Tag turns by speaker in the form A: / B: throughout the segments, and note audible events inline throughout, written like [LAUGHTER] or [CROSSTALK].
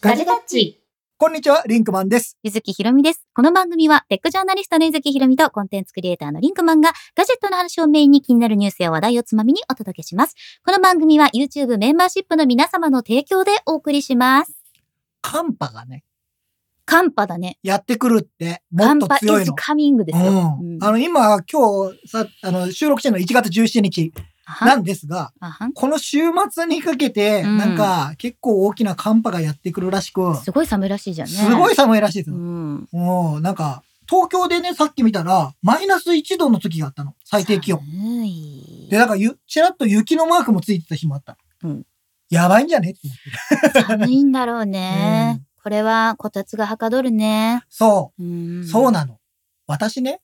A: ガジェタッチ。
B: こんにちは、リンクマンです。
C: ゆずきひろみです。この番組は、テックジャーナリストのゆずきひろみと、コンテンツクリエイターのリンクマンが、ガジェットの話をメインに気になるニュースや話題をつまみにお届けします。この番組は、YouTube メンバーシップの皆様の提供でお送りします。
B: 寒波がね、
C: 寒波だね。
B: やってくるって、もっ
C: 寒
B: と
C: 波
B: 強い
C: is
B: の。
C: coming ですよ。
B: うん
C: う、ん
B: あの今、今日さ、あの収録してるの1月17日
C: あはん
B: なんですが、
C: あはん
B: この週末にかけて、
C: うん
B: なんか結構大きな寒波がやってくるらしく、
C: すごい寒いらしいじゃんね。
B: すごい寒いらしいです
C: う
B: よ。
C: ん。
B: もうなんか、東京でね、さっき見たら、マイナス1度の時があったの、最低気温。
C: 寒い
B: で、。なんかゆ、ちらっと雪のマークもついてた日もあった。
C: うん
B: やばいんじゃねって思って
C: 寒いんだろ
B: [LAUGHS]
C: うね。
B: う
C: これは、こたつがはかどるね。
B: そうう、
C: ん。
B: そうなの。私ね、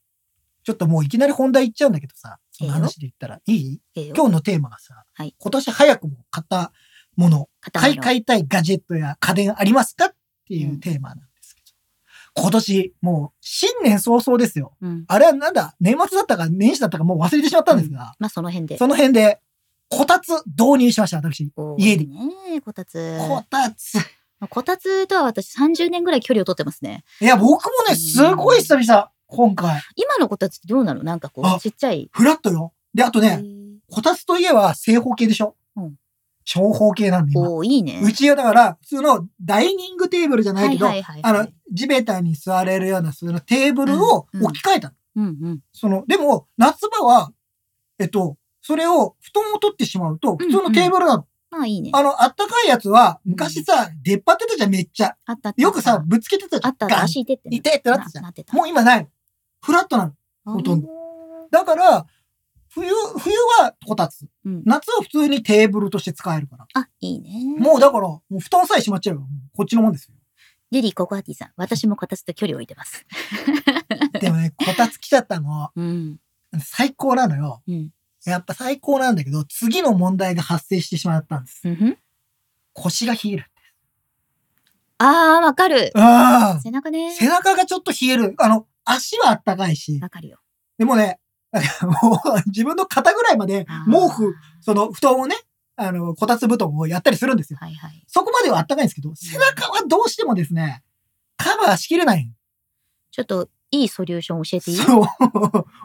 B: ちょっともういきなり本題いっちゃうんだけどさ、
C: いいよ
B: 話で言ったらいい
C: ええよ
B: 今日のテーマがさ、
C: はい
B: 今年早くも買ったもの、
C: 固ま
B: 買
C: る
B: い替えたいガジェットや家電ありますかっていううんテーマなんですけど、今年もう新年早々ですよ。
C: うん。
B: あれはなんだ、年末だったか年始だったかもう忘れてしまったんですが、
C: まあ、その辺で。
B: その辺で、こたつ導入しました、私。
C: おー
B: 家で
C: ねえこたつ。
B: こたつ。
C: まあこたつとは私30年ぐらい距離を取ってますね。
B: いや、僕もね、すごい久々、今回。
C: 今のこたつってどうなのなんかこ
B: あ
C: う、ちっちゃい。
B: フラットよ。で、あとね、こたつといえば正方形でしょ、
C: うん
B: 長方形なんで今。
C: おおーいいね。
B: うちはだから、普通のダイニングテーブルじゃないけど、
C: はいはいは
B: あ
C: いはい
B: の、地べたに座れるような、そのテーブルを
C: うんうん
B: 置き換えたの。
C: うんうん。
B: その、でも、夏場は、えっと、それを、布団を取ってしまうと、普通のテーブルなの。
C: まあいいね。
B: あの、あったかいやつは、昔さ、出っ張ってたじゃん、めっちゃ。
C: あったあった
B: よくさ、、ぶつけてたじ
C: あ
B: ゃん。
C: ったあっ
B: ガ
C: た。
B: ン
C: 足いてって
B: 痛いってなってたじゃん。
C: なってた。
B: もう今ないの。フラットなの。ほとんどだから、冬、冬はこたつ。
C: うん
B: 夏は普通にテーブルとして使えるから。
C: あ、いいね。
B: もうだから、もう布団さえしまっちゃえば、もうこっちのもんですよ。
C: リリー・ココアティさん、私もこたつと距離を置いて
B: [LAUGHS]
C: ます。
B: でもね、こたつ来ちゃったの、
C: うん。
B: 最高なのよ。
C: うん。
B: やっぱ最高なんだけど、次の問題が発生してしまったんです。
C: うんふん。
B: 腰が冷える。
C: あー、わかる。
B: あ
C: 背中
B: あ
C: ね。
B: 背中がちょっと冷える。あの、足はあったかいし。
C: わかるよ。
B: でもね、 [LAUGHS] なんかもう自分の肩ぐらいまで
C: あー
B: 毛布、その布団をね、あの、こたつ布団をやったりするんですよ。
C: はいはい。
B: そこまではあったかいんですけど、背中はどうしてもですね、カバーしきれない。
C: ちょっと、いいソリューション教えていい
B: そう。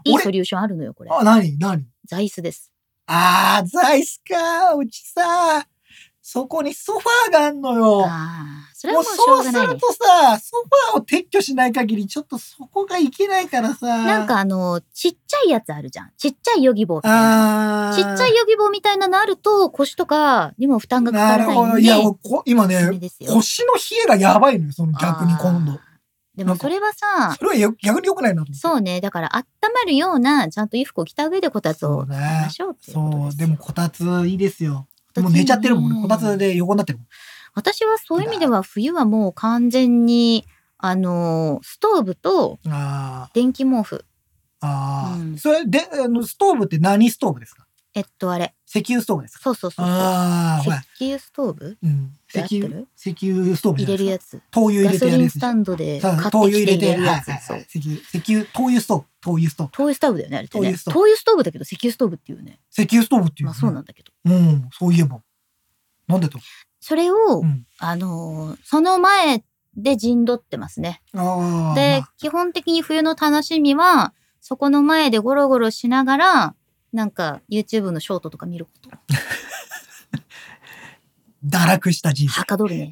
C: いい
B: 俺
C: ソリューションあるのよ、これ。
B: あ、なになに
C: 座椅子です。
B: あー、座椅子か。うちさ、そこにソファーがあんのよ。
C: あー、それ
B: もう
C: はもうしょ
B: そう
C: うが
B: す
C: ない
B: る
C: ね。
B: とさ、ソファーを撤去しない限り、ちょっとそこがいけないからさ。
C: なん、かあの、ちっちゃいやつあるじゃん。ちっちゃいヨギボーみたいな。
B: あー
C: ちっちゃいヨギボーみたいなのあると、腰とかにも負担がかか
B: な
C: ら
B: る
C: ない
B: ほど。
C: ん
B: い
C: で、
B: や、
C: お
B: こ今
C: すすめ
B: ね、
C: ですよ。
B: 腰の冷えがやばいのよ、その逆に今
C: あー
B: 度。。
C: で
B: な
C: も
B: んか
C: それはさ、
B: それはよ逆に良くないなと思って。
C: そうね、だから温まるような、ちゃんと衣服を着た上でこたつ
B: そう
C: を
B: ね
C: 使いましょうっていうこと
B: そ
C: で
B: う、
C: す
B: で
C: よ
B: もこたついいですよ。
C: こたついい
B: も
C: ね
B: う寝ちゃってるもんね。こたつで横になってるもん。
C: 私はそういう意味では、冬はもう完全に、あの、ストーブと
B: あ
C: 電気毛布。
B: あ、ああ、
C: うん
B: それで、あの、ストーブって何ストーブですか
C: えっと、あれ、
B: 石油ストーブですか
C: そうそうそうそう。
B: ああ、ほら
C: 石油ストーブ
B: うん。
C: で合って
B: 石油
C: る、
B: 石油ストーブじゃ
C: 入
B: な
C: れ
B: い
C: る
B: です
C: や
B: か。
C: つ。
B: 灯油入
C: ガ
B: れて
C: ソ
B: やるや
C: リ
B: つで
C: ンス
B: しょ。
C: タンドで
B: そ
C: 買
B: う
C: って
B: 灯油入
C: きて
B: れ
C: 入
B: て、
C: れる
B: はいは
C: や
B: い
C: つ。そ
B: は
C: う
B: い。。石油、石油、灯油ストーブ。灯油ストーブ。
C: 灯油スタブだよね、あれって
B: 灯
C: ね
B: 油。スト
C: 灯
B: ーブ
C: 油ストーブだけど石油ストーブっていうね。
B: 石油ストーブっていう、
C: まあそうなんんだけど。
B: うん、そういえば。なんでと。
C: それを、
B: うん
C: あのーその前で陣取ってますね。
B: ああ。
C: で、基本的に冬の楽しみは、そこの前でゴロゴロしながら、なんか YouTube のショートとか見ること。
B: まあ、堕落した人生。
C: はかどる
B: [LAUGHS]
C: ね。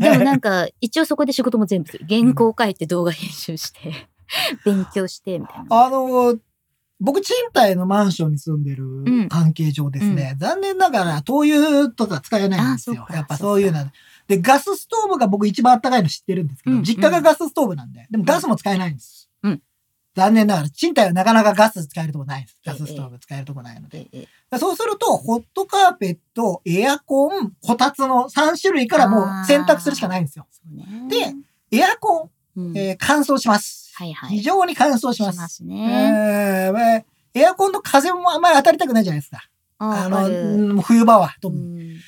C: でもなんか、一応そこで仕事も全部する。原稿書いて動画編
B: [LAUGHS]
C: 集して、勉強して、みたいな。
B: あの、僕、賃貸のマンションに住んでる
C: ん
B: 関係上ですね、残念ながら灯油とか使えないんです
C: あ
B: よ
C: そ。うか
B: やっぱそういうのは。で、ガスストーブが僕一番暖かいの知ってるんですけど、
C: うん
B: 実家がガスストーブなんで、でもガスも使えないんです。
C: うん
B: 残念ながら、賃貸はなかなかガス使えるとこないんです。
C: ええ
B: ガスストーブ使えるとこないので。
C: ええ
B: でそうすると、ホットカーペット、エアコン、こたつの3種類からもう選択するしかないんですよ。
C: そうね。
B: で、エアコン、
C: うん
B: えー乾燥します。
C: はいはい。
B: 非常に乾燥し
C: し
B: ま。
C: ますすね。
B: えーまあエアコンの風もあんまり当たりたくないじゃないですか。
C: あ
B: あ
C: わ
B: の、
C: かる
B: うん冬場は。特
C: う
B: に
C: ん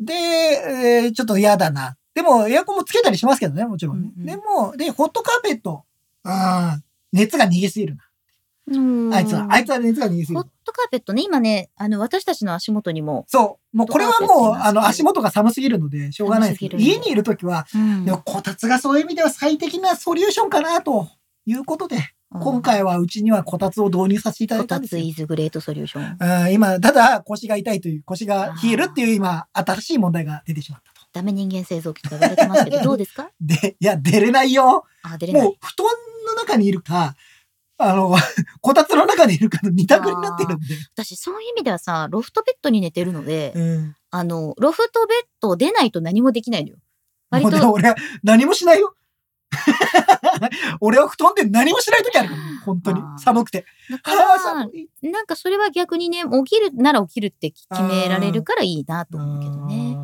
B: で、えーちょっと嫌だな。でも、エアコンもつけたりしますけどね、もちろんね。
C: うんうん
B: でも、で、ホットカーペット。あー熱が逃げすぎるな。
C: うん
B: あいつは。あいつは熱が逃げすぎ
C: ホ
B: る
C: ッ。トカーペットね、今ね、あの、私たちの足元にも。
B: そう。もうこれはもう、あの、
C: 寒す
B: 足
C: ぎる
B: 元が寒すぎるので、しょうがないですけど、
C: 寒すぎる
B: 家にいるときは、
C: うん
B: でもこたつがそういう意味では最適なソリューションかな、ということで、今、回はうちにはこたつを導入させていた
C: う
B: だ
C: んこ
B: いた
C: た
B: んですよ。
C: つイズグレートソリューション。
B: うん今、ただ腰が痛いという、腰が冷えるっていう今、新しい問題が出てしまったと。
C: ダメ人間製造機とか言われてます
B: [LAUGHS]
C: けど、どうですか
B: で、いや、出れないよ。
C: あ、出れない。
B: もう布団の中にいるか、あの、 [LAUGHS] こたつの中にいるかの二択になってるんで。
C: 私、そういう意味ではさ、ロフトベッドに寝てるので、
B: うん。
C: あの、ロフトベッドを出ないと何もできないのよ。割
B: もうでも
C: と、
B: 俺は何もしないよ。 [LAUGHS] 俺は布団で何もしない時あるから、本当に
C: あー
B: 寒くて。
C: だか
B: ああ、
C: ら
B: 寒、い。
C: なんかそれは逆にね、起きるなら起きるって決められるからいいなと思うけどね。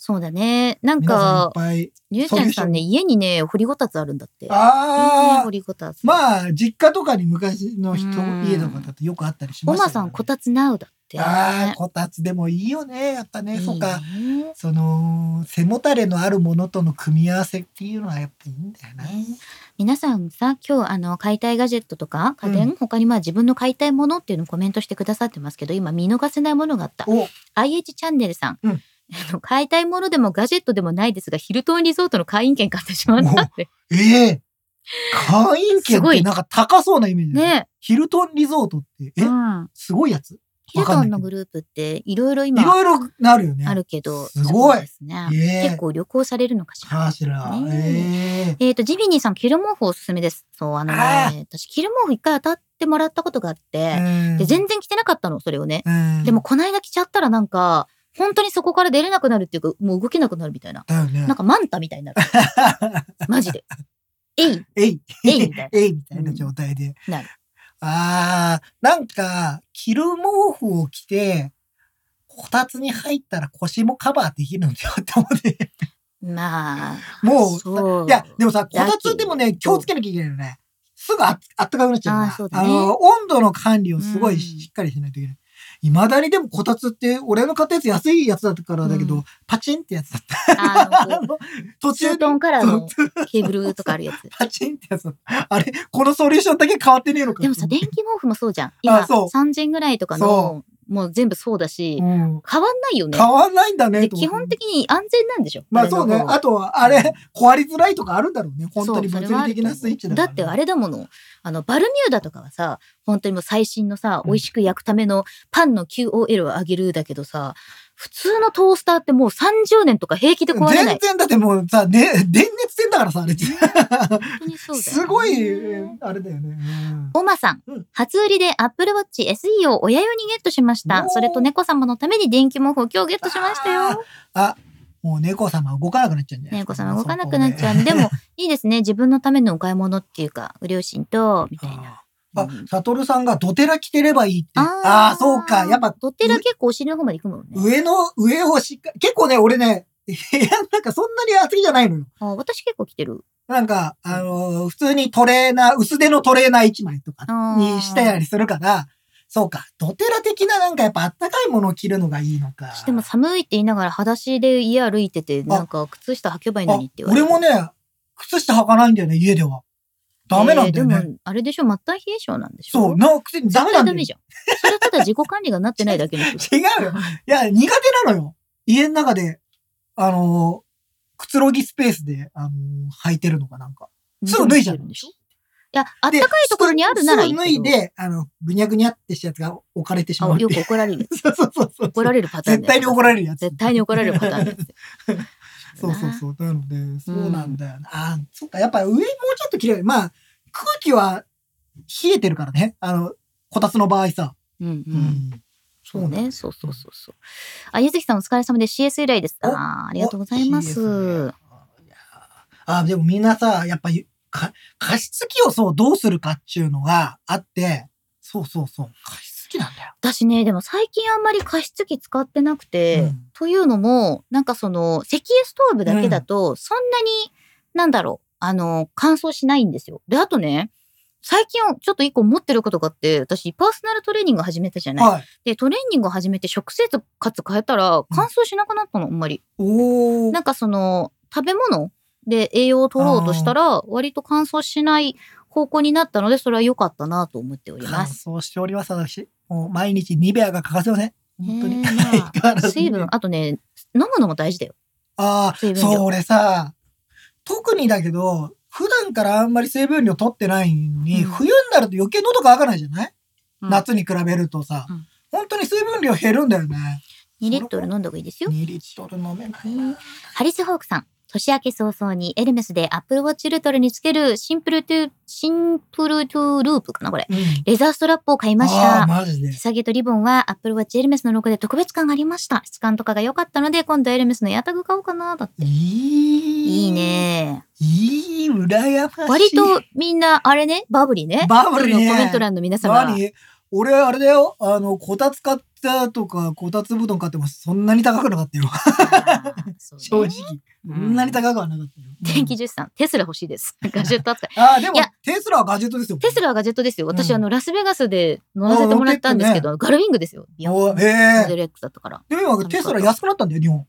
C: そうだね。なん
B: 皆さんい
C: か
B: っ、ぱい。
C: りゅうちゃんさんね、家にね、掘りごたつあるんだって。
B: あ
C: 掘
B: あ、
C: りごたつ。あ、
B: まあ、実家とかに昔の人、
C: うん
B: 家とかだとよくあったりし
C: お
B: ました
C: ま
B: けど
C: さ
B: ね
C: ん、こたつなうだって。
B: ああ、こたつでもいいよね。やっぱね、
C: いいね
B: そうか。その、背もたれのあるものとの組み合わせっていうのはやっぱいいんだよね。
C: 皆さんさ今日あの買いたいガジェットとか家電、
B: う
C: 他にまあ自分の買いたいものっていうのをコメントしてくださってますけど今見逃せないものがあった
B: お
C: IH チャンネルさん、
B: うん
C: あの買いたいものでもガジェットでもないですがヒルトンリゾートの会員券買ってしまったって
B: ええ会員権
C: す
B: っ
C: ごい
B: てなんか高そうなイメージだね。
C: ね、
B: ヒルトンリゾートって、え、
C: うん、
B: すごいやつい
C: ヒルトンのグループっていろいろ今
B: ろいろなるよね。
C: あるけど
B: すごい
C: そうです、ね
B: ええ
C: 結構旅行されるのかしら
B: かしら。ええ
C: えー、と、ジビニーさん、キルモーフおすすめです。そう、あのね
B: あ
C: 私、キルモーフ一回当たってもらったことがあって、で、全然着てなかったの、それをね。
B: 然
C: でも、、この間着ちゃったらなんか、本当にそこから出れなくなるっていうか、もう動けなくなるみたいな。
B: だよね
C: なん。かマンタみたいになる。
B: [LAUGHS]
C: マジで。えい
B: えい、
C: えいみたい
B: [LAUGHS] えいみたいな状態で。
C: うんなる
B: ああ、なんか、着る毛布を着て、こたつに入ったら腰もカバーできるんだよって思
C: [LAUGHS]
B: って。
C: まあ、
B: もう、
C: そう。
B: いや、でもさ、こ
C: ラッキ
B: た
C: ー
B: つでもね、気をつけなきゃいけないよね。すぐああったかくなっちゃう
C: あーそう
B: か
C: だ
B: ら、あ
C: ね
B: の、温度の管理をすご
C: う
B: い
C: ん
B: しっかりしないといけない。いまだにでもこたつって、俺の買ったやつ安いやつだったからだけど、
C: う
B: パチンってやつだった。
C: あの
B: あ [LAUGHS]
C: こ
B: の、途
C: う、ツ
B: 中
C: ー
B: で
C: トンカラーのケーブルとかあるや
B: [LAUGHS]
C: つ。
B: パチンってやつだった。あれこのソリューションだけ変わってねえのか。
C: でもさ、電気毛布もそうじゃん。今、
B: あそう
C: 3000円ぐらいとかの
B: そ、
C: もう全部そうだし、
B: うん
C: 変わんないよね。
B: 変わんないんだね
C: で
B: と思
C: 基
B: って。
C: 本的に安全なんでしょ
B: まあそうね。あとは、あれ、壊れづらいとかあるんだろうね。
C: そう
B: 本当に物理的なスイッチ
C: だ,、
B: だ
C: だ
B: から
C: っ
B: ね
C: てあれだものあのバルミューダとかはさ本当にもう最新のさ
B: うん
C: 美味しく焼くためのパンの QOL を上げるだけどさ普通のトースターってもう30年とか平気で壊れない
B: 全然だってもうさ、ね、電熱線だからさ、あれって。
C: 本当にそうだよね
B: すごい、あれだよね。うん
C: おまさん、
B: うん
C: 初売りで Apple Watch SE を親用にゲットしました
B: おー
C: それと猫様のために電気毛布を今日ゲットしましたよ
B: あ、もう猫様動かなくなっちゃうんじゃない
C: 猫様動かなくなっちゃうでもいいですね自分のためのお買い物っていうかご両親とみたいな
B: ああ、サトルさんがドテラ着てればいいって。
C: あー
B: ああー、そうか。やっぱ、
C: ドッテラ結構お尻の方まで行くもんね。
B: 上の、上をしっかり、結構ね、俺ね、部屋なんかそんなに厚いじゃないのよ。
C: あ私結構着てる。
B: なんか、あのー普通にトレーナー、薄手のトレーナー1枚とかにしてたりするから、そうか、ドテラ的ななんかやっぱあったかいものを着るのがいいのか。
C: でも寒いって言いながら裸足で家歩いてて、なんか靴下履けばいいのにって言
B: あ
C: われ
B: 俺も
C: る。
B: ね、靴下履かないんだよね、家では。ダメなんだよね。
C: えーでも、あれでしょ末端冷え性なんでしょ
B: そう、な、くせにダメなんだ
C: ダ
B: よ。
C: メ
B: 違
C: じゃん。それはただ自己管理がなってないだけでしょ
B: うよ。いや、苦手なのよ。家の中で、あのーくつろぎスペースで、あのー履いてるのがなんか。 [LAUGHS] すぐ脱いじゃうん
C: いや、あった
B: で
C: かいところにあるならいいけど。
B: すぐ脱いで、あの、ぐにゃぐにゃってしたやつが置かれてしまう
C: あ
B: ってい
C: よ
B: う。
C: く怒られる。
B: [LAUGHS] そうそうそうそう。
C: 怒られるパターン
B: 絶対に怒
C: れ
B: られるやつ。
C: 絶対に怒られるパターンです。
B: そうそうそう。なので、そうなんだよな。あーそっか。やっぱ上もうちょっと綺麗。まあ、空気は冷えてるからね。あの、こたつの場合さ。
C: うんうん。
B: うん
C: そうね。そうそうそうそう。あ、ゆずきさんお疲れ様で CS 以来です。あ
B: お
C: ーありがとうございま
B: おいい
C: す。
B: でねいやーあー、でもみんなさ、やっぱり、か加湿器をそう、どうするかっちゅうのがあって、そうそうそう。加湿器なんだよ。
C: 私ね、でも最近あんまり加湿器使ってなくて、
B: うん
C: というのも、なんかその、石油ストーブだけだと、そんなに、なんだろう、あの、乾燥しないんですよ。で、あとね、最近ちょっと一個持ってることがあって、私、パーソナルトレーニング始めたじゃない。
B: はい。
C: で、トレーニングを始めて食生活変えたら、乾燥しなくなったの、あんまり。
B: おー。
C: なんかその、食べ物で栄養を取ろうとしたら、割と乾燥しない方向になったので、それは良かったなと思っておりま
B: 乾
C: す。
B: 燥しております、私。もう毎日ニベアが欠かせません。本当に。[LAUGHS]
C: えーまあ
B: 相変わらず
C: 水分、あとね、飲むのも大事だよ。
B: あ
C: 水
B: あ、
C: 分量
B: そう、俺さ、特にだけど、普段からあんまり水分量取ってないのに、
C: うん
B: 冬になると余計喉乾かないじゃない、
C: うん
B: 夏に比べるとさ、
C: うん
B: 本当に水分量減るんだよね。
C: 2リットル飲んだ方がいいですよ。
B: 2リットル飲めないな。
C: ハリス・ホークさん。年明け早々にエルメスでアップルウォッチルートルにつけるシンプルトゥ、シンプルトゥループかなこれ。
B: うん。
C: レザーストラップを買いまし
B: ああ、
C: た。
B: マジで
C: 手。下げとリボンはアップルウォッチエルメスのロゴで特別感がありました。質感とかが良かったので、今度エルメスのエアタグ買おうかな。だって。
B: いい。
C: いい。ね。
B: いい、羨ましい。
C: 割とみんな、あれね、バブリーね。
B: バブリーね
C: のコメント欄の皆様。
B: 何俺、あれだよ。あの、こたつ買ったとか、こたつ布団買ってもそんなに高くなかったよ。
C: あーそ
B: 正
C: う
B: 直
C: ね。
B: そんなに高くはなかったよ。
C: 天気10さん、テスラ欲しいです。ガジェット扱い。
B: ああ、でも
C: いや、
B: テスラはガジェットですよ。
C: テスラはガジェットですよ。私、
B: うん
C: あの、ラスベガスで乗らせてもらったんですけど、ガルウィングですよ。ビヨ
B: お
C: ーン
B: え
C: モデ
B: え
C: ル X だったから。
B: でも今、テスラ安くなったんだよ、日本。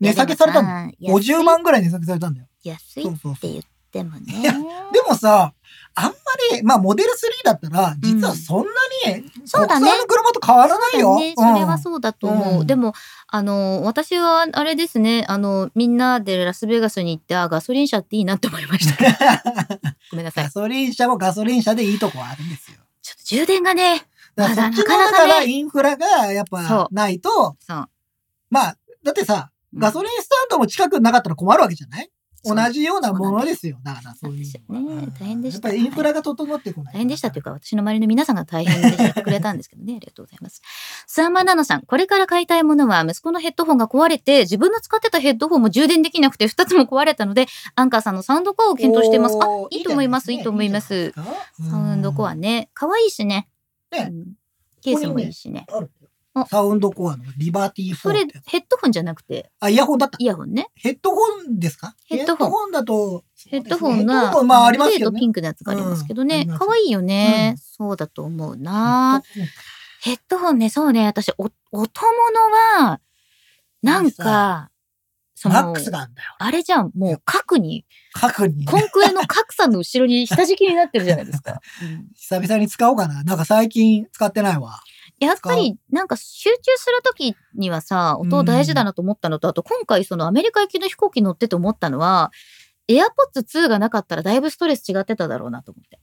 B: 値下げされたんだよ。
C: ん
B: 50万ぐらい値下げされたんだよ。
C: 安い
B: そ
C: っ
B: うそう
C: て
B: そう。
C: 言ってもね
B: い。やでもさ、あんまり、まあ、モデル3だったら、実はそんなに、
C: そうだね
B: 国産の車と変わらないよ。
C: ね、それはそうだと思う。
B: うん
C: でも、あの、私は、あれですね、あの、みんなでラスベガスに行って、あ、ガソリン車っていいなって思いました。
B: うん
C: ごめんなさ
B: [LAUGHS]
C: い
B: ガ。ソリン車もガソリン車でいいとこはあるんですよ。
C: ちょっと充電がね、
B: だからそ
C: まだ
B: っちの
C: なかな
B: だ
C: か
B: か
C: ね
B: らインフラがやっ
C: そう
B: ぱないと、
C: そう。
B: まあ、だってさ、ガソ
C: リ
B: リンスタンドも近くなかったら困るわけじゃない
C: そ
B: 同
C: う
B: じようなものですよ。だからそういうのは。
C: そ
B: う
C: うですよね
B: ん
C: 大変でした
B: やっぱりインフラが整ってこない。
C: 大変でしたというか、私の周りの皆さんが大変でやってくれたんですけどね、あ [LAUGHS] りがとうございます。スアマナノさん、これから買いたいものは、息子のヘッドホンが壊れて、自分の使ってたヘッドホンも充電できなくて、2つも壊れたので、アンカーさんのサウンドコアを検討しています。あ
B: お、ー
C: いいと思います、いい
B: じ
C: と
B: ゃ
C: 思
B: ない
C: ま
B: ですか。いいじゃないですか
C: サウンドコア。ね、可愛いしね。
B: ね
C: うんケースもいいしね。
B: あるよ
C: あ
B: サウンドコアのリバティ4
C: それ
B: ってやつ、
C: ヘッドホンじゃなくて、
B: あ、イヤホンだった。
C: イヤホンね。
B: ヘッドホンですか
C: ヘッドホン
B: だと、
C: ヘッドホン
B: ヘッド
C: が、
B: ホンまああります
C: グレ
B: け
C: ー
B: ど
C: と
B: ね。
C: ピンクのやつがありますけど
B: うんあ
C: ね
B: り。ます
C: 可愛いよね
B: う。ん
C: そうだと思う
B: ヘッ
C: な。
B: ドホン
C: ヘッドホンね、そうね、私、お、音物は、なんか、そ
B: マッ
C: の
B: ク、スがあるんだよ。
C: あれじゃん、もう核に、
B: 各に。
C: コンクエの格差の後ろに下敷きになってるじゃないですか。
B: [LAUGHS]
C: うん
B: 久々に使おうかな。なんか最近使ってないわ。
C: やっぱり、なんか集中するときにはさ、音大事だなと思ったのと、あと今回そのアメリカ行きの飛行機乗ってて思ったのは、AirPods 2がなかったらだいぶストレス違ってただろうなと思って。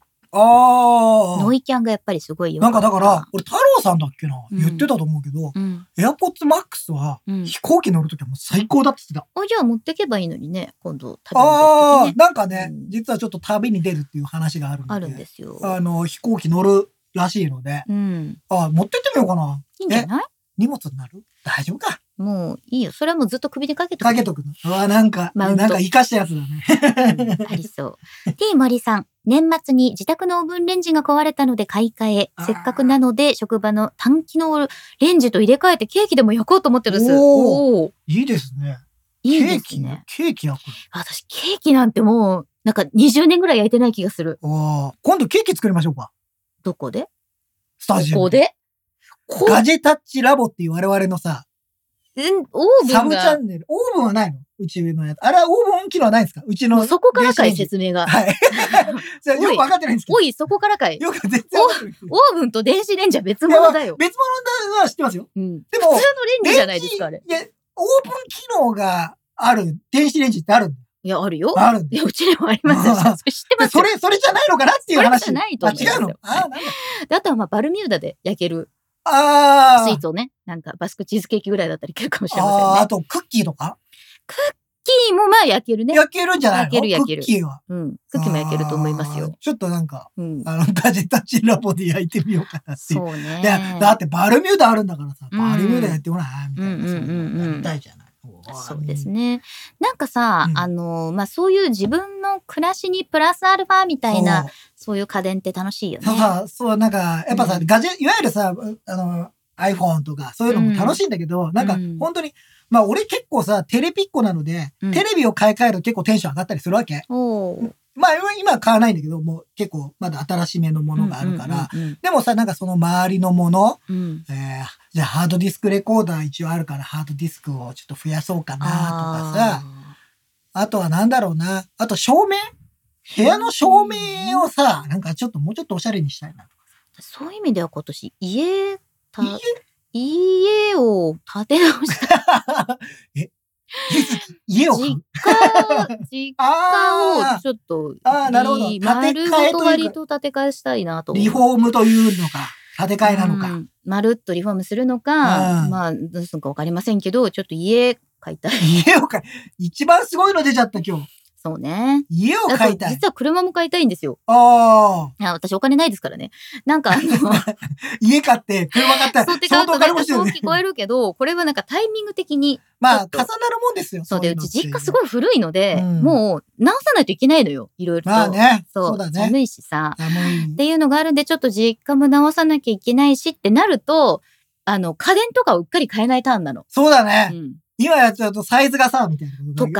B: あ
C: ノ
B: あ。
C: イキャンがやっぱりすごいよ。
B: なんかだから、、俺太郎さんだっけな、
C: うん
B: 言ってたと思うけど、
C: うん。
B: エアポッツマックスは
C: うん。
B: 飛行機乗るときはもう最高だって言ってた。
C: お、じゃあ持ってけばいいのにね、今度旅に行
B: あ
C: く
B: あー、
C: ときね。
B: なんかね、
C: うん
B: 実はちょっと旅に出るっていう話があるんで。
C: あるんですよ。
B: あの、飛行機乗るらしいので、
C: うん。
B: あー持ってってみようかな。
C: いいんじゃない
B: 荷物になる大丈夫か。
C: もういいよ。それはもうずっと首にかけて
B: かけとくの。ああ、なんか、
C: マウント
B: なんか生かしたやつだね。 [LAUGHS]
C: ありそう。T 森さん。年末に自宅のオーブンレンジが壊れたので買い替え
B: あ、ー
C: せっかくなので職場の短機能レンジと入れ替えてケーキでも焼こうと思ってるんです。
B: お
C: おー
B: いいですね。
C: いいですね。
B: ケーキ、ケーキ焼くの。
C: 私ケーキなんてもう、なんか20年ぐらい焼いてない気がする。
B: ああ、今度ケーキ作りましょうか。
C: どこで
B: スタジオ。
C: ここでこ
B: ガジェタッチラボっていう我々のさ、
C: うん、オーブ
B: サ
C: ン
B: ブチャ
C: が。
B: ンネル。オーブンはないのうちのやつ。あれはオーブン機能ないんですかうち
C: も
B: の。
C: うそこからかい
B: 電子
C: 説明が。
B: レンジはい。じゃあよくわかってないんですけ
C: おい、そこからかい
B: ど。。よく全然わかってない
C: オーブンと電子レンジは別物だよ。
B: 別物は知ってますよ。
C: うん。
B: で
C: 普
B: も
C: 通のレ、ンジじゃないですか、あれ。
B: いや、オーブン機能がある電子レンジってあるんだよ
C: いや、あるよ。
B: あるん
C: い
B: だよ
C: や、うちにもありますよ。
B: あー
C: それ知って
B: で
C: ます
B: そ
C: よ。
B: れ、それじゃないのかなっていう話。
C: それじゃないと
B: あ、
C: 思い
B: 違
C: ます
B: うの
C: よ
B: あ、なんだ。
C: であとは、まあ、バルミューダで焼ける
B: あ
C: スイ
B: ー
C: ーツをね、なんかバスクチーズケーキぐらいだったりいけるかもしれません
B: あー、
C: ね
B: あ。とクッキーとか
C: キーもまあ焼けるね。
B: 焼けるんじゃないの
C: 焼ける焼ける
B: クッキーは。
C: うん。クッキーも焼けると思います
B: あー
C: よ。。
B: ちょっとなんか、
C: うん。
B: あの、ガジェタッチラボで焼いてみようかなっていう
C: そうね
B: い。や、だってバルミューダあるんだからさ、
C: うん
B: バルミューダやってごらん、みたいな。
C: うんうんうんうん
B: そういうのやりたいじゃない。
C: そうですね。なんかさ、
B: うん
C: あの、まあ、そういう自分の暮らしにプラスアルファみたいな、そういう家電って楽しいよね
B: そう。。そうさ、そう、なんか、やっぱさ、
C: うん
B: ガジェ、いわゆるさ、あの、iPhone とか、そういうのも楽しいんだけど、なんか、
C: うん
B: 本当に、まあ、俺結構さ、テレビっ子なので、
C: うん
B: テレビを買い替えると結構テンション上がったりするわけ。
C: おー
B: まあ、今は買わないんだけど、もう結構、まだ新しめのものがあるから、。
C: うん
B: でもさ、なんかその周りのもの、
C: うんうんうん。
B: えーじゃあハードディスクレコーダー一応あるからハードディスクをちょっと増やそうかなとかさ、
C: あ
B: あとはなんだろうな。あと照明
C: ー
B: 部屋の照明をさ、なんかちょっともうちょっとおしゃれにしたいな。
C: そういう意味では今年、家、た、家を建て直した。
B: 家家を買う
C: 実家、実家
B: あ
C: をちょっと、
B: あーなるほど建
C: リ
B: て替えというか
C: 丸ごと割りと建て替えしたいな
B: あ、
C: と。
B: リフォームというのか、建て替えなの
C: う
B: か。
C: んまるっとリフォームするのか、
B: うん
C: まあ、どうするのかわかりませんけど、ちょっと家買いたい。
B: 家を買い、一番すごいの出ちゃった今日。
C: そうね。
B: 家を
C: あ
B: 買
C: と
B: いたい。
C: 実は車も買いたいんですよ。
B: ああ、
C: あ私お金ないですからね。なんかあ
B: [LAUGHS]
C: の、
B: 家買って、車買った
C: そう
B: ら
C: っ、て買
B: 相
C: う
B: 当
C: と
B: お
C: な
B: 金
C: んか
B: 持ちだ
C: そ
B: よ
C: う
B: ね。
C: 聞こえるけど、これはなんかタイミング的に、
B: ま
C: ち
B: あ、
C: ょっ
B: 重
C: と
B: なるもんですよ。
C: そうで、
B: いうの
C: ち
B: って
C: 実家すごい古いので、
B: うん
C: もう直さないといけないのよ。いろいろと。
B: まあね、
C: そ
B: そううだね。
C: 寒いしさ。
B: 寒い
C: っていうのがあるんで、ちょっと実家も直さなきゃいけないしってなると、あの、家電とかをうっかり買えないターンなの。
B: そうだ
C: う
B: ね。
C: ん、
B: 今やっちゃうとサイズがさ、みたいなこと
C: と
B: だよね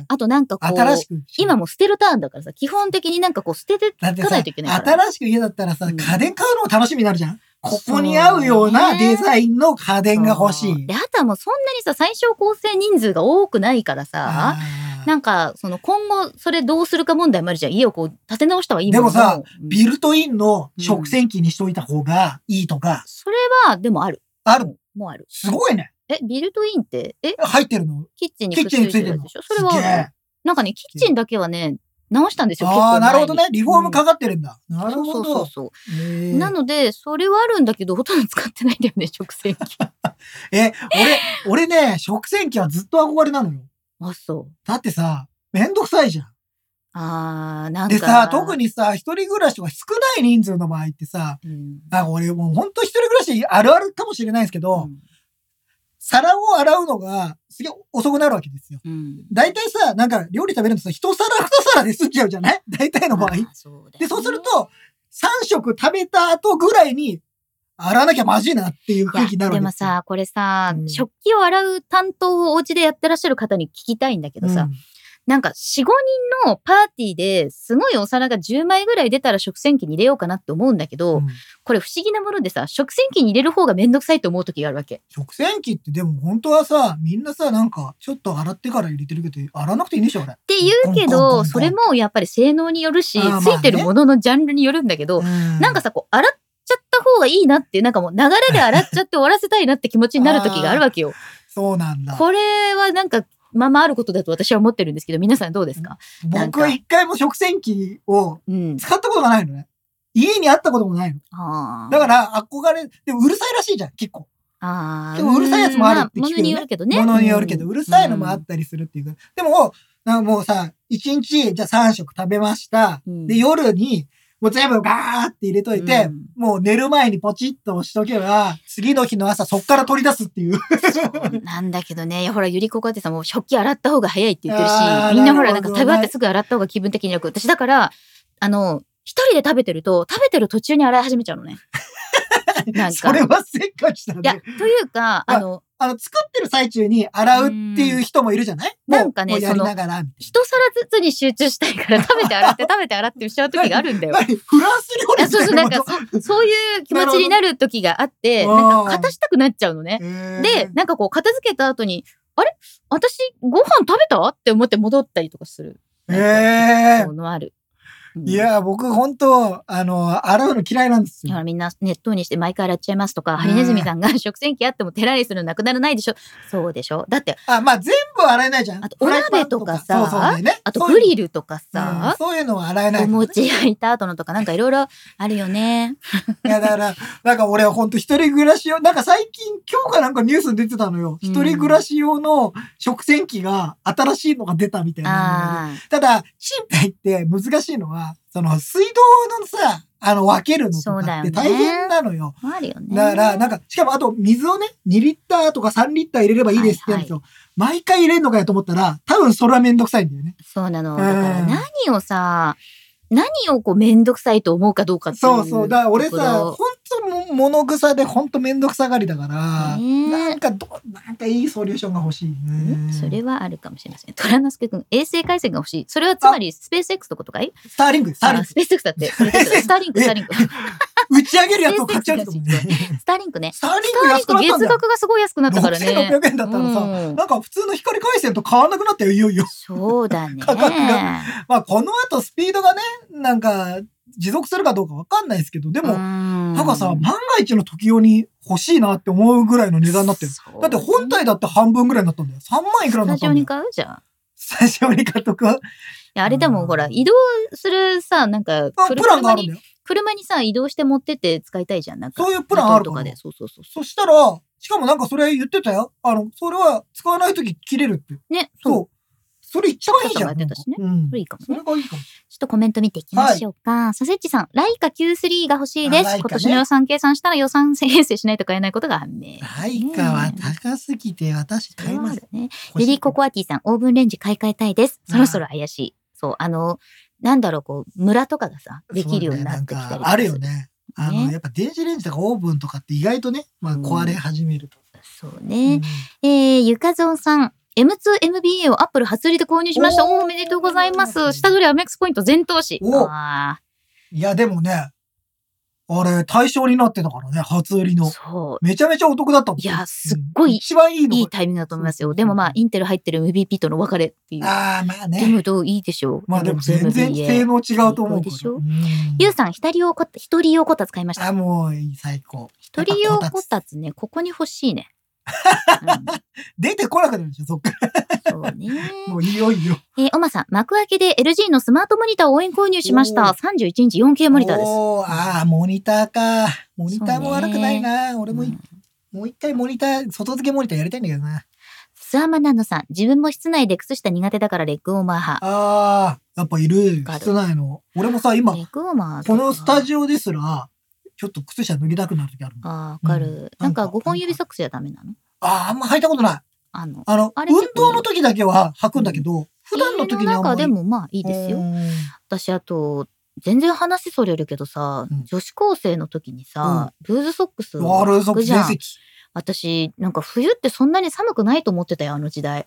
C: か、あとなんかこう、
B: 新しく。
C: 今も捨てるターンだからさ、基本的になんかこう捨てて
B: だって
C: かな
B: さ
C: いといけないから。
B: 新しく家だったらさ、
C: うん
B: 家電買うのも楽しみになるじゃん。ここに合うようなデザインの家電が欲し
C: そう
B: い
C: で、。あとはもうそんなにさ、最小構成人数が多くないからさ、
B: あー
C: なんか、その今後それどうするか問題もあるじゃん。家をこう建て直したはいいものの
B: でもさ、
C: うん
B: ビルトインの食洗機にしといた方がいいとか、
C: それはでもある。
B: ある。
C: もうある。
B: すごいね。
C: え、ビルトインって、え、
B: 入ってるの。
C: キッチンに
B: キ
C: くっ
B: ッ
C: つ
B: チンに
C: い
B: つ
C: て
B: い
C: る
B: て
C: や
B: る
C: つ
B: の。
C: でしょ
B: す
C: それは
B: げ
C: ある
B: え。
C: なんかね、キッチンだけはね、直したんですよ。結
B: ああ、
C: 構前
B: な
C: に
B: るほどね。リフォームかかってるんだ。なる
C: そうそ
B: ほ
C: うそう
B: ど。
C: そう。
B: え
C: なので、それはあるんだけど、ほとんど使ってないんだ
B: [LAUGHS]
C: よね、食洗機。
B: え、俺、俺ね、食洗機はずっと憧れなのよ。
C: あ、そう。
B: だってさ、めんどくさいじゃん。
C: あー、なんか。
B: でさ、特にさ、一人暮らしとか少ない人数の場合ってさ、
C: うん、
B: なんか俺もうほんと一人暮らしあるあるかもしれないですけど、皿を洗うのがすげえ遅くなるわけですよ。
C: うん。うん。
B: 大体さ、なんか料理食べるのさ、一皿二皿で済んじゃうじゃない [LAUGHS] 大体の場合
C: あ。ーそうだよね
B: で、そうする、と、3食食べた後ぐらいに、洗わなきゃまずいなっていう
C: い
B: 空
C: や
B: 気になるわ
C: で
B: け
C: も
B: ですよ。
C: さ、これさ、
B: うん
C: 食器を洗う担当をお家でやってらっしゃる方に聞きたいんだけどさ、
B: うん
C: なんか4、5人のパーティーですごいお皿が10枚ぐらい出たら食洗機に入れようかなって思うんだけど、
B: うん
C: これ不思議なものでさ、食洗機に入れる方がめんどくさいと思う時があるわけ。
B: 食洗機ってでも本当はさ、みんなさ、なんか、ちょっと洗ってから入れてるけど、洗わなくていいんでしょ、あれ。
C: って言う
B: コンコンコン
C: け
B: コ
C: ど、
B: ン
C: それもやっぱり性能によるし、つ
B: あーまあね
C: いてるもののジャンルによるんだけど、なんかさ、こう、洗っちゃった方がいいなっていう、なんかもう流れで洗っちゃって終わらせたいなって気持ちになる時があるわ
B: [LAUGHS]
C: けよ。
B: そうなんだ。
C: これはなんか、まあまああることだと私は思ってるんですけど、皆さんどうですかなん
B: 僕
C: か
B: は一回も食洗機を
C: うん。
B: 使ったことがないのね。家にあったこともないの。
C: あ
B: だから、憧れ、でもうるさいらしいじゃん、結構。
C: あー。
B: でもうるさいやつもあるって聞くよね
C: まものによるけどね。
B: ものによるけど、
C: ん
B: うるさいのもあったりするっていうか。でも、なんかもうさ、1日、じゃあ3食食べました。
C: うん
B: で、夜に、もう全部ガーって入れといて、
C: うん
B: もう寝る前にポチッと押しとけば、次の日の朝そっから取り出すっていう。
C: そうなんだけどね、いやほら、ゆりこかってさんもう食器洗った方が早いって言ってるし
B: あ、ー
C: みんなほら、な
B: なる
C: んか
B: ほど
C: 食
B: ね
C: べ終わってすぐ洗った方が気分的に楽。私だから、あの、一人で食べてると、食べてる途中に洗い始めちゃう
B: [LAUGHS]
C: のね。なん
B: そ
C: か。
B: れ
C: い
B: はせっかちだ
C: や、と
B: ね。
C: いうか、あの、
B: あの、作ってる最中に洗うっていう人もいるじゃないもう
C: なんかね
B: もうやりながら。
C: 一皿ずつに集中したいから、食べ
B: [LAUGHS]
C: て洗って食べて洗ってしちゃう時があるんだよ。
B: 何フランス料理
C: いや
B: み
C: そうそ
B: た
C: う、
B: い
C: なん
B: な
C: か
B: こと
C: そ、そういう気持ちになる時があって、
B: なるほど
C: なんか、
B: あー
C: 片したくなっちゃうの
B: [LAUGHS]
C: ね。
B: へー
C: で、なんかこう、片付けた後に、あれ私、ご飯食べたって思って戻ったりとかする。
B: へー
C: そういうのある。うん
B: いや、僕本当あの、洗うの嫌いなんです
C: だか
B: よ。
C: らみんなネットにして毎回洗っちゃいますとか、ハリネズミさんが [LAUGHS] 食洗機あっても手洗いするのなくならないでしょ。そうでしょ。だって、
B: あ、まあ全部は洗えないじゃん。
C: あとお鍋とか
B: フ
C: さ
B: ライパンとかそうそうだよね
C: あと
B: そういう
C: グリルと
B: う
C: か
B: ん
C: さ、
B: そういうのは洗えないか
C: お
B: らね。
C: 餅焼いた後のとかなんかいろいろあるよね。
B: いや、だから、なんか俺は本当一人暮らし用、なんか最近今日かなんかニュースに出てたのよ。
C: うん
B: 一人暮らし用の食洗機が新しいのが出たみたいな。
C: あ
B: ただ、賃貸って難しいのは、その水道のさ、あの分けるのと
C: そうだ
B: か
C: よ
B: っ
C: ね
B: て大変なのよ。
C: あ、あるよね。
B: だから、なんか、しかもあと水をね、2リッターとか3リッター入れればいいですってやつを、毎回入れんのかやと思ったら、多分それはめんどくさいんだよね。
C: そうな
B: う
C: の。
B: ん
C: だから何をさ、何をこうめんどくさいと思うかどうかっていう。
B: そうそう。だから俺
C: とこ
B: さ、ほ
C: ろ
B: んと物草でほんとめんどくさがりだから、
C: ねえ
B: なんかど、なんかいいソリューションが欲しいね。
C: んそれはあるかもしれません。虎之助くん、衛星回線が欲しい。それはつまり、スペース X のことかい
B: スターリング、スターリン
C: あ
B: グ。 [LAUGHS]
C: スペース X だって。スターリンク、スターリンク、スターリンク。
B: 打ち上げるやつを買っちゃうと思う
C: [LAUGHS]
B: ね。
C: スターリンクね。
B: スターリ
C: ス
B: ンク
C: ターリ
B: 安
C: ン
B: くなった
C: ク
B: ん
C: 月
B: だよ。
C: 額がすごい安くなったからね。
B: 6600円だったらさ、
C: うん
B: なんか普通の光回線と変わらなくなったよ、いよいよ。
C: そうだね。
B: 価格がまあこの後スピードがね、なんか持続するかどうかわかんないですけど、でも、
C: な
B: なんかさ、万が一の時用に欲しいなって思うぐらいの値段になってる。だって本体だって半分ぐらいになったんだよ。3万いくらにな
C: スタ
B: っ
C: ジ
B: た
C: オ
B: んだ
C: に
B: よ。
C: 買うじゃん。い
B: スタジオに買っ
C: [LAUGHS]
B: とく。あ、
C: やあれでもほら、
B: うん
C: 移動するさ、なんか、
B: プランが
C: 車
B: あるん
C: に
B: だよ。
C: 車にさ、移動して持ってって使いたいじゃん。なんか、
B: そういうプランある
C: と
B: か
C: からで。そうそうそうそ
B: そしたら、しかもなんかそれ言ってたよ。あの、それは使わないとき切れるって。
C: う。ね、そう。
B: そう。それ一番いいじゃん。
C: タクトさんが
B: なんかうん
C: それいいかも
B: そ
C: ね
B: れ。がいいかも。
C: ちょっとコメント見ていきましょうか。サセッチさん、ライカ Q3 が欲しいです。
B: あライカね
C: 今年の予算計算したら予算編成しないと買えないことが判明。
B: ないかは高すぎて私買います。
C: ね。リリココアティさん、オーブンレンジ買い替えたいです。そろそろ怪しい。そう、あの、なんだろう、こう、村とかがさ、できるようになってきたり
B: そう
C: と
B: ねな
C: か
B: んかあるよ。ね。あの、
C: ね
B: やっぱ電子レンジとかオーブンとかって意外とね、まあ
C: うん
B: 壊れ始めると。
C: そう
B: うん
C: ね。えー、ゆかぞんさん。M2MBA をアップル初売りで購入しました。
B: おー
C: おめでとうございます。下取りアメックスポイント全投資。
B: お
C: あ
B: いや、でもね、あれ、対象になってたからね、初売り
C: あ、
B: の。
C: そ
B: めちゃめちゃお得だったもん。
C: いやすっごい。
B: うん一番いいうの。
C: いいタイミングだと思います
B: そうそうそ
C: よ。
B: う
C: でもまあ、インテル入ってる MVP との別れっていう。
B: ああ、まあ
C: で
B: ね。
C: もどういいでしょう。
B: まあでも全然
C: MVA
B: 性能違うと思うけ
C: いいでし
B: ど。
C: ょ
B: うん
C: ゆうさん、左用こた、一人用こたつ買いました。
B: あ、もういい、最高。
C: 一人用
B: やっぱ
C: こ
B: つ
C: たつね、ここに欲し
B: [LAUGHS]
C: いね。
B: 出てこなくなるでしょ、そっから。
C: うんそうね。
B: もういいよ、いいよ。
C: えー、おまさん、幕開けで LG のスマートモニターを応援購入しました。
B: お
C: 31インチ 4K モニターです。
B: おーああ、モニターか。モニターも悪くないな。俺もい、
C: うん
B: もう一回モニター、外付けモニターやりたいんだけどな。
C: スアマナノさん、自分も室内で靴下苦手だからレッグウォーマー派。
B: ああ、やっぱいる
C: わか。る
B: 室内の。俺もさ、今、
C: レッグウォーマーと
B: こ
C: か
B: のスタジオですら、ちょっと靴下脱ぎたくなる時あるもん。あ
C: あーわかる。
B: うん
C: なんか
B: なんか
C: 5本指ソックスじゃダメなの
B: あ、あんま履いたことない。
C: あの、
B: あの、
C: あれ
B: 運
C: 結構いい
B: 動の時だけは履くんだけど、普段の時に
C: 家
B: はあ
C: の
B: んま
C: 中
B: り。
C: でもまあいいですよ。
B: うん
C: 私あと全然話それるけどさ、
B: うん
C: 女子高生の時にさ、ルーズソックス
B: ワールドソックス
C: じゃ
B: 全
C: ん
B: 席。
C: 私なんか冬ってそんなに寒くないと思ってたよあの時代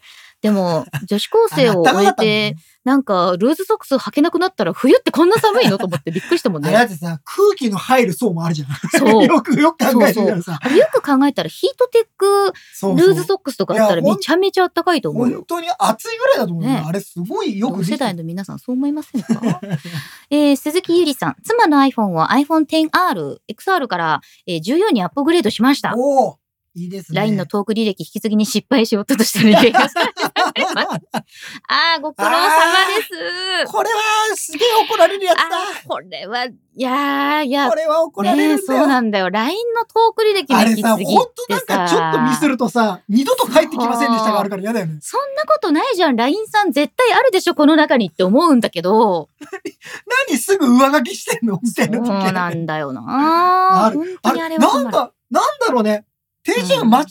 B: [LAUGHS]
C: でも女子高生を終えてなんかルーズソックス履けなくなったら冬ってこんな寒いのと思ってびっくりしたもん
B: あれだ
C: ね
B: ってさ、空気の入る層もあるじゃん。
C: そ
B: [LAUGHS]
C: う
B: よくよく考えてみたらさ。
C: あれよく考えたらヒートテック
B: そうそう
C: ルーズソックスとかあったら
B: いやほん
C: めちゃめちゃあったかいと思うよ
B: 本当に暑いぐらいだと思うよ、
C: ね
B: あれすごいよく
C: 同
B: できて
C: 世代の皆さんそう思いませ
B: [LAUGHS]
C: んか、えー鈴木ゆりさん妻の iPhone を iPhone10RXR から、えー14にアップグレードしました
B: おおいいですね。
C: LINE のトーク履歴引き継ぎに失敗しようとしたのにああご苦労様で
B: [LAUGHS]
C: す
B: これはすげえ怒られるやつだ
C: あーこれはいやーいや
B: これは怒られ
C: ね
B: る
C: え
B: んだ
C: そう
B: よ、
C: なんだよ LINE のトーク履歴
B: あ
C: の
B: れ
C: 引き
B: さ、
C: 継ぎ
B: 本当なん
C: ってさ
B: かちょっとミスるとさ、二度と帰ってきませんでしたがあるから嫌だよね。
C: そんなことないじゃん LINE さん絶対あるでしょこの中にって思うんだけど
B: 何すぐ上書きしてんのみたい
C: そ
B: な
C: う
B: 時
C: なんだよな。
B: ある
C: 本当
B: あ
C: にあれ
B: れ、
C: は
B: なん
C: 困る。
B: か、なんだろうね。手順間違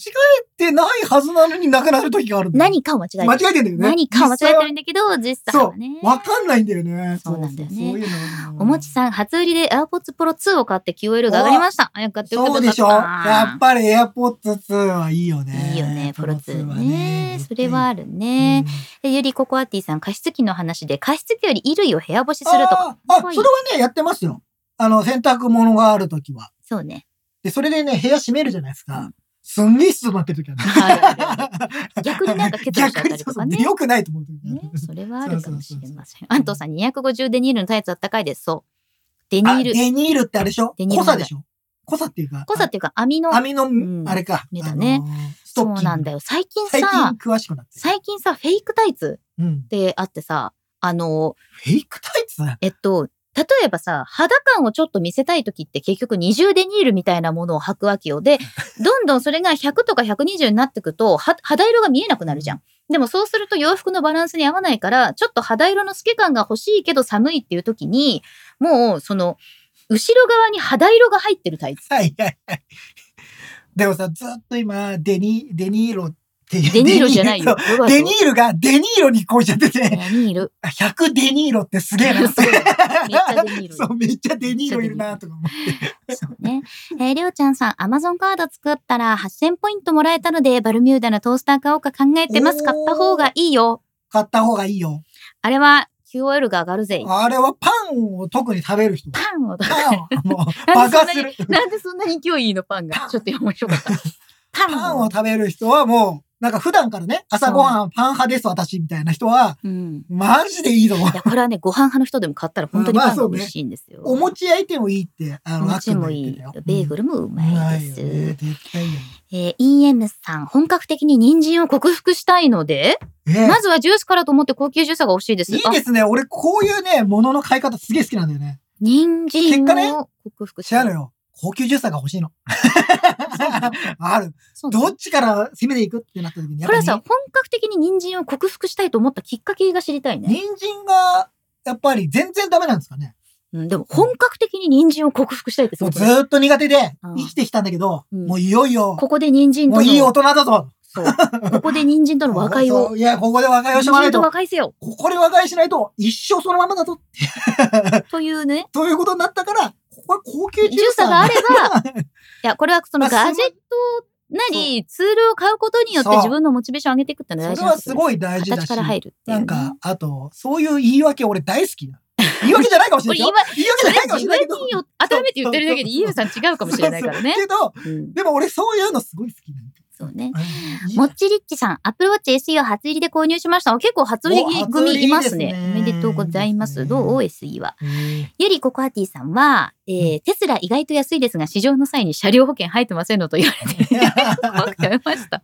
B: えてないはずなのになくなる時があるんだよ。
C: 何かを間違えてる。
B: 間違えてんだよね。
C: 何かを間
B: 実際
C: 違え
B: は
C: てるんだけど、実際はね。
B: わかんないんだよね。
C: そうなんだよね
B: そうそうそういうのあるの
C: おもちさん、初売りで AirPods Pro 2を買って QL が上がりました。あ、よかったよかっ
B: そ
C: た。
B: うでしょ
C: よかった
B: やっぱり AirPods 2はいいよね。
C: いいよね、プロ2はね。それはある
B: うん、
C: ね。でゆりココアティさん、加湿器の話で、加湿器より衣類を部屋干しするとか。
B: あーあ、そ
C: はい
B: れはね、やってますよ。あの、洗濯物があるときは。
C: そ
B: [LAUGHS]
C: うね。
B: で、それでね、部屋閉めるじゃないですか。すんげえ湿度になってるときはね。
C: 逆になんか結露しちゃったりとか
B: 逆にそ
C: ね
B: うそう良くないと思う時
C: ね
B: がある。、
C: それはあるかもしれません。
B: う
C: 安藤さん、250デニールのタイツあったかいです。そう。デニ
B: あ
C: ール。
B: デニールってあれでしょ
C: デニール
B: 濃さでしょ濃さっていうか。
C: 濃さっていうか、網の
B: あ網の
C: ん、
B: あれか。
C: 目だね
B: あのー。スト
C: そ
B: ッ
C: う
B: キング。
C: なんだよ。最近
B: 最近
C: さ、
B: 詳しくなってる。
C: 最近さ、フェイクタイツ
B: うん
C: っ。てあってさ、あの、
B: フェイクタイツ
C: えっと、例えばさ、肌感をちょっと見せたい時って結局二重デニールみたいなものを履くわけ
B: [LAUGHS]
C: よ。で、どんどんそれが100とか120になってくと、は肌色が見えなくなるじゃん。でもそうすると洋服のバランスに合わないから、ちょっと肌色の透け感が欲しいけど寒いっていう時に、もうその、後ろ側に肌色が入ってるタイツ。
B: はいはいはい。でもさ、ずっと今、デニ、デニーロっていう。
C: デニールじゃないよ。ロバート
B: デニールがデニーロにこうちゃって
C: デ
B: て、
C: ニール。
B: 100デニーロってすげえな。
C: そうめっちゃデニー
B: [LAUGHS]
C: ロ
B: そう、めっちゃデニーロいるなとか思って。
C: そうね。えー、りょうちゃんさん、アマゾンカード作ったら8000ポイントもらえたので、バルミューダのトースター買おうか考えてます。
B: おー
C: 買った方がいいよ。
B: 買った方がいいよ。
C: あれは QOL が上がるぜ。
B: あれはパンを特に食べる人。
C: パンをとか。
B: パンはもう
C: [LAUGHS] なん
B: 爆
C: でそん
B: 発
C: な
B: する
C: に。、なんでそんなに勢いいいのパン
B: パ
C: が。
B: ン
C: [LAUGHS] ちょっと面白かった。
B: パ
C: パ
B: ン
C: ン
B: を
C: を。
B: 食べる人はもう、なんか普段からね、朝ごはんパン派です私みたいな人は、
C: うん。
B: マジでいいぞ。
C: [LAUGHS] いや、これはね、ご飯派の人でも買ったら本当に
B: まあ
C: パン
B: そ
C: が
B: うね
C: 美味しいんですよ。
B: お餅焼いてもいいって、あ
C: お
B: の、
C: 餅もいい。ベーグ
B: ル
C: ルもう
B: う
C: ま
B: ま
C: い
B: い
C: で
B: よ
C: す。
B: ね。絶対いいよね
C: えー、EM さん、本格的に人参を克服したいので、
B: ええ
C: まずはジュースからと思って高級ジューサーが欲しいです。
B: いいで
C: あ
B: すね。俺、こういうね、ものの買い方すげえ好きなんだよね。
C: 人参
B: 結果ね
C: を克服し
B: 違う
C: た
B: の
C: い。
B: よ。高級ジューサーが欲しいの。ある。
C: そうなの
B: どっちから攻めていくってなった時に、やっ
C: こ
B: ぱ
C: れは
B: り
C: さ、本格的に人参を克服したいと思ったきっかけが知りたいね。
B: 人参が、やっぱり全然ダメなんですかね。
C: うん、でも本格的に人参を克服したいってす
B: も
C: ご
B: う
C: く
B: ずーっと苦手で
C: うん
B: 生きてきたんだけど、
C: うん
B: もういよいよ、
C: ここで人参と
B: も
C: の
B: ういい大人だぞ。
C: そう。ここで人参との和
B: [LAUGHS]
C: 解
B: そ
C: を。
B: ういや、ここで和解をし
C: 人
B: とかな
C: 参
B: い
C: と
B: と。
C: 和
B: こ
C: 解せよ。
B: こで和解しないと、一生そのままだぞ。
C: というね。
B: [LAUGHS] ということになったから、ここは高級
C: ジュ
B: ジュ
C: ー
B: ーサ
C: サ
B: ー
C: ーがあ
B: だ [LAUGHS]
C: れば、いや、これはそのガジェットなり、ツールを買うことによって
B: そう
C: 自分のモチベーションを上げていくってのは大
B: それ
C: 事な
B: は
C: こと
B: すごい大事だ
C: 形
B: し
C: か、ら入るっていう
B: な
C: ね。
B: んか、あと、そういう言い訳俺大好 [LAUGHS] きだ。言い訳じゃないかもしれないよ。言い訳じゃないかもし
C: 自
B: れない
C: 分
B: けど。
C: によ、
B: [LAUGHS]
C: 改めて言ってるだけで、イーブさん違うかもしれないからね
B: そ。うそうけど、
C: うん
B: でも俺そういうのすごい好きなんだ
C: そうね。
B: うんいい
C: もっちりっちさん、アップルウォッチ SE を初売りで購入しました。結構初売り組いますね。
B: お初売
C: お
B: りで
C: め
B: すね
C: でとうございます。
B: いいですね
C: どう ?SE は。
B: ね
C: ゆりココアティさんは、えーテスラ意外と安いですが、市場の際に車両保険入ってませんのと言わ
B: [LAUGHS]
C: れて、怖くてやめました。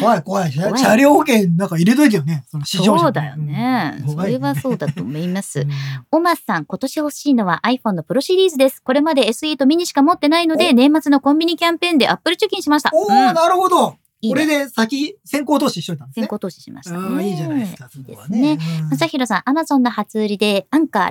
B: 怖い怖い。
C: 怖い
B: 車両保険なんか入れといてよね。その試乗車
C: そうだよね。
B: うん
C: そ
B: 怖い
C: れ
B: よね
C: はそうだと思いま
B: う
C: す
B: ん。
C: オマスさん、今年欲しいのは iPhone のプロシリーズです。これまで SE とミニしか持ってないので、年末のコンビニキャンペーンで Apple 貯金しました。
B: お
C: う
B: ー、
C: ん
B: なるほど。
C: いい
B: こ
C: ね
B: れで先、先行投資しといたんです
C: 先
B: ね。
C: 行投資しました
B: ああ、
C: ね。
B: いいじゃないですか。そ
C: いい
B: こ
C: で
B: は
C: すね。
B: ね。
C: まさひろさん、アマゾンの初売りで、アンカー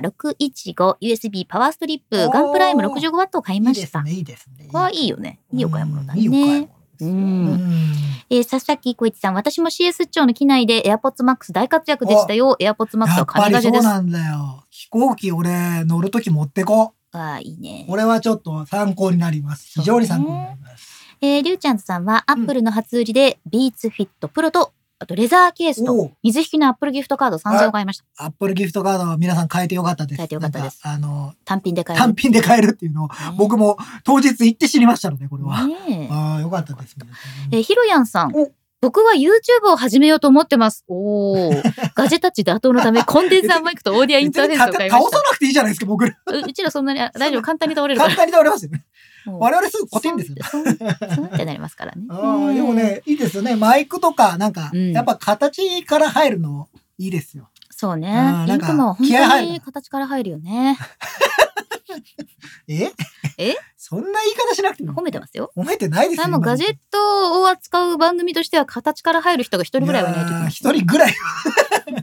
C: 615USB パワーストリップ、ガンプライム 65W を買い
B: うんい
C: ま
B: いで
C: し
B: す
C: た。
B: ね。いいですね。
C: これはいいよね。いいお買い物だね。
B: うんいいお買い物ですよ
C: う
B: うんん。
C: えー、佐々木小一さん、私も CS 長の機内で AirPods Max 大活躍でしたよ。AirPods Max
B: や
C: は
B: っぱ
C: 神
B: り
C: ガジ
B: そ
C: ェ
B: う
C: です。あ
B: なんだよ。飛行機俺乗るとき持ってこ。
C: あー、いいね。
B: これはちょっと参考になります。非常に参考になります。
C: えー、りゅうちゃんさんは、ア
B: うん
C: ップルの初売りで、ビーツフィットプロと、あとレザーケースと、
B: おう
C: 水引きのアップルギフトカード3000を買いました。
B: アップルギフトカードは皆さん変えてよかったです。
C: 変えてよかったです
B: なんか。あの、
C: 単品で買える
B: 単。品で買えるっていうのを、僕も当日行って知りましたので、これは。
C: ねえ。
B: ああ、よかったですね。
C: えー、ひろやんさん
B: お。
C: 僕は YouTube を始めようと思ってます。
B: [LAUGHS]
C: おお。ガジェタッチ打倒のため、コンデンサーマイクとオーディアインターフェースを買いま
B: 倒さ
C: した。
B: なくていいじゃないですか、僕ら。
C: ううちらそんなに、あ大丈夫、簡単に倒れるか
B: 簡
C: ら。
B: 単に倒れますよね。
C: もう
B: 我々すぐコテンですよ。
C: そうそうってなりますからね。
B: ああ、でもね、いいですよね。マイクとか、なんか、
C: うん
B: やっぱ形から入るのいいですよ。
C: そうね。
B: うん
C: リ
B: なん
C: ン
B: か
C: クマンは本
B: 気合
C: 当
B: 入る
C: に
B: な
C: 形から入るよね。
B: え
C: え
B: そんな言い方しなくても。
C: 褒めてま
B: [LAUGHS]
C: すよ。
B: 褒めてないですよ。
C: でもガジェットを扱う番組としては形から入る人が一人ぐらいはいないといけ
B: や
C: な
B: ー
C: い。
B: 一人ぐらいは。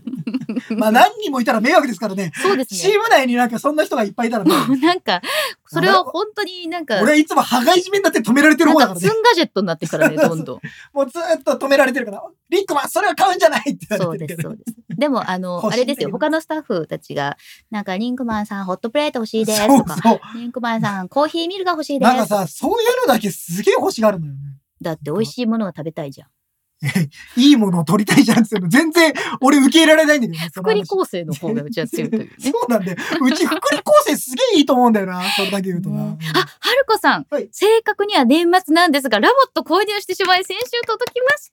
C: [LAUGHS]
B: まあ何人もいたら迷惑ですからね。
C: そうです
B: チ
C: ね。
B: ーム内になんかそんな人がいっぱいいたらね、
C: もうなんか、それは本当になんか、
B: 俺はいつも羽がいじめになって止められてる
C: なん
B: 方だか
C: からツ
B: ね。
C: ンガジェットになって
B: [LAUGHS]
C: くからね、どんどん。
B: もうずーっと止められてるから、リンクマン、それは買うんじゃないって言
C: そ
B: わ
C: う
B: れてるけ
C: です、
B: ど。
C: そうです。でも、あの、
B: 欲
C: あ
B: しい
C: れ
B: んだ
C: です
B: けど
C: よ。他のスタッフたちが、なんか、リンクマンさん、ホットプレート欲しいです
B: そ
C: と
B: う
C: か、
B: そう。
C: リンクマンさん、コーヒーミルが欲しいで
B: なんか
C: す。
B: さ、そういうのだけすげえ欲しがるのよね。
C: だって、美味しいものが食べたいじゃん。
B: いいものを取りたいじゃんっていうの全然俺受け入れられないんだけどね。その
C: 福利 [LAUGHS]
B: 話
C: 厚生の方がうちは強いというね
B: そ。うなんだよ。うち福利厚生すげえいいと思うんだよな。それだけ言うとな。
C: ねあ、はるこさん、
B: はい
C: 正確には年末なんですが、ラボット購入してしまい、先週届きまし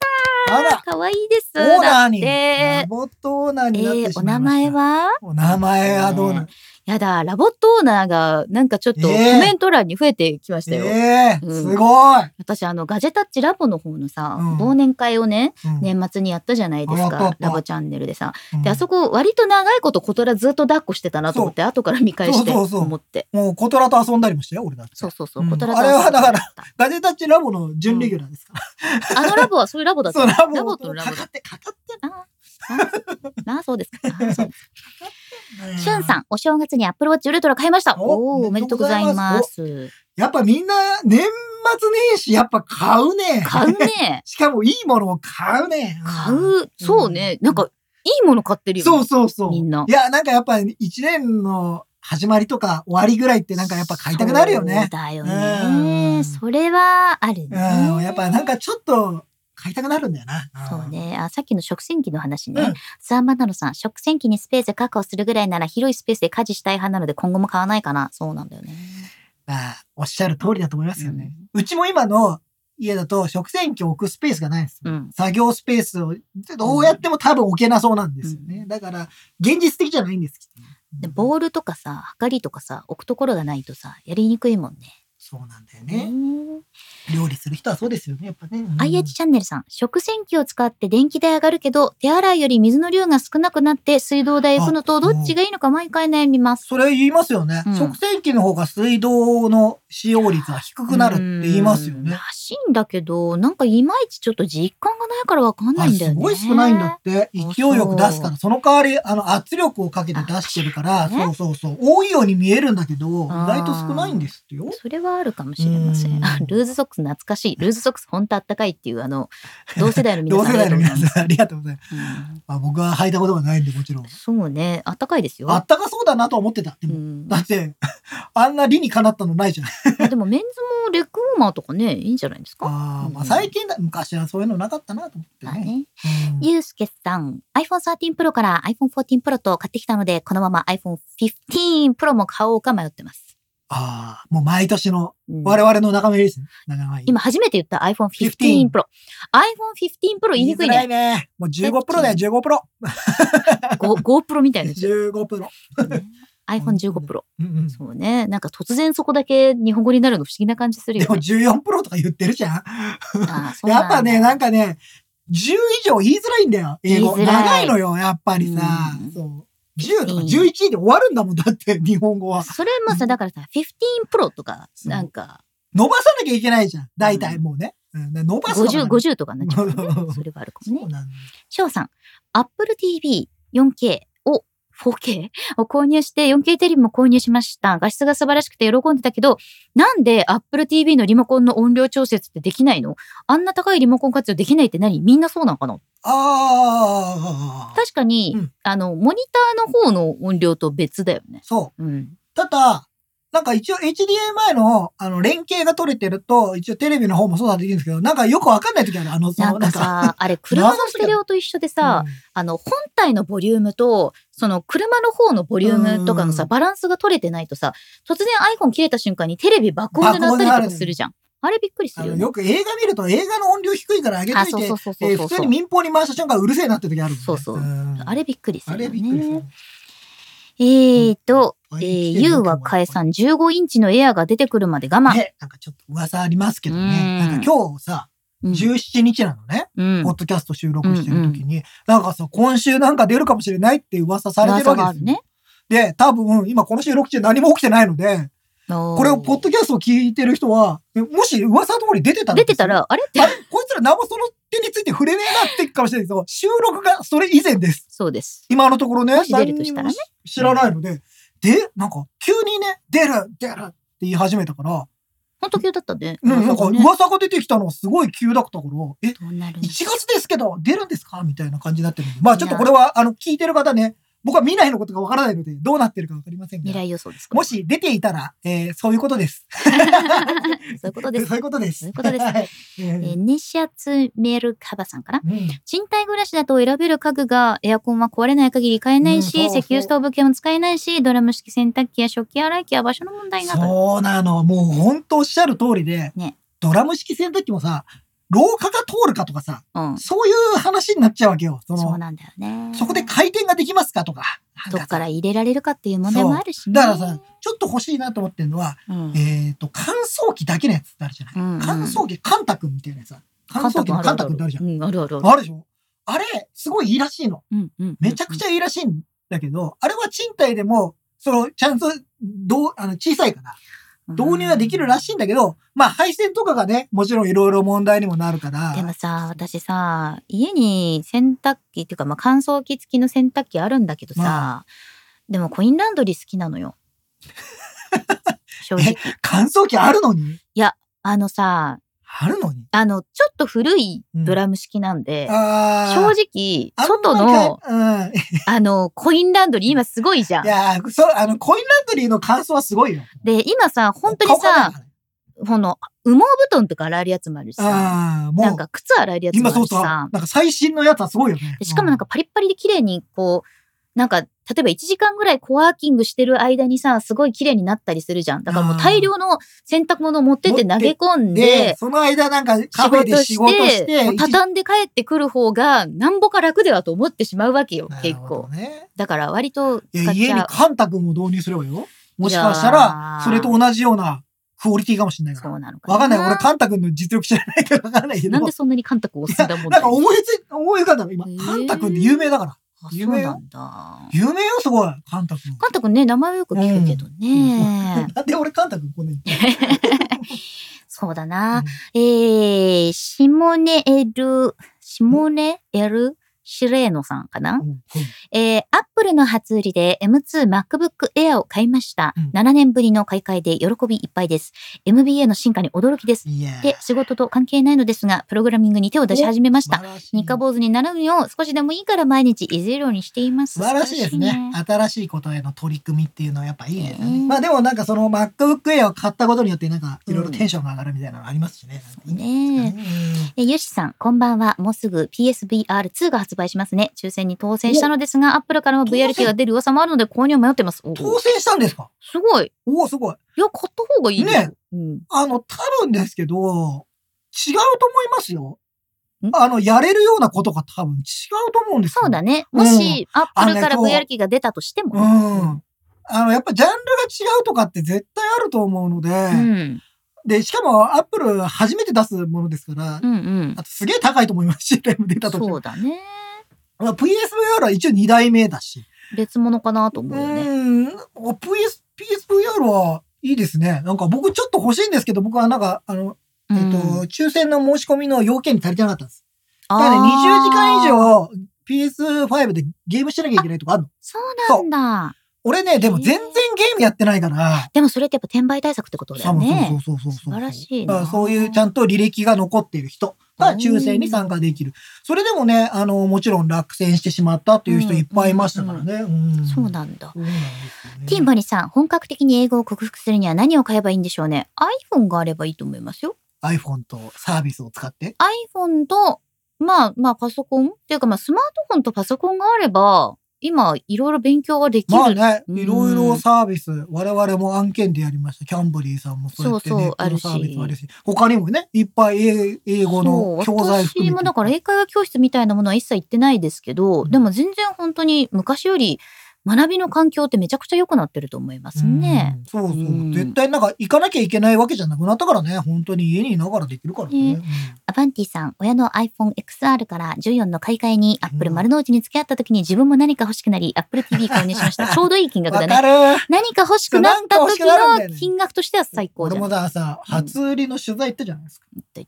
B: あら、
C: た。可愛いです。
B: オーナーに。
C: だって
B: ラボットオーナー
C: え
B: になっ
C: ー
B: てし
C: お
B: ま
C: 名
B: いました。
C: 前は
B: お名前はどうなの
C: やだ、ラボットオーナーが、なんかちょっとコ
B: えー
C: メント欄に増えてきましたよ。
B: ええ
C: うん
B: すごい。
C: 私、あの、ガジェタッチラボの方のさ、
B: うん
C: 忘年会をね、
B: うん
C: 年末にやったじゃないです
B: あやったや
C: か
B: っ、た
C: ラボチャンネルでさ。
B: うん
C: で、あそこ、割と長いこと、コトラずっと抱っこしてたなと思って、後から見返して、
B: そうそうそう
C: 思って。
B: もうコトラと遊んだりもしたよ、俺だって。
C: そうそうそう、
B: うん
C: コトラ
B: あれはだから
C: ら。
B: ガジェタッチラボの準レギュラーですから。
C: あのラボはそういうラボだった。
B: そう、ラボ。
C: ラボとラボ
B: か
C: だ
B: か
C: っ
B: って、かかって
C: たな。ななそうですか。 [LAUGHS] あそうです
B: んだよ
C: シュンさん、お正月にアップルウォッチウルトラ買いました。お
B: お
C: おー、おめでとうございます。
B: やっぱみんな、年末年始やっぱ買うね。
C: 買うね。
B: しかもいいものを買うね。
C: 買う。そうね。なんか、いいもの買ってるよね。
B: そうそうそう。
C: みんない
B: や、なんかやっぱ一年の始まりとか終わりぐらいってなんかやっぱ買いたくなるよ
C: そう
B: ね。
C: だよ
B: う
C: ね。
B: ん
C: それはある
B: うん、
C: ね。
B: やっぱなんかちょっと買いたくなるんだよな。
C: そうね。あ、さっきの食洗機の話ね。
B: うん
C: スワンバナロさん、食洗機にスペースで確保するぐらいなら広いスペースで家事したい派なので今後も買わないかな。そうなんだよね。
B: まあ、おっしゃる通りだと思いますよね。うちも今の家だと食洗機を置くスペースがないんですよ。
C: うん。
B: 作業スペースをどうやっても多分置けなそうなんですよね。
C: うん
B: だから、現実的じゃないんです。
C: で、ボールとかさ、はかりとかさ、置くところがないとさ、やりにくいもんね。
B: そうなんだよね。
C: ね
B: 料理する人はそうですよね。やっぱね。うん
C: IH チャンネルさん、食洗機を使って電気代上がるけど、手洗いより水の量が少なくなって水道代行くのとどっちがいいのか毎回悩みます。
B: それ言いますよね、
C: うん
B: 食洗機の方が水道の使用率が低くなるって言いますよ
C: うんら
B: ね。
C: しいんだけど、なんかいまいちちょっと実感がないからわかんな
B: あ
C: い
B: れ
C: んだよ
B: す
C: ね。
B: ごい少ないんだって
C: あ
B: 勢いよく出すからその代わりあの圧力をかけて出してるから、
C: あね
B: そうそうそう多いように見えるんだけど意
C: あー
B: 外と少ないんですってよ。
C: それはあるかもしれません。
B: うん
C: あ [LAUGHS] ルーズソックス懐か
B: [LAUGHS]
C: しい。ルーズソックス本当あったかいっていう、あの、同世代の皆
B: [LAUGHS] 同
C: さん
B: 世
C: あ
B: 代の
C: りがとうご
B: 皆
C: ざいます。
B: さんありがとうございます。まあ、僕は履いたことがないんでもちろん
C: うん。そうね、あったかいですよ。
B: あったかそうだなとは思ってた。で
C: う
B: も
C: ん
B: だって、 [LAUGHS] あんな理にかなったのないじゃない。
C: まあでもメンズもレッグウォーマーとかね、いいんじゃないですか。
B: あーま
C: う
B: あ、
C: ん
B: 最近だ、昔はそういうのなかったなと思って
C: まあ
B: ね。
C: ね、
B: うん
C: ゆうすけさん、iPhone 13 Pro から iPhone 14 Pro と買ってきたので、このまま iPhone 15 Pro も買おうか迷ってます。
B: ああ、もう毎年の
C: うん
B: 我々の仲間入りですね。仲間入り。
C: 今初めて言った iPhone 15 Pro。iPhone 15 Pro 言いにくい
B: づら
C: ね。
B: ね。もう15プロだよ、15プロ。
C: Go- GoPro みたいなやつ。
B: [LAUGHS] 15プロ。
C: ね iPhone15 Pro。
B: うんうん
C: そうね。なんか突然そこだけ日本語になるの不思議な感じする
B: で
C: よ
B: も
C: ね。
B: 14プロとか言ってるじゃん。
C: ああそう
B: や
C: なん
B: っぱ
C: だ
B: ね、なんかね、10以上言いづらいんだよ。英語。
C: 言いづらい
B: 長いのよ、やっぱりさ
C: うん。
B: そう。10とか
C: う
B: 11
C: ん
B: で終わるんだもん、だって、日本語は。
C: それもさ、だからさ、15 Pro とか、
B: そう
C: なんか、
B: 伸ばさなきゃいけないじゃん。大体もうね。うんだから伸ばすの
C: 50、
B: が
C: 50とかになっちゃうか
B: [LAUGHS]
C: らねそれはあるかもね
B: そう。なんだ
C: 翔さん、Apple TV 4K を 4K [LAUGHS] を購入して 4K テレビも購入しました。画質が素晴らしくて喜んでたけど、なんで Apple TV のリモコンの音量調節ってできないのあんな高いリモコン活用できないって何みんなそうなのかな
B: ああ。
C: 確かに、
B: うん
C: あの、モニターの方の音量と別だよね。
B: そう。
C: うん。
B: ただ、なんか一応 HDMI のあの連携が取れてると、一応テレビの方もそうだって言うんですけど、なんかよくわかんない時ある。あの、そ
C: な
B: の
C: んかさ、あれ、車のステレオと一緒でさ、、あの、本体のボリュームと、その車の方のボリュームとかのさ、
B: うん
C: バランスが取れてないとさ、突然 iPhone 切れた瞬間にテレビ爆音で鳴ったりとかするじゃん。あれびっくりす
B: あ
C: る
B: の
C: よね。
B: よく映画見ると映画の音量低いから上げと
C: あ、
B: い
C: そう
B: て
C: そう、そう
B: え
C: そうそ
B: ー
C: う
B: 普通
C: そ
B: に
C: う。
B: 民放に回した瞬間うるせえなって時あるもんね。
C: そうそうんあれびっくりす
B: あ
C: る
B: れ
C: よ
B: びっくりす
C: ね
B: る。。
C: えーと、
B: う
C: え
B: ん
C: ー、ゆうはかえさ
B: ん。
C: ん、15インチのエアが出てくるまで我慢。
B: ね、なんかちょっと噂ありますけどね。
C: うん
B: なんか今日さ、
C: うん
B: 17日なのね、
C: うん
B: ポッ。ドキャスト収録してる時に、なんかさ、今週なんか出るかもしれないって噂されてる
C: 噂
B: わけ
C: が
B: で
C: あ
B: す
C: る
B: よ。
C: ね。
B: で、多分、今この収録中何も起きてないので、
C: こ
B: これをポッドキャストを聞いてる人は、えもし噂通り出てたらで
C: 出
B: すよ
C: てた、ら、あれって
B: あれこいつら何もその点について触れねえなって言うかもしれないけど、収録がそれ以前です。
C: そうです。
B: 今のところね、
C: もし出るとしたら
B: 何
C: ね
B: にも知らないので、で、なんか急にね、出る、出るって言い始めたから、
C: ほんと急だったね。
B: うん、なんか
C: 噂がね
B: 噂が出てきたのはすごい急だったから、え、
C: どうなる
B: 1月ですけど、出るんですかみたいな感じになってるんで。まあちょっとこれは、あの、聞いてる方ね、僕は未来のことがわからないので、どうなってるかわかりませんが
C: 未。来予想ですか
B: もし出ていたら、えー、そういうことです。
C: そういうことです。
B: そういうことです。
C: そういうことです
B: はい
C: えーネシアツメルカバさんかな
B: うん
C: 賃貸暮らしだと選べる家具がエアコンは壊れない限り買えないし、
B: うんそうそう
C: 石油ストーブ系も使えないし、ドラム式洗濯機や食器洗い機は場所の問題など。
B: そうなの。もう本当おっしゃる通りで、
C: ね
B: ドラム式洗濯機もさ、廊下が通るかとかさ、
C: うん。
B: そういう話になっちゃうわけよ。その
C: そうなんだよね。
B: そこで回転ができますかとか。なん
C: ど
B: さ
C: っから入れられるかっていう問題もあるし、ね。
B: だからさ、ちょっと欲しいなと思ってるのは、
C: うん、
B: えっ、と、乾燥機だけのやつってあるじゃない。
C: うんうん
B: 乾燥機、カンタ君みたいなやつある。乾燥機のカンタ君ってあるじゃん。
C: うん、あるあるある。
B: あるでしょあれ、すごいいいらしいの。
C: うんうん、
B: めちゃくちゃいいらしいんだけど、あれは賃貸でも、その、ちゃんと、どう、あの、小さいから、
C: ゃ
B: 導入はできるらしいんだけど、まあ、配線とかがね、もちろんいろいろ問題にもなるから。
C: でもさ、私さ、家に洗濯機っていうか、まあ、乾燥機付きの洗濯機あるんだけどさ、
B: ま
C: でもコインランドリー好きな
B: [LAUGHS]
C: のよ。正直
B: え。乾燥機あるのに
C: あのさ、
B: あるのに
C: あの、ちょっと古いドラム式なんで、
B: あ
C: 正
B: あ。
C: 直、
B: あん
C: 外
B: まりか [LAUGHS] う
C: の、
B: ん。い
C: あの、コインランドリー今すごいじゃん。
B: やー、そう、あの、コインランドリーの乾燥はすごいよ。
C: で、今さ、本当に
B: ここだ
C: さ
B: か、ら
C: この、羽毛布団とか洗えるやつもあるしさ、
B: ああ、もう。
C: なんか靴洗えるやつも
B: 今
C: あ
B: そ
C: る
B: う
C: し
B: そう。
C: さ
B: な、んか最新のやつはすごいよね。
C: でしかもなんかパリッパリで綺麗にこう、なんか、例えば1時間ぐらいコワーキングしてる間にさ、すごい綺麗になったりするじゃん。だからもう大量の洗濯物を持ってって投げ込
B: うんん、
C: で
B: で、、その間なんかカ
C: 仕
B: フェで
C: 事
B: 仕事
C: し、
B: して
C: もう
B: て、
C: 畳んで帰ってくる方が、なんぼか楽ではと思ってしまうわけよ、
B: なる
C: 結
B: ほど
C: 構。
B: ね。
C: だから割と
B: い
C: 使
B: や、
C: っ
B: 家
C: ち
B: に
C: ゃう。
B: カンタ君も導入すればよ。もしかした
C: いや
B: ら
C: ー、
B: それと同じようなクオリティかもしれないか
C: そ
B: ら。
C: うなのかな。
B: わかんない。俺、カンタ君の実力知らないからわかんないけど。
C: なんでそんなに監督をおすすめだ
B: [LAUGHS]
C: もん
B: なんか思いつい、思い浮かんだの、今
C: へ。ー
B: カンタ君って有名だから。
C: あそう
B: 夢よ
C: なんだ。
B: 有名よ、すごい。カンタ君。
C: カンタ君ね、名前はよく聞くけどね。
B: なんで俺、カンタ君こんなに。
C: そうだ
B: う
C: な。
B: ん
C: えー、シモネエル、シモネエル、シレーノさんか
B: う
C: な、
B: ん
C: えー、アップルの初売りで M2MacBook Air を買いました。
B: うん
C: 7年ぶりの買い替えで喜びいっぱいです。MBA の進化に驚きです。
B: いやー
C: で、仕事と関係ないのですが、プログラミングに手を出し始めました。。ニカ
B: ボ
C: 坊主にならぬよう、少しでもいいから毎日いじるようにしています。
B: 素晴らしいですね。新しいことへの取り組みっていうのはやっぱいいですよね。
C: うん
B: まあでもなんかその MacBook Air を買ったことによってなんかいろいろテンションが上がるみたいなのありますしね。なんかいいんじゃないですかね
C: え、ゆしさん、こんばんは。もうすぐ PSVR2 が発売しますね。抽選に当選したのですが、Apple からも
B: 当選
C: VRT が出る噂もあるので購入を迷ってます。お
B: 当選したんですか
C: すごい。
B: おおすごい。
C: いや、買った方がいいよ
B: ね
C: うん。
B: あの、多分ですけど、違うと思いますよ
C: ん。
B: あの、やれるようなことが多分違うと思うんですよ。
C: そうだ
B: ね。
C: ね。もし、
B: あ
C: Apple
B: ね
C: から
B: そう
C: VRT が出たとして
B: う
C: も。
B: ん。あの、やっぱジャンルが違うとかって絶対あると思うので、
C: うん。
B: で、しかも Apple 初めて出すものですから
C: う、んうん
B: あ。とすげえ高いと思いますし、レム出た時も
C: そうだね。
B: まあ、PSVR は一応2代目だし。
C: 別物かなと思
B: う
C: うよね。
B: ん。あ PS、PSVR はいいですね。なんか僕ちょっと欲しいんですけど、僕はなんか、あの、えっと、
C: うん、
B: 抽選の申し込みの要件に足りてなかったんです。
C: あ
B: だ
C: ー
B: からね、20時間以。上 PS5 でゲームしなきゃいけないとかあるの。
C: そうなんだ。
B: 俺ね、でも全然ゲームやってないから。
C: でもそれってやっぱ転売対策ってことだよ
B: そ
C: ね
B: う。そうそうそうそう。
C: 素晴らしい
B: だか
C: な。
B: らそういうちゃんと履歴が残っている人が抽選に参加できる。それでもね、あの、もちろん落選してしまったっていう人いっぱいいましたからね。うん
C: そうなんだ。
B: そうなんですよね
C: ティンバリさん、本格的に英語を克服するには何を買えばいいんでしょうね。iPhone があればいいと思いますよ。
B: iPhone とサービスを使って。
C: iPhone と、まあまあパソコンっていうかまあスマートフォンとパソコンがあれば、今いろいろ勉強ができる。
B: まあね、
C: うん
B: いろいろサービス、我々も案件でやりました。キャンブリーさんもそうやって
C: そうそう
B: ネットのサービスも
C: あ
B: あ
C: る
B: るし、他にもね、いっぱい英英語の
C: そう
B: 教材含め
C: 私
B: て。
C: もだから英会話教室みたいなものは一切行ってないですけど、
B: うん
C: でも全然本当に昔より学びの環境ってめちゃくちゃ良くなってると思いますね。
B: うん。そうそう
C: うん。
B: 絶対なんか行かなきゃいけないわけじゃなくなったからね、本当に家にいながらできるからね。
C: ねアバンティさん、親の iPhoneXR から14の買い替えに Apple
B: うん
C: 丸の内に付き合った時に自分も何か欲しくなり Apple TV 購入しました。
B: [LAUGHS]
C: ちょうどいい金
B: うん
C: 額
B: わ
C: だね
B: か。る。
C: 何か欲しくなった
B: そうなんか欲し
C: 時
B: くなるんだよ
C: の
B: ね
C: 金額としては最高
B: 俺
C: じゃん。
B: も
C: っ
B: ださ、初売りの取材行ったじゃないですか。
C: と言っ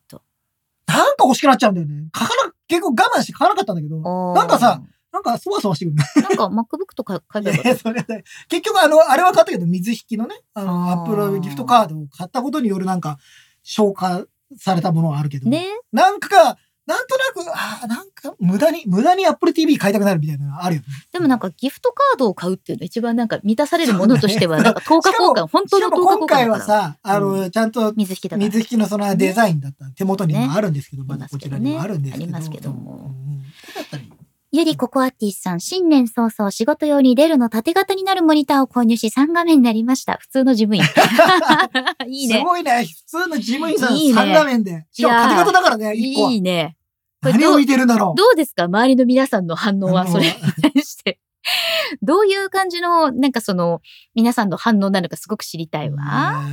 C: た
B: なんか欲しくなっちゃうんだよね。書かな、結構我慢して書かなかったんだけど、
C: おー
B: なんかさ、なんかそわそわしてくる。
C: なんか MacBook とか買えばよか
B: [LAUGHS]
C: った。
B: それで結局あの、あれは買ったけど、水引きのね、あの、
C: あー
B: アップルギフトカードを買ったことによるなんか、消化されたものはあるけど、
C: ね
B: なんか、なんとなく、ああ、なんか、無駄に、無駄にアップル TV 買いたくなるみたいなのがあるよね。
C: でもなんかギフトカードを買うっていうのは一番なんか満たされるものとしては
B: そうだ
C: なん
B: ね
C: か10日
B: しか
C: 交
B: も
C: 換、本当
B: し
C: の
B: か
C: 10
B: も
C: 日交
B: 今回
C: 換だ
B: は
C: から。
B: さ、あの、ちゃんと、
C: 水引きだから。
B: 水引きのそのデザインだった、手元にもあるんですけど、ま
C: いま
B: だ
C: す
B: こ
C: け
B: ち
C: ど
B: ら
C: ね
B: にもあるんですけど。
C: ありますけども
B: うんうんだったり
C: ゆりココアティスさん、新年早々仕事用にデルの縦型になるモニターを購入し3画面になりました。普通の事
B: [LAUGHS]
C: 務員。いい
B: す
C: ね。
B: ごいね。普通の事務員さん
C: いいね。
B: 3画面で。しかも縦型だからね、1個はい
C: いね。これ
B: 何
C: ど
B: を
C: う
B: 見てるんだろう。
C: どうですか周りの皆さんの反応はそれに対して。どういう感じの、なんかその、皆さんの反応なのかすごく知りたいわ。
B: ね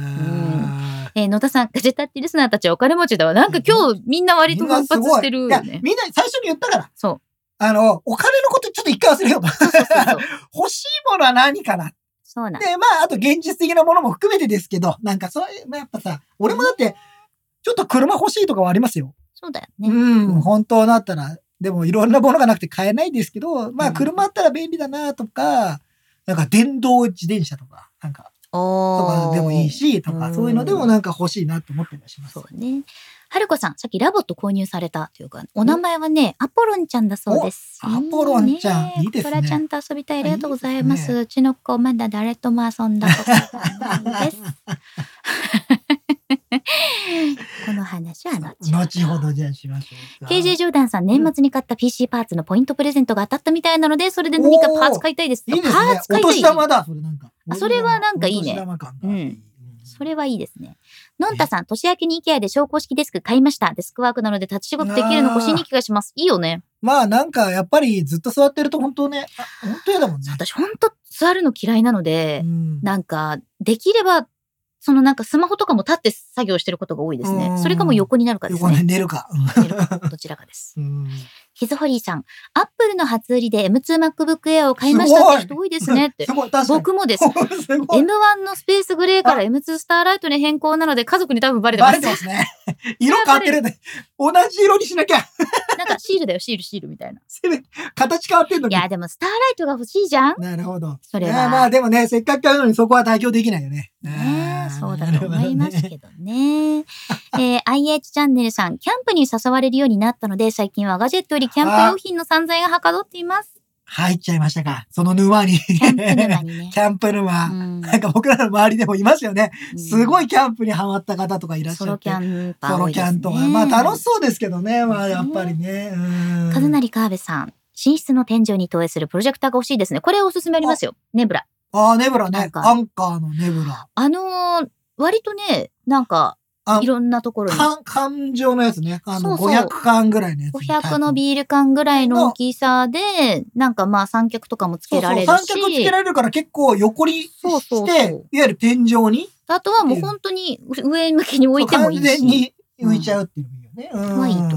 C: えー野田さん、ガジェタッチリスナーたちはお金持ちだわ。なんか今日みんな
B: え
C: 割と
B: みん
C: 奮
B: なす
C: 発
B: ごい
C: してる
B: い
C: よ
B: や、
C: ね。
B: みんな最初に言ったから。
C: そう。
B: あの、お金のことちょっと一回忘れよう。
C: そうそうそうそう
B: [LAUGHS] 欲しいものは何かな。
C: そうなん
B: で、まあ、あと現実的なものも含めてですけど、なんかそういう、まあ、やっぱさ、俺もだって、ちょっと車欲しいとかはありますよ。
C: そうだよ
B: う
C: ね。
B: ん、本当だったら、でもいろんなものがなくて買えないですけど、ま
C: う
B: あ
C: ん
B: 車あったら便利だなとか、なんか電動自転車とか、なんか、と
C: お
B: か
C: ー
B: でもいい。し、と
C: う
B: か、
C: ん
B: そういうのでもなんか欲しいなと思ったりはします
C: そ。うね。はるこさん、さっきラボット購入されたというか、お名前はね、アポロンちゃんだそうです。
B: おアポロンちゃん
C: ね
B: いいですね
C: コラちゃんと遊びたい。ありがとうございま
B: いい
C: す。
B: です [LAUGHS]
C: うちの子、まだ誰とも遊んだことがないです。 [LAUGHS] この話は後ほど。
B: 後ほどじゃあしましょうか。
C: KJ ジョーダンさん、年末に買った PC パーツのポイントプレゼントが当たったみたいなので、それで何かパーツ買いたいです。
B: いいです
C: パ
B: ね
C: ー
B: お
C: ツ。買いた
B: 年
C: い。
B: 玉だ、それなんか。
C: あそれはなんかいいね
B: お年玉感が。
C: うん
B: うん
C: それはいいですね。のんたさん、年明けに IKEA で昇降式デスク買いました。デスクワークなので立ち仕事できるの腰に気がします。いいよね。
B: まあなんかやっぱりずっと座ってると本当ね、あ本当やだもんね。
C: 私、ほんと座るの嫌いなので、
B: うん
C: なんか、できれば、そのなんかスマホとかも立って作業してることが多いです
B: う
C: ね。
B: ん
C: それかもう横になるかです
B: 横で
C: ね。
B: 寝るか。
C: 寝るか [LAUGHS] どちらかです。
B: うん
C: ヒズホリーさん、アップルの初売りで M2MacBook Air を買いましたって人多いですねって
B: す。ごい、確かに。
C: 僕もです。
B: 僕、すごい。
C: M1 のスペースグレーから M2 スターライトに変更なので家族に多分バレてま
B: バ
C: す
B: レて。ますね。色変わってるね。同じ色にしなきゃ。
C: なんかシールだよ、シール、シールみたいな。
B: せめて形変わってんの
C: い
B: に。
C: や、でもスターライトが欲しいじゃん
B: なるほど。
C: それ
B: ね
C: は。
B: まあでもね、せっかく買うのにそこは対応できないよね。
C: ねえ、そうだ
B: なる
C: と
B: ほ
C: 思
B: どね
C: いますけどね。 [LAUGHS] えー IH チャンネルさん、キャンプに誘われるようになったので、最近はガジェットよりキャンプ用品の散財がはかどっています。
B: [LAUGHS] 入っちゃいましたか。その沼
C: [LAUGHS]
B: に。キ
C: キャンプ沼にね。
B: キャンプ沼。
C: うん
B: なんか僕らの周りでもいますよね。すごいキャンプにハマった方とかいらっし
C: ソ
B: ゃ
C: ロ
B: っ
C: キ
B: て
C: ャ。ンパ
B: ソ
C: ー多
B: ロ
C: いで
B: キ
C: すね。
B: ャンとか。まあ楽し
C: い。
B: そうですけどね。まあやっぱりね。うん
C: カズナリカーベさん、寝室の天井に投影するプロジェクターが欲しいですね。これおすすめありますよ。ネブラ。
B: ああ、ネブラ
C: な
B: ね
C: ん。か
B: アンカーのネブラ。
C: あのー割とね、なんか
B: あ、
C: いろんなところに。
B: 缶、缶状のやつね。あの、
C: そうそう
B: 500缶ぐらいのやつ。
C: 500のビール缶ぐらいの大きさで、なんかまあ三脚とかもつ
B: そ
C: け
B: うそ
C: ら
B: う
C: れるし。
B: 三脚つけられるから結構横にして、
C: そうそうそう
B: いわゆる天井に
C: あとはもう本当に上向きに置いてもいい
B: 完全
C: し。
B: に浮いちゃうっていうのがいいよね。うん
C: まあいいと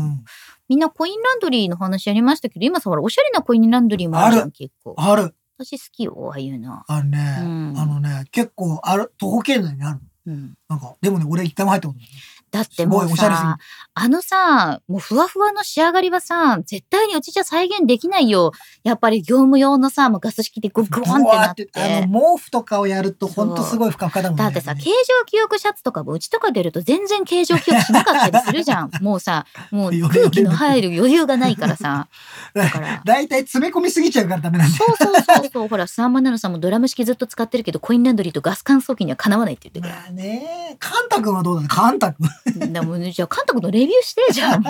C: みんなコインランドリーの話やりましたけど、今さ、ほら、おしゃれなコインランドリーもあるじゃ
B: あ
C: ん、結構。
B: ある。
C: 私好きよ、ああいうの。
B: あのね、
C: うん
B: あのね、結構ある、徒歩圏内にある。
C: うん
B: なんか、でもね、俺一回も入ったことない。
C: だってもう
B: すごいおしゃれすぎ
C: さ、あのさ、もうふわふわの仕上がりはさ、絶対にうちじゃ再現できないよ。やっぱり業務用のさ、もうガス式でググワンってなって。
B: ブワーあの、毛布とかをやるとほんとすごいふかふかだもんね。
C: だってさ、形状記憶シャツとかもうちとか出ると全然形状記憶しなかったりするじゃん。
B: [LAUGHS]
C: もうさ、もう空気の入る余裕がないからさ。だから。
B: [LAUGHS] だいたい詰め込みすぎちゃうからダメなんだよ。
C: そうそうそうそう。ほら、スワンマナノさんもドラム式ずっと使ってるけど、コインランドリーとガス乾燥機にはかなわないって言って
B: まあね、カンタ君はどうだねカンタ君。[LAUGHS]
C: くる。でもねじゃあ、監督のレビューして、じゃあも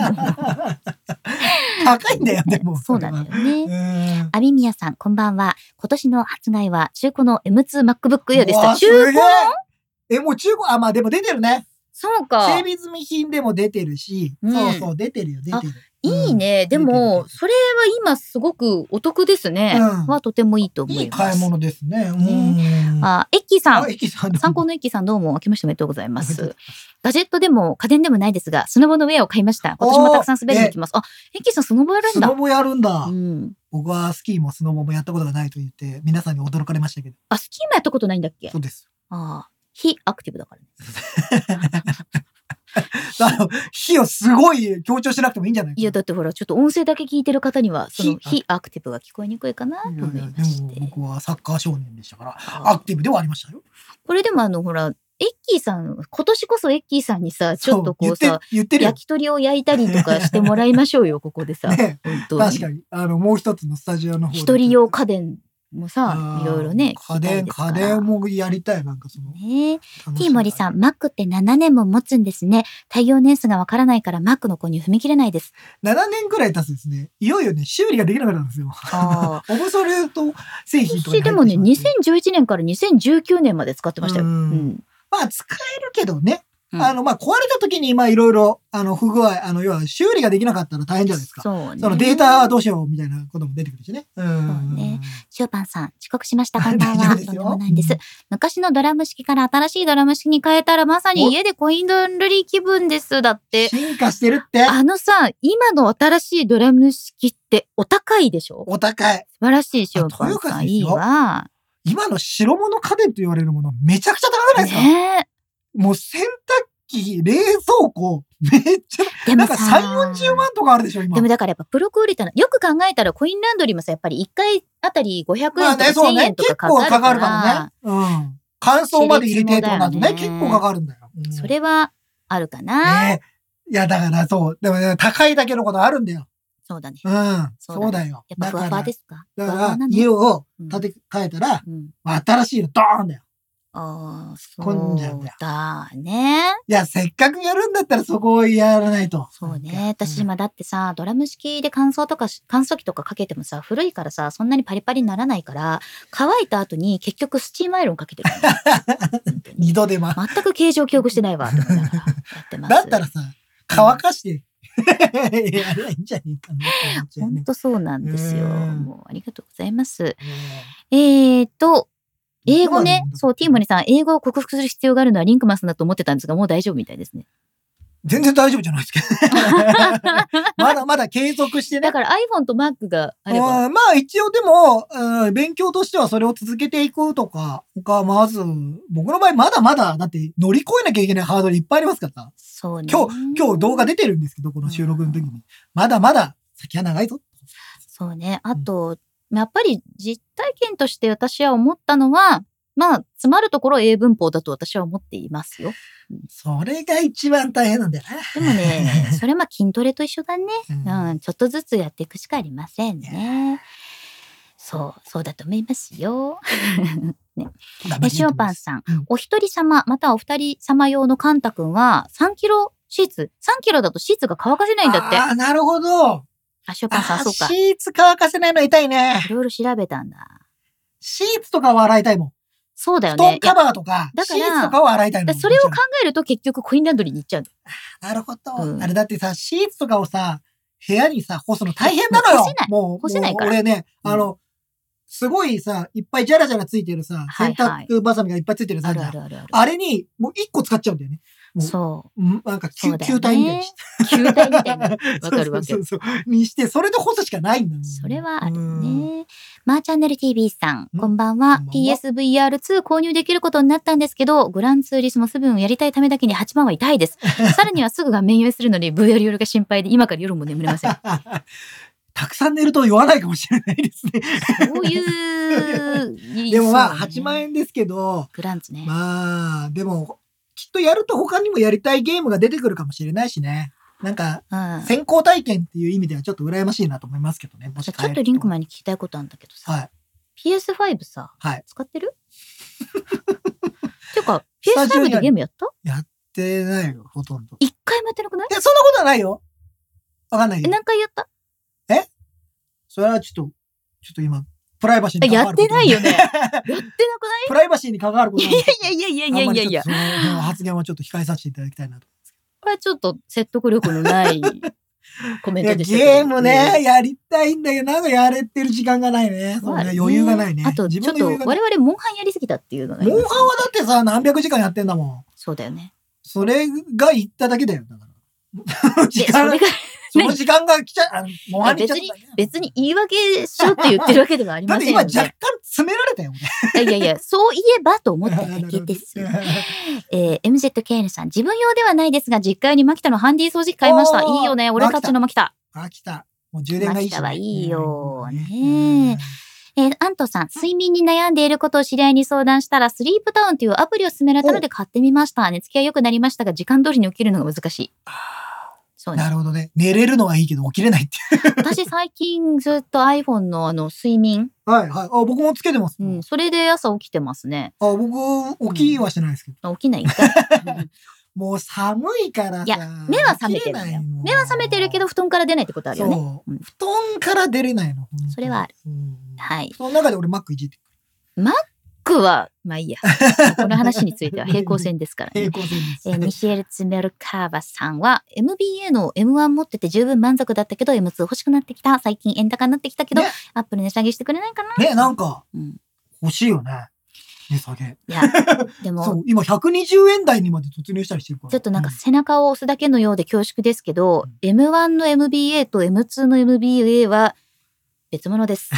B: 高いんだよ、でも。
C: う。そうなんだよね。
B: ね。
C: アミミヤさん、こんばんは。今年の発売は中古の M2MacBook Air でし
B: う
C: た。
B: わ
C: 中
B: す
C: 古
B: げええ、もう中古、あ、まあでも出てるね。
C: そう
B: 整
C: か。
B: 備済み品でも出てるし、
C: うん
B: そうそう、出てるよ、出てる。
C: いいね。で
B: う
C: も、
B: ん
C: それは今すごくお得ですね。
B: うん
C: はとてもいいと思
B: い
C: い
B: い
C: ま
B: 買い
C: す。
B: 物ですね。うん。
C: あ、エッキーさん
B: あ、。駅さんだ
C: [LAUGHS] 参考のエッキーさんどうも、明けましておめでとうございま
B: おめ
C: す。ガジェットでも家電でもないですが、スノボのウェアを買いました。今年もたくさん滑りに行きます。あ、エッキーさんスノボやるん
B: ス
C: だ
B: ノ。ボやるんだ。
C: うん。
B: 僕はスキーもスノボもやったことがないと言って、皆さんに驚かれましたけど。
C: あ、スキーもやったことないんだっけ
B: そうです。
C: ああ、非アクティブだからね。
B: あの、火をすごい強調しなくてもいいんじゃない
C: いや、だってほら、ちょっと音声だけ聞いてる方には、その
B: 非
C: 非アクティブが聞こえにくいかなと
B: いやい
C: 思
B: や
C: いま
B: で
C: し
B: も
C: て。
B: 僕はサッカー少年でしたから、
C: あ
B: アクティブではありましたよ。
C: これでもあの、ほら、エッキーさん、今年こそエッキーさんにさ、ちょっとこう
B: そ
C: さ、
B: 言って言って
C: 焼き鳥を焼いたりとかしてもらいましょうよ、ここ [LAUGHS] でさ。
B: るよ。ね、
C: 本当
B: 確かに。あの、もう一つのスタジオの方で。
C: 一人用家電もさ
B: あ、ー
C: いろいろね、
B: 家電、家電もやりたい。なんかその、
C: ねえ。
B: 楽し
C: T
B: み
C: 森さん、Mac って7年も持つんですね。対応年数がわからないから Mac の購入踏み切れないです。
B: 7年くらい経つとですね、いよいよね、修理ができなくなるんですよ。
C: ああ。
B: オブソレート製品とかに入ってしま
C: 私
B: って。
C: でもね、2011年から2019年まで使ってましたよ。う
B: うんん。まあ、使えるけどね。
C: うん
B: あの、まあ、壊れた時に、まあ、いろいろ、あの、不具合、あの、要は修理ができなかったら大変じゃないですか。
C: そうね。
B: そのデータはどうしようみたいなことも出てくるしね。うん。
C: そうねショパンさん、遅刻しました。こんば
B: 大
C: ん
B: 丈
C: は。
B: 夫です
C: と
B: よ
C: んでもないです。昔のドラム式から新しいドラム式に変えたらまさに
B: お
C: 家でコインドンルリー気分です。だって。
B: 進化してるって、
C: あのさ、今の新しいドラム式ってお高いでしょ
B: お高い。
C: 素晴らしいショパ
B: あ
C: ン
B: 豊か
C: さん。
B: です
C: いい
B: よ
C: わ。
B: 今の白物家電と言われるもの、めちゃくちゃ高くないですか、
C: ねえ。
B: もう洗濯機、冷蔵庫、めっちゃ、
C: で
B: な
C: も
B: んか
C: さ、
B: 3、40万とかあるでしょ、今。
C: でもだからやっぱプロクオリティな、よく考えたらコインランドリーもさ、やっぱり1回あたり500円とか
B: まあね、そう
C: 1000
B: ね
C: 円、と
B: 結
C: かか
B: 構
C: かる
B: か
C: か
B: からる、からね。うん。乾燥まで入れてとかだとね、
C: 熾烈
B: 結
C: もだよね
B: 構かかるんだよ。うん
C: それはあるかな、
B: ねいや、だからそう。でもね、高いだけのことあるんだよ。
C: そうだね。
B: うん。
C: そ
B: そう
C: だ
B: うだ
C: ね
B: よ。
C: やっぱふわふわですか
B: だ
C: ふ
B: か
C: わ
B: ら、
C: ふ
B: だか
C: わな
B: ら
C: の
B: 家を
C: うん
B: 建て替えたら、
C: うん
B: まあ新しいのドーンだよ。
C: ああ、
B: 突っ込んじゃ
C: そ
B: うん
C: う
B: だよ
C: だね。
B: いや、せっかくやるんだったらそこをやらないと。
C: そう
B: なん
C: ね。
B: か
C: 私
B: うん
C: 今だってさ、ドラム式で乾燥とかし、乾燥機とかかけてもさ、古いからさ、そんなにパリパリにならないから、乾いた後に結局スチームアイロンかけてるの。本当に
B: 二度手間。
C: 全く形状記憶して
B: [LAUGHS]
C: ないわ、と思いながらやってます。
B: だったらさ、乾かして、やればいいんじゃねえかなって思っちゃう
C: 本
B: ね。
C: 当そうなんですよ。
B: うん
C: もうありがとうございます。えーと、英語ね。そう、ティーモ
B: に。
C: ニさん、英語を克服する必要があるのはリンクマンさんだと思ってたんですが、もう大丈夫みたいですね。
B: 全然大丈夫じゃないですけど。
C: [LAUGHS]
B: まだまだ継続してね
C: だ。から iPhone と Mac があれば、
B: うんまあ一応でも、うん勉強としてはそれを続けていくとかが、まず、僕の場合まだまだ、だって乗り越えなきゃいけないハードルいっぱいありますからさ。
C: そうね。
B: 今日、今日動画出てるんですけど、この収録の時に。まだまだ先は長いぞ。
C: そうね。あと、やっぱり実体験として私は思ったのは、まあ、詰まるところ英文法だと私は思っていますよ。
B: それが一番大変なんだよ
C: でもね、
B: [LAUGHS]
C: それはまあ筋トレと一緒だね。
B: な。
C: うん、ちょっとずつやっていくしかありませんね。そう、そうだと思いますよ。
B: うん
C: で、塩パン。さん
B: うん、
C: お一人様、またはお二人様用のカンタ君は、3キロシーツ、3キロだとシーツが乾かせないんだって。
B: ああ、なるほど。
C: あ、塩パンさん、
B: あ
C: そうか。
B: シーツ乾かせないの痛いね
C: い。ろいろ調べたんだ。
B: シーツとかは洗いたいもん。
C: そうだよ
B: 布
C: ね
B: 団。カバーとか、
C: だ
B: シ
C: か
B: ーツ
C: ら
B: とかは洗いたいも
C: だ
B: ん。
C: それを
B: も
C: 考
B: ち
C: えると結局コインランドリーに行っちゃうの。
B: ろんなるほど、
C: うん
B: あれだってさ、シーツとかをさ、部屋にさ、干すの大変なのよ
C: 干せない。
B: もう、
C: 干せないから
B: もう俺ね、
C: うん
B: あの、すごいさ、いっぱいジャラジャラついてるさ、
C: はい
B: 洗
C: はい
B: 濯バサミがいっぱいついてるさ、
C: あるあるあるある。
B: あれに、もう一個使っちゃうんだよね。もう
C: そ
B: うんなんか
C: そう
B: 球、
C: だ
B: 球体
C: よね
B: みたいにして。
C: う。球体みたいな。わかるわか
B: [LAUGHS] そ
C: る
B: う。そうそうにして、それで干すしかないんだもん
C: それはある
B: うん [LAUGHS]
C: ね。マーチャンネル TV さん、
B: うん
C: こんばんは
B: こん。ばんは
C: PSVR2 購入できることになったんですけど、グランツーリスモセブンをやりたいためだけに8万は痛
B: [LAUGHS]
C: いです。さらにはすぐ画面酔いするのに VR 夜が心配で、今から夜も眠れません。
B: たくさん寝ると言わないかもしれないですね。
C: そ
B: [LAUGHS]
C: ういう、
B: でもまあ、
C: そうね
B: 8万。円ですけど、
C: グランツね。
B: まあ、でも、きっとやると他にもやりたいゲームが出てくるかもしれないしね。なんか、
C: うん。
B: 先行体験っていう意味ではちょっと羨ましいなと思いますけどね。も
C: ち
B: し
C: ょっとリンクマンに聞きたいことあるんだけどさ、
B: はい。
C: PS5 さ、
B: はい。
C: 使ってるっていうか、
B: スタジオ
C: PS5
B: にあ
C: で
B: る
C: ゲームやった
B: 出ないよ、ほとんど。
C: 一回もやってなくない
B: え、そんなことはないよ。わかんない
C: え
B: よ。
C: 何回やった
B: それはちょっと、ちょっと今、プライバシーに関
C: や
B: わ
C: っ
B: るこ
C: て
B: とな
C: なんい
B: で [LAUGHS]
C: よね。やってなくない
B: プライバシーに関わることなんで
C: いやいやいやいやいやいやいや
B: あ。んまりちょっとその発言はちょっと控えさせていただきたいなと。
C: これはちょっと説得力のない
B: [LAUGHS]
C: コメン
B: いや
C: トでしたけど。
B: ゲームね、やりたいんだけど、なんかやれてる時間がないね。
C: うん。
B: そう
C: まあ
B: ね、余裕がないね。
C: あと、ち
B: 自
C: ょっ
B: 分の
C: と我
B: 余裕がない。
C: 々、モンハンやりすぎたっていうのがあり
B: モ
C: ます
B: ン
C: ね。
B: ハンはだってさ、何百時間やってんだもん。
C: そうだよね。
B: それが言っただけだよ。だ
C: [LAUGHS]
B: から。時
C: で、そ
B: 間
C: れ
B: そ
C: が
B: の時間が来ちゃ、あの、モンハンに来ちゃっただけだよ
C: 別に言い訳しようって言ってるわけではあ
B: [LAUGHS]
C: り
B: だ
C: ま
B: っ
C: せん
B: て
C: よ
B: 今
C: ね。
B: 若干詰められたよ、
C: [LAUGHS] いやいや
B: [LAUGHS]
C: いや、そういえばと思っただけです。
B: 俺
C: えー、MZKN さん、自分用ではないですが、実家にマキタのハンディ掃除機買いました。
B: おー
C: いいよね、俺たちのマキタ。
B: あ、来た。もう充電がいいし、
C: 飽きたはいいよね
B: うん
C: えー、アントさん、睡眠に悩んでいることを知り合いに相談したら、スリープタウンというアプリを勧められたので買ってみました。寝つきは良くなりましたが、時間通りに起きるのが難しい。そう
B: な
C: ね。
B: るほどね。寝れるのはいいけど起きれないってい
C: 私最近ずっと iPhone のあの、睡眠。
B: う。はいはい。あ、僕もつけてます。
C: うん、それで朝起きてますね。
B: あ、僕、起きはしてないですけど。
C: あ起
B: [LAUGHS]
C: きないんかい。うん
B: もう寒いからさ。
C: いや目は覚め
B: 起
C: てるん
B: き
C: だ
B: れ
C: よ
B: ないの。
C: 目は覚めてるけど、布団から出ないってことあるよね。
B: そう
C: うん
B: 布団から出れないの。本当に
C: それはある。
B: うん
C: はい。
B: その中で俺マックいじってく
C: 僕は、まあいいや。この話については平行線ですから
B: る。
C: ね
B: 平。行線です。
C: えー、ミヒエル・ツメルカーバさんは MBA の M1 持ってて十分満足だったけど M2 欲しくなってきた最近円高になってきたけど、
B: ね
C: アップル値下げしてくれないかな、
B: ね、なんか
C: うん、
B: 欲しいよね。値下げ。[LAUGHS]
C: いやで
B: そ
C: も
B: う、今120円台にまで突入したりしてるから。
C: ちょっとなんか
B: う
C: 背中を押すだけのようで恐縮ですけど、
B: うん
C: M1 の MBA と M2 の MBA は別物です。
B: [LAUGHS]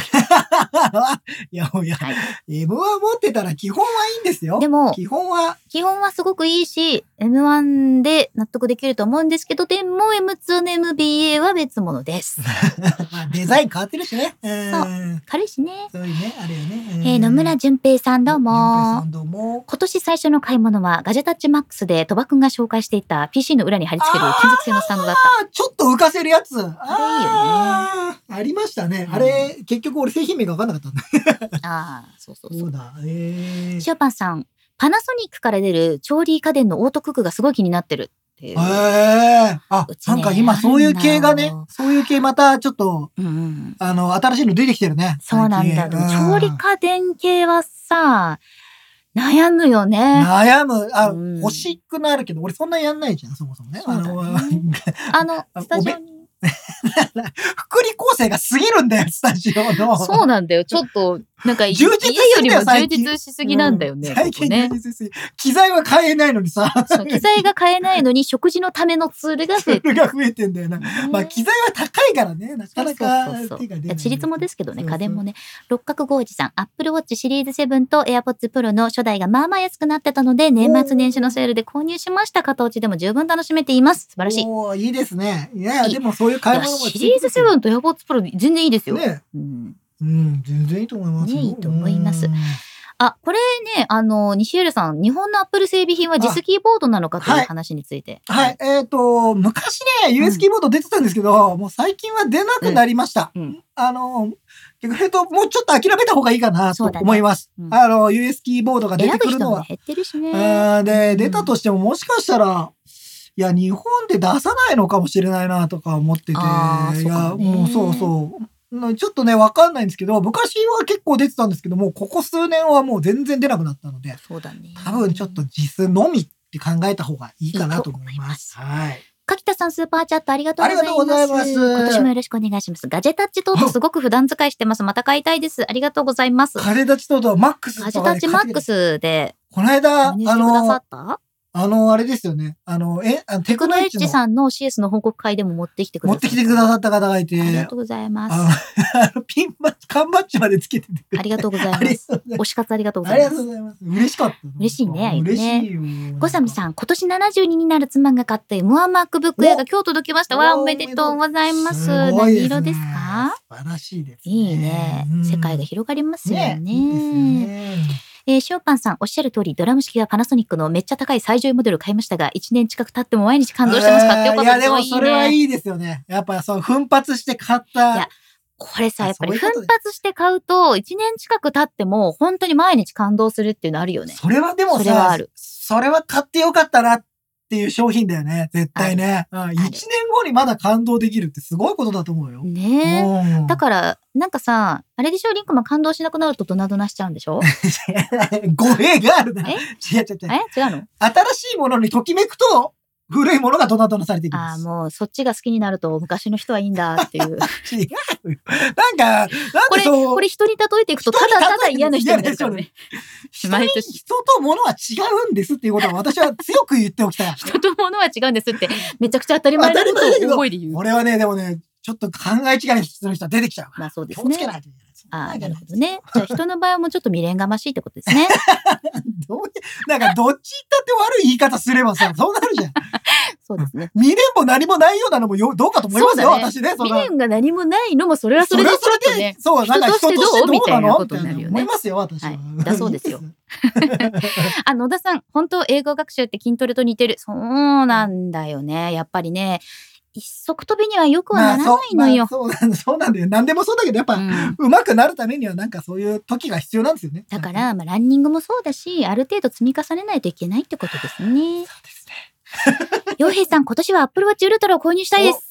B: [LAUGHS] いやいや、
C: はい
B: M は持ってたら基本はいいんですよ
C: で。も
B: 基本は、
C: 基本はすごくいいし M1 で納得できると思うんですけどでも M2 の MBA は別物です。
B: まあ、デザイン変わってるしね。うん。
C: 軽いしね。
B: そういうね、あれよね。うん
C: えー野村淳平さんどうも。
B: 順平さんどうも。
C: 今年最初の買い物はガジェタッチマックスで鳥羽くんが紹介していた PC の裏に貼り付ける金属製のスタンド
B: [LAUGHS]
C: だった。
B: あ、ちょっと浮かせるやつ。あ
C: あ
B: ーありましたね
C: う。ん
B: あれ、結局俺製品名が分かんなかったんだ。
C: ああ、そうそうそ
B: そう
C: う。
B: だ。えー
C: 塩パンさん、パナソニックから出る調理家電のオートクックがすごい気になってるっていう。
B: へえ。あ
C: う、ちね
B: なんか今そういう系がね
C: あるん、
B: そういう系またちょっと、
C: うんうん
B: あの、新しいの出てきてるね。
C: そうなんだ。
B: 最
C: で
B: 近
C: も
B: う
C: 調
B: ん
C: 理家電系はさ、悩むよね。
B: 悩む。あ、
C: うん
B: 欲しくなるけど、俺そんなやんないじゃん、そもそもね。
C: そうだね
B: あの、
C: あの、
B: あ
C: スタジオに。
B: 福利厚生が過ぎるんだよ、スタジオの。
C: そうなんだよ。ちょっと、なんか、
B: 充実してんだよ
C: 家よりも充
B: 最近
C: 実しすぎなんだよ
B: [LAUGHS]
C: ね。
B: 最近
C: ここね
B: 充実しすぎ機材は買えないのにさ、
C: そう機材が買えないのに、食事のためのツールが
B: ツ
C: 増え
B: ー
C: て
B: ルが増えてんだよな。
C: る
B: [LAUGHS]
C: ね
B: まあ、機材は高いからね、なかなか
C: そうそうそうそう
B: 手が出
C: い
B: な
C: や
B: い。
C: 地立もですけどね、
B: そうそう
C: 家電もね。六角豪一さん、Apple Watch シリーズ7と AirPods Pro の初代がまあまあ安くなってたので、年末年始のセールで購入しました。片落ちでも十分楽しめています。素晴らしい。い
B: おーいいですね。いやいや、
C: いい
B: でもそういう買い
C: や、
B: 物も
C: シリーズ7と AirPods Pro 全然いいですよ。
B: ね。
C: うん、
B: うん、全然いいと思いますよ。
C: ねいいと思います
B: うん。
C: あ、これね、あの、西浦さん、日本の Apple 整備品は
B: あ
C: ジスキーボードなのかと
B: は
C: いう
B: い
C: 話について。
B: はい、えっ、と、昔ね、
C: うん
B: US キーボード出てたんですけど、もう最近は出なくなりました。
C: うん
B: あの、逆に言うと、もうちょっと諦めた方がいいかなと
C: そうだね
B: 思います。
C: うん
B: あの、US キーボードが出て
C: 選ぶ
B: くる
C: 人
B: の
C: も
B: は
C: ね。減ってるしね。
B: あーで、
C: ん
B: 出たとしてももしかしたら、いや、日本で出さないのかもしれないなとか思ってて、
C: あー
B: いや、
C: そうかね
B: もうそうそう。なちょっとね、わかんないんですけど、昔は結構出てたんですけども、ここ数年はもう全然出なくなったので、
C: そうだね。
B: 多分ちょっと実のみって考えた方がいいかなと思います。はい。
C: 柿田さん、スーパーチャットありがとうございます。
B: ありがとうございます
C: 今年もよろしくお願いします。ガジェタッチ等々すごく普段使いしてます。また買いたいです。ありがとうございます。ガ
B: 風立ちととマックス
C: ジ
B: と
C: ェタ
B: か
C: ッ
B: で
C: チ
B: 買
C: マ
B: って
C: ックスで
B: この間、あ
C: 購入してくださ
B: の
C: っ、た
B: あの、あれですよね。あの、え、あのテ
C: テク
B: ク
C: ノ
B: ノエ
C: エッ
B: ッ
C: ジ
B: ジの
C: さんの CS の報告会でも持ってきてくだ
B: 持
C: さっ。
B: ったてきてくださった方がいて、
C: ありがとうございます。
B: あの
C: [LAUGHS]
B: あのピンマッチ、缶バッジまでつけててくれて
C: ありがとうございま
B: あり
C: す。
B: がとうござい
C: 推し活ありがとう
B: ま
C: ご
B: す。
C: ざ
B: あ
C: い
B: り
C: ま
B: が
C: す
B: とう。ございます。嬉しかった。
C: 嬉しいね
B: 嬉しいよ。
C: ゴサミ
B: ん。
C: さん、今年72になる妻が買った M1 MacBook Air が今日届きました。
B: お
C: わあ、おめでとうございます。
B: ごい
C: 何
B: ですね
C: 色ですか
B: 素晴らしいですね。
C: いいね
B: う。ん
C: 世界が広がりますよね。
B: ねいいですよね。
C: えー、ショーパンさんおっしゃる通りドラム式はパナソニックのめっちゃ高い最上位モデルを買いましたが1年近く経っても毎日感動してます買ってよかっ
B: いや、
C: たで
B: ですもそれはい
C: いね
B: いですよね。やっぱ、そう、奮発して買っ
C: いや
B: た。
C: これさやっぱり
B: そういう
C: 奮
B: ことで
C: 発して買うと1年近く経っても本当に毎日感動するっていうのあるよね
B: それはでも
C: それはあ
B: さ
C: る、
B: それは買ってよかったなっていう商品だよね。絶対ね。うん一年後にまだ感動できるってすごいことだと思うよ。
C: ねえ
B: うん
C: だからなんかさあれでしょリンクマン感動しなくなるとドナドナしちゃうん
B: [LAUGHS]
C: でしょ
B: 語弊があるな。
C: え
B: 違う違う違う。
C: え違うの
B: 新しいものにときめくと、古いものがドナドナされていき
C: あ
B: ま
C: あ
B: す。
C: もうそっちが好きになると昔の人はいいんだっていう
B: [LAUGHS] 違うよなんか、なん
C: こ
B: で
C: れ
B: そう
C: これ人に例えていくとただただ嫌な人になるからね
B: 人
C: 毎
B: に
C: 年。
B: 人と物は違うんですっていうことは私は強く言っておきたい
C: [LAUGHS] 人と物は違うんですってめちゃくちゃ当たり前なことを大声で言う
B: 俺はね、でもね、ちょっと考え違いする人は出てきちゃうから。
C: まあそうで
B: 気を
C: す
B: つ
C: ね
B: けないといけない。
C: ああ、なるほどね。じゃあ人の場合はもうちょっと未練がましいってこと
B: [LAUGHS]
C: ですね。
B: どういうなんかどっち行ったって悪い言い方すればさ、そうなるじゃん。
C: そうですね。
B: 未練も何もないようなのもよどうかと思いますよ、
C: [LAUGHS] そうだね
B: 私ね。そん
C: 未
B: な
C: 練が何もないのもそれはそれでちょっとね。
B: それはそれでそう、なんか人としてどうなの
C: 人としてどうみたいなことになるよね
B: みたい思いますよ、私は。
C: はいだそ
B: [LAUGHS]
C: うですよ
B: いい
C: あ、野田さん、本当英語学習って筋トレと似てる。そうなんだよね。やっぱりね、一足飛びにはよくはならないのよ。
B: そうまあそう [LAUGHS] そうなんだよ。何でもそうだけど、やっぱ、
C: うん
B: うまくなるためにはなんかそういう時が必要なんですよね。
C: だから、まあ、ランニングもそうだし、ある程度積み重ねないといけないってことです
B: そ
C: ね。
B: うですね。
C: 洋平さん、今年は Apple Watch Ultra を購入したいです。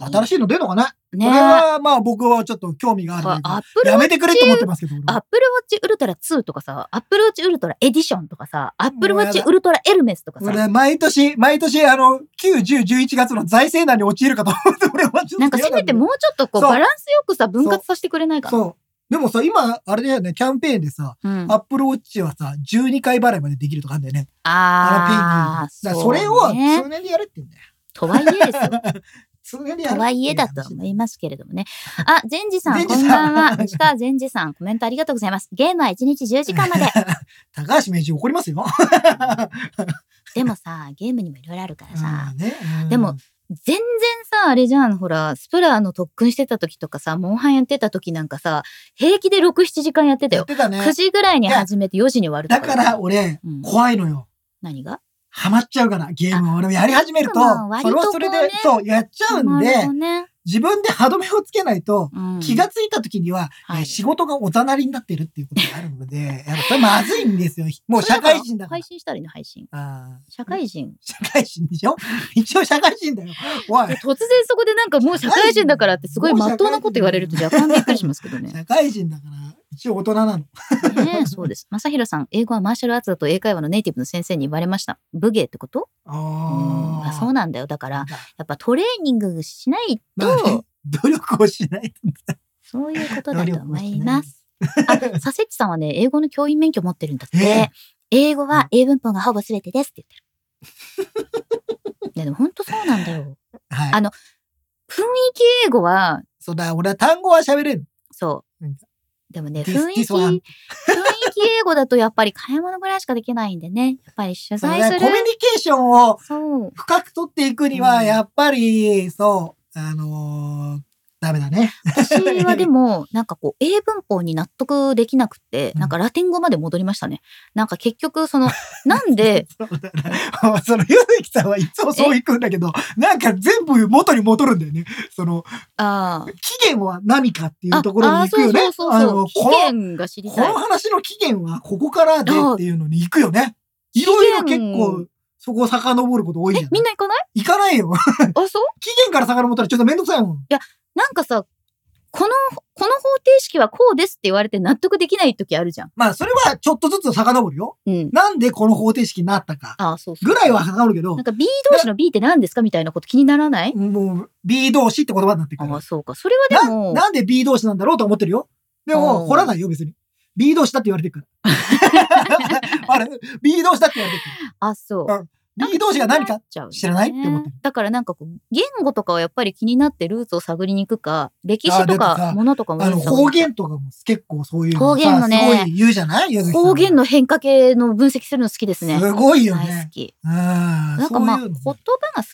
B: 新しいの出るのかな
C: ね
B: これ
C: え。
B: はまあ僕はちょっと興味があるというか
C: Apple
B: やめてくれと思ってますけど。
C: アップルウォッチウルトラ2とかさ、アップルウォッチウルトラエディションとかさ、アップルウォッチウルトラエルメスとか
B: 俺
C: さ、
B: は毎年、毎年、あの、9、10、11月の財政難に陥るかと思って、俺はちょっと
C: なんかせめてもうちょっとこう
B: そう
C: バランスよくさ、分割させてくれないかな。
B: そう。でもさ、今、あれだよね、キャンペーンでさ、
C: うん
B: アップルウォッチはさ、12回払いまでできるとかあるんだよね。あ
C: あ
B: のペイだからそれを
C: そうね
B: 数年でやるって言うんだよ。
C: とはいえで
B: [LAUGHS]
C: すよ。
B: 数年でやるってう話。
C: とはいえだと思いますけれ
B: [LAUGHS]
C: どもね。あ、善治さん、
B: 善
C: こ
B: 治さん
C: んばんは。西川善治さん、コメントありがとうございます。ゲームは1日10時間
B: [LAUGHS]
C: まで。
B: 高橋名人怒りますよ。
C: でもさ、ゲームにもいろいろあるからさ
B: う、んね
C: でも、全然さ、あれじゃん、ほら、スプラの特訓してた時とかさ、モンハンやってた時なんかさ、平気で6、7時間やってた
B: だよ。や
C: よ
B: っ。てたね
C: 9。時ぐらいに始めて4時に終わると
B: だから俺
C: うん、
B: 怖いのよ。
C: 何が
B: ハマっちゃうから、ゲームを俺もやり始めると
C: あまあ、割
B: それ
C: と
B: は
C: こう
B: そ
C: ね
B: れで、そう、やっちゃうん
C: なる
B: で
C: ほど、ね
B: 自分で歯止めをつけないと、
C: うん
B: 気がついた時には、
C: はい
B: えー仕事がおざなりになっているっていうことがあるので、 [LAUGHS] やっぱそれまずいんですよ。もう社会人だから
C: 配。信したらいいの、配信。
B: あー
C: 社会人。
B: 社会人でしょ [LAUGHS] 一応社会人だよ。おい
C: で、突然そこでなんかもう社会人だからってすごい真っ当なこと言われると若干びっくりしますけど
B: [LAUGHS]
C: ね。
B: 社会人だから、一応大人なの。
C: ねえそうです。正弘さん、英語はマーシャルアーツだと英会話のネイティブの先生に言われました。武芸ってことうんあそう
B: な
C: なんだよ。だから、やっぱトレーニングしないと、
B: まあね努力をしないと。
C: そういうこと
B: 努
C: だと
B: 力を
C: 思
B: しない
C: ます。。あ、サセッチさんはね、英語の教員免許持ってるんだっ
B: え
C: て。英語は英文法がほぼ全てですって [LAUGHS] 言ってる。いやでも本当そうなんだよ。
B: はい。
C: あの雰囲気英語は、
B: そうだ、俺は単語は喋れる。
C: そう
B: うん。
C: でもね、
B: This-
C: 雰囲気、
B: this
C: 雰
B: one
C: 囲気英語だとやっぱり買い物ぐらいしかできないんでね。やっぱり取
B: そう
C: 材す
B: だコミュニ
C: る。
B: ケーションを
C: そう。
B: 深く取っていくに
C: う
B: は、
C: ん
B: やっぱり、そう、あのーダメだね。
C: 私はでも、なんかこう、英文法に納得できなくて、
B: うん
C: なんかラテン語まで戻りましたね。なんか結局、その、 [LAUGHS] なんで、
B: [LAUGHS] そうだな [LAUGHS] その、ゆずきさんはいつもそう行くんだけど、なんか全部元に戻るんだよね。その、
C: あー
B: 期限は何かってい
C: あ、
B: うところに行くよね
C: あ。そうそう
B: あ
C: そうそ
B: の
C: う。
B: こ
C: 期
B: の
C: 限が知り
B: こ
C: たい
B: の。話の期限はここからでっていうのに行くよね。
C: あ
B: いろいろ
C: 期
B: 結
C: 限
B: 構、そこ遡ること多いじゃ
C: え
B: ん、。
C: みんな行かない
B: 行かないよ。 [LAUGHS]
C: あ、そう
B: 期限から遡ったらちょっとめんどくさいもん。
C: なんかさ、この、この方程式はこうですって言われて納得できない時あるじゃん。
B: まあ、それはちょっとずつ遡るよ。
C: うん。
B: なんでこの方程式になったか。
C: あーそうそう。
B: ぐらいは遡るけど
C: なん、か B 同士の B って何ですかみたいなこと気にならない
B: もう B 同士って言葉になってく
C: あ
B: る。
C: あ、そうか。それはで
B: な
C: も、
B: なんで B 同士なんだろうと思ってるよ。で
C: う
B: も、
C: ん
B: 掘らないよ、別に。B 同士だって言われてる [LAUGHS] から。あれ ?B 同士だって言われてる
C: あ、そう。
B: から。B 同士が何か
C: っちゃうね
B: 知らないって思ってる
C: だからなんかこう、言語とかはやっぱり気になってルーツを探りに行くか、歴史と
B: あでも
C: か、
B: さ
C: ものとかも
B: あの、方言とかも結構そういうの
C: 方言のね
B: さすごい言うじゃないゆずきさん
C: 方言の変化系の分析するの好きですね。
B: すごいよ
C: 大好
B: ね。
C: き。
B: な
C: なんかまあ、言葉
B: ん
C: が好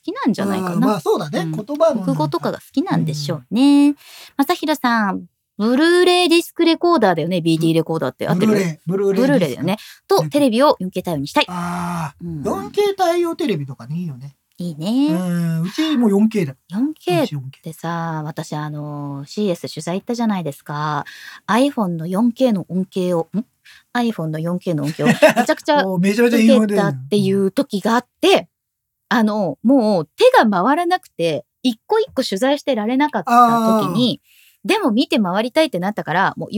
C: きなんじゃないかな。
B: まあそうだね。
C: うん
B: 言葉の。
C: 国語とか。が好きなんでしょうね。まさひろさん、ブルーレイディスクレコーダーだよね。BD レコーダーって合っ
B: ブ
C: て
B: ルー
C: る。
B: レイ。ブルーレイ。
C: ブルーレイだよ。ね。と、テレビを 4K 対応にしたい。
B: ああ。
C: うん、
B: 4K 対応テレビとかね、いいよね。
C: いいうね。
B: ん。うちも 4K だ。
C: 4K
B: うち 4K
C: でさ、私あの、CS 取材行ったじゃないですか。iPhone の 4K の恩恵を、ん ?iPhone の 4K の恩恵を、めちゃくちゃ
B: もうめちゃめちゃ
C: 受
B: いい
C: け
B: ので
C: たっていう時があって、あの、もう手が回らなくて、一個一個取材してられなかった時に、でも見て回りたいってなったから、もう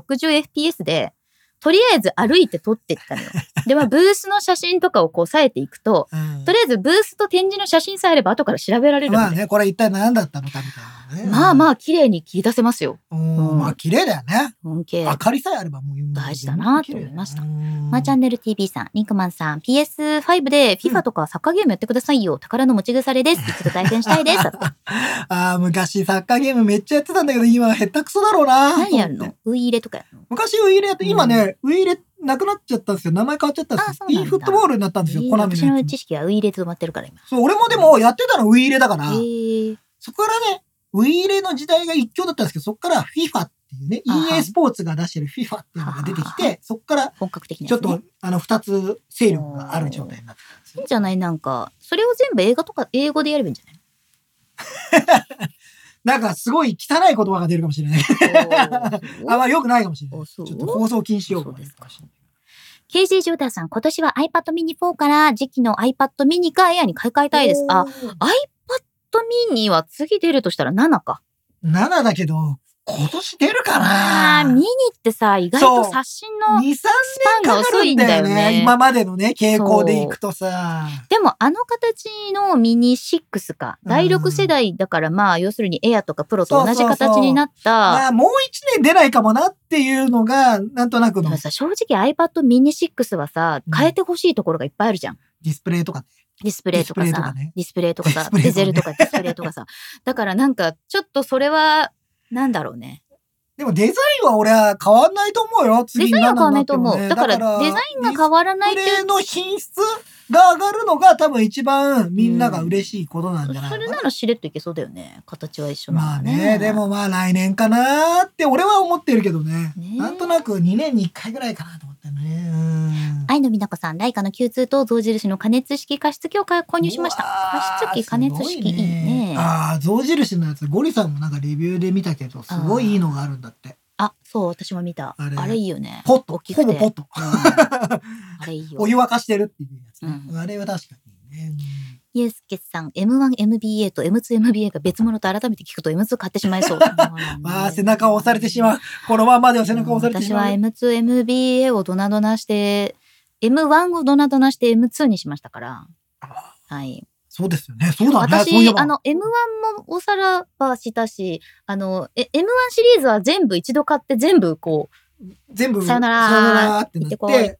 C: 4K60fps で、とりあえず歩いて撮ってったの [LAUGHS] よ。で、まあ、ブースの写真とかをこう、抑えていくと、
B: うん
C: とりあえずブースと展示の写真さえあれば後から調べられるの
B: まあ
C: で、
B: ね、これ一体何だったのかみたいなね。
C: まあま
B: あ。
C: あ、綺麗に切り出せますよ。うん
B: まあ綺麗だよね。明
C: 4K。
B: かりさえあればもう
C: 大事だなと思いましたま
B: ま
C: ーチャンネル TV さん、リンクマンさん、PS5 で FIFA とかサッカーゲームやってくださいよ。宝の持ち腐れです。一度対戦したい [LAUGHS] です。だって
B: ああ、昔サッカーゲームめっちゃやってたんだけど、今下手くそだろうな。
C: 何やる
B: と思っ
C: の
B: て
C: ウイイレとかやるの
B: 昔ウイイレやって、今ね、ウイイレなくなっちゃったんですよ。名前変わっちゃったんです
C: あそう
B: よ。
C: なんだ
B: e フットボールになったんですよ、
C: いい
B: コナミ
C: 私
B: の
C: の
B: やつ
C: 知識はウイイレで止まってるから今。
B: そう、俺もでもやってたのウイイレだから、
C: えー、
B: そこからね、ウイイレの時代が一強だったんですけど、そこから FIFA っていうね、
C: あは
B: EA スポーツが出してる FIFA っていうのが出てき
C: は
B: て、そこから
C: 本格的な
B: ちょ
C: や
B: っ
C: つ、ね。
B: と、あの、二つ勢力がある状態になってたんです
C: いい
B: よ
C: ん。じゃないなんか、それを全部映画とか英語でやればいいんじゃない
B: なんかすごい汚い言葉が出るかもしれない。 [LAUGHS] あんま良くないかもしれない。
C: おそう
B: ちょっと放送禁止用語
C: そう
B: が
C: で
B: 出
C: す
B: るか
C: か
B: もしれない。
C: KG ジョーダーさん、今年は iPad mini 4から次期の iPad mini か Air に買い替えたいです。あ、iPad mini は次出るとしたら7か。
B: 7だけど、今年出るか
C: あー
B: な
C: ミニってさ、意外と刷新
B: ?2、3
C: の
B: 年
C: パンが
B: かか
C: 遅
B: る
C: い
B: ん
C: んだ
B: だ
C: よ
B: よ
C: ね
B: ね。今までのね、傾向でいくとさ。
C: でもあの形のミニ6か。第6世代だからまあ、要するにエアとかプロと同じ
B: そうそうそう
C: 形になった。
B: まあ、もう1年出ないかもなっていうのが、なんとなく
C: で
B: の
C: もさ、正直 iPad mini 6はさ、
B: うん
C: 変えてほしいところがいっぱいあるじゃん。
B: ディスプレイとかね。
C: ディスプレイとか
B: ディスプレイと
C: さ
B: かね、
C: ディスプレイとか
B: デ
C: さ、
B: ィス
C: デ
B: プ
C: ゼ
B: レ
C: ル
B: イ
C: と
B: と
C: かディスプレイとかさ。だからなんか、ちょっとそれは、なんだろうね。
B: でもデザインは俺は変わんないと思うよ。
C: デ
B: 次
C: ザインは変わらないと思
B: 何
C: う。
B: に
C: だ
B: なっ
C: か
B: てもね
C: ら、デザインが変わらないっ
B: ディ
C: て
B: スプ
C: い
B: レ
C: う
B: イの品質が上がるのが多分一番みんなが嬉しいことなんじゃない
C: そ
B: かな
C: れならしれっといけそうだよね。形は一緒
B: ま
C: な
B: あ
C: のね。
B: ね、で。もまあ来年かなーって俺は思ってるけどね。
C: ね
B: なんとなく2年に1回ぐらいかなと思ってね。うん
C: 愛の美奈子さん、ライカの Q2 と象印の加熱式加湿器を買い購入しました。
B: うわー
C: 加湿器、加熱式い
B: すご
C: いね。
B: いね
C: ね。あ
B: ああ、象印のやつ、ゴリさんもなんかレビューで見たけど、すごいいいのがあるんだって。
C: そう、私も見た。あ
B: あ
C: れ
B: れ
C: いいよね。
B: ポット、
C: 大き
B: ほ
C: く
B: ぼ
C: て。
B: ポット。
C: あれいいよ
B: お。湯沸かしてるっていうやつね。
C: うん
B: あれは確かにね。
C: イエスケさん、M1MBA と M2MBA が別物と改めて聞くと M2 買ってしまいそう。
B: [LAUGHS] まあ、背中を押されてしまう。このままでは背中を押されてしまう。
C: 私は M2MBA をドナドナして、M1 をドナドナして M2 にしましたから。
B: あ
C: はい。
B: そうですよね。そうだね。そうい
C: 私
B: え、ば
C: あの、M1 もおさらばしたし、あの、え M1 シリーズは全部一度買って全部こ
B: 全部、
C: さよなら
B: さよならってなっ
C: 行ってこい
B: て、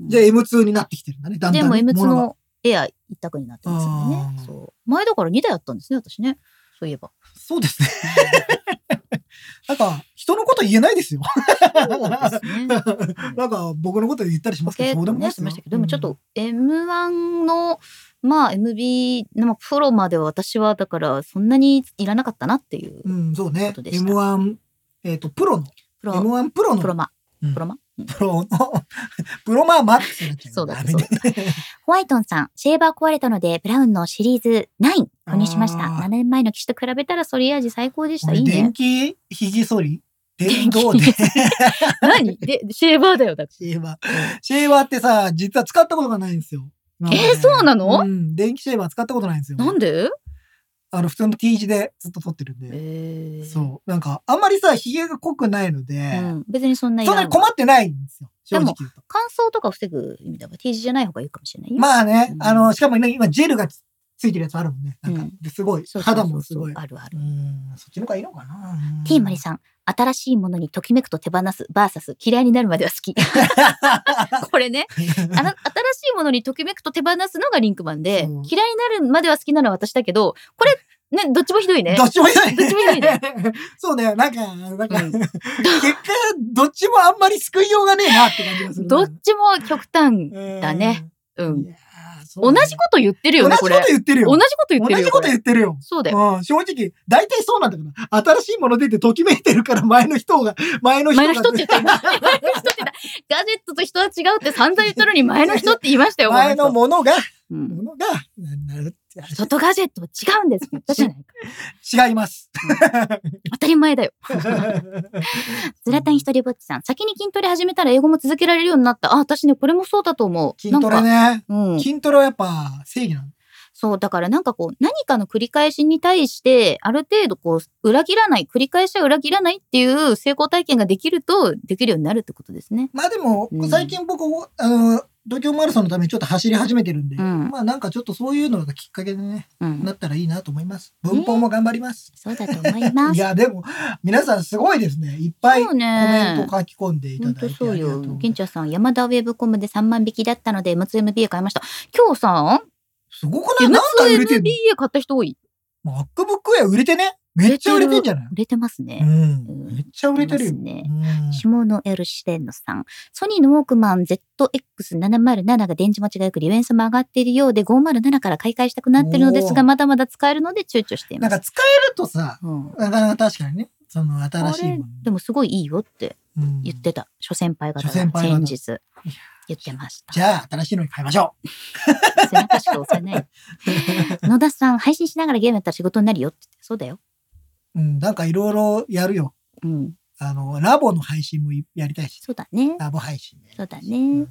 B: じゃあ M2 になってきてるんだね。だ
C: う、
B: んだ
C: で
B: ん
C: も
B: ね。
C: M2
B: 物が
C: のエア一択になってますよね
B: あ。ー
C: そう。前だから2台あったんですね、私ね。そういえば。
B: そうですね。 [LAUGHS] なんか、人のこと言えないですよ。
C: です
B: [LAUGHS]
C: ね。
B: なんか、僕のこと言ったりしま
C: ポ
B: すけ
C: ケ
B: ど、そう
C: ッ
B: で
C: ト
B: も
C: ね
B: ないで
C: やって
B: すよ
C: ましたけど、でもちょっと M1 の、まあ MB のプロまでは私はだからそんなにいらなかったなっていう。
B: うん、うん、そう
C: こ
B: ね。
C: とでした
B: M1、えっ、と、プロの、
C: プロ、
B: M1 プロの、
C: プロマ、
B: うん
C: プロマ。
B: プロの、プロマーマックスになっちゃ
C: そうだ
B: ダメ
C: そうだホワイトンさん、シェーバー壊れたので、ブラウンのシリーズ9購入しました。
B: あー
C: 7年前の機種と比べたら、ソリアージ最高でした。
B: 俺
C: いいね
B: 電。気肘反り電動で。
C: 何で、シェーバーだよ、だか
B: シェーバー。シェーバーってさ、実は使ったことがないんですよ。
C: えーそうなの
B: うん。電気シェーバー使ったことないんですよ。
C: ら。なんで
B: あの、普通の T 字でずっと撮ってるんで。
C: えー
B: そう。なんか、あんまりさ、髭が濃くないので、
C: うん、別にそんなに
B: そんなに困ってないんですよ。正直言うと。
C: 乾燥とか防ぐ意味だから T 字じゃない方がいいかもしれないよ。
B: まあね、
C: うん
B: あの、しかもね今、ジェルがつついてるやつあるもんね。なんか、
C: うん
B: ですごい
C: そうそうそ
B: 肌
C: うそう
B: もすごい。
C: あるあ
B: う
C: る。
B: ん、そっちの方がいいのかな。
C: ティーマリ
B: ん。
C: さん、新しいものにときめくと手放す、バーサス、嫌いになるまでは好き。 [LAUGHS] これね、あの新しいものにときめくと手放すのがリンクマンで、嫌い
B: そう
C: になるまでは好きなのは私だけど、これ、ね、どっちもひどいね
B: [LAUGHS] ど。っちもいない。
C: どっちもいないね
B: [LAUGHS] そうだよ。なんか、なん
C: [LAUGHS]
B: か、
C: う
B: 結
C: ん
B: 果、どっちもあんまり救いようがねえなって感じがする。
C: どっちも極端。だね。う
B: うん。い
C: ん。
B: やーそう
C: 同
B: だね
C: じこと言ってるよね、
B: 同じこ
C: これ
B: と。言ってるよ。
C: 同じこと言ってる
B: 同
C: よ。
B: じこと
C: れ
B: 言ってるよ。
C: そうだよ。
B: うん、正直、大体そうなんだから、新しいもの出てときめいてるから、前の人が、前の人が。
C: 前の人って言った。 [LAUGHS] 前の人って言った。ガジェットと人は違うって散々言ったのに前の人って言いましたよ、
B: 前の
C: こ
B: ものが、
C: 人うん
B: ものが、ななるって話
C: 人とガジェットは違うんです。私じゃないか。
B: 違います。
C: 当たり前
B: [LAUGHS]
C: だよ。ズラタン
B: ン
C: 一人ぼっちさん。先に筋トレ始めたら英語も続けられるようになった。あ、私ね、これもそうだと思う。
B: 筋トレ
C: なんか。
B: ね。
C: うん。
B: 筋トレはやっぱ正義なの。
C: そう、だからなんかこう、何かの繰り返しに対して、ある程度こう、裏切らない、繰り返しは裏切らないっていう成功体験ができると、できるようになるってことですね。
B: まあでも
C: うん、
B: 最近僕、あの、東京マラソンのためにちょっと走り始めてるんで、
C: うん
B: まあなんかちょっとそういうのがきっかけでね、
C: うん。
B: なったらいいなと思います。文法も頑張ります。
C: そうだと思いま
B: い [LAUGHS]
C: す。
B: や、でも、皆さんすごいですね。いっぱい
C: そ
B: コ
C: うね
B: メント書き込んでいた
C: 本
B: だ
C: 当
B: いて。
C: そう
B: あり
C: よ
B: がとう。
C: 銀ちゃんさん、山田ウェブコムで3万引きだったので、M2MBA 買いました。今日さ、
B: すごくない何台売れてんの
C: M2MBA 買った人多い。
B: ?MacBook Air 売れてねめっちゃ売れてんじゃない
C: 売れてます
B: う
C: ね。
B: ん。めっちゃ売れてるよ。
C: 売れて
B: うん
C: 下のエルシレンノさん。ソニーのウォークマン ZX707 が電池持ちがよく利便性も上がっているようで、507から買い替えしたくなってるのですが、
B: おー
C: まだまだ使えるので躊躇してい
B: な
C: ま
B: ん
C: す。
B: か使えるとさ、
C: うん、
B: なかなか確かにね、その
C: あ
B: 新しい
C: れ
B: もの。
C: でもすごいいいよって
B: うん
C: 言ってた。諸先輩方
B: 諸
C: が
B: 先輩方
C: 先日言ってました。
B: じゃあ、新しいのに変えましょう。
C: 背中しか押
B: [LAUGHS]
C: さない。野田さん、配信しながらゲームやったら仕事になるよって言ってそうだよ。
B: うん、なんかいろいろやるよ。
C: うん。
B: あの、ラボの配信もやりたいし、
C: そうだね。
B: ラボ配信ね。
C: そうだ
B: う
C: ね
B: ん。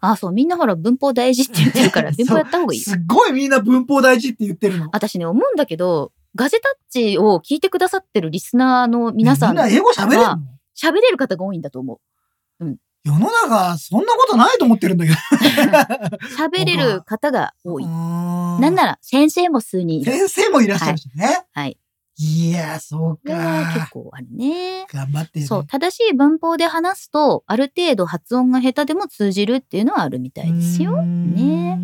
C: あ、そう、みんなほら文法大事って言ってるか
B: [LAUGHS]
C: ら、
B: そう
C: 文法やった方がいいよ。
B: すっごいみんな文法大事って言ってるの。
C: 私ね、思うんだけど、ガジェタッチを聞いてくださってるリスナーの皆さん
B: みんな英語喋れるの
C: 喋れる方が多いんだと思
B: 世の中、そんなことないと思ってるんだけど。
C: う。喋れる方が多い。な
B: なん
C: なら先生も数人いる。
B: 先生もいらっしゃるしね。
C: はい。
B: いや、そう
C: これは結
B: か。
C: 構あるね。
B: 頑張ってるね。
C: そう、正しい文法で話すと、ある程度発音が下手でも通じるっていうのはあるみたいです
B: う
C: よ。
B: ーん
C: ね。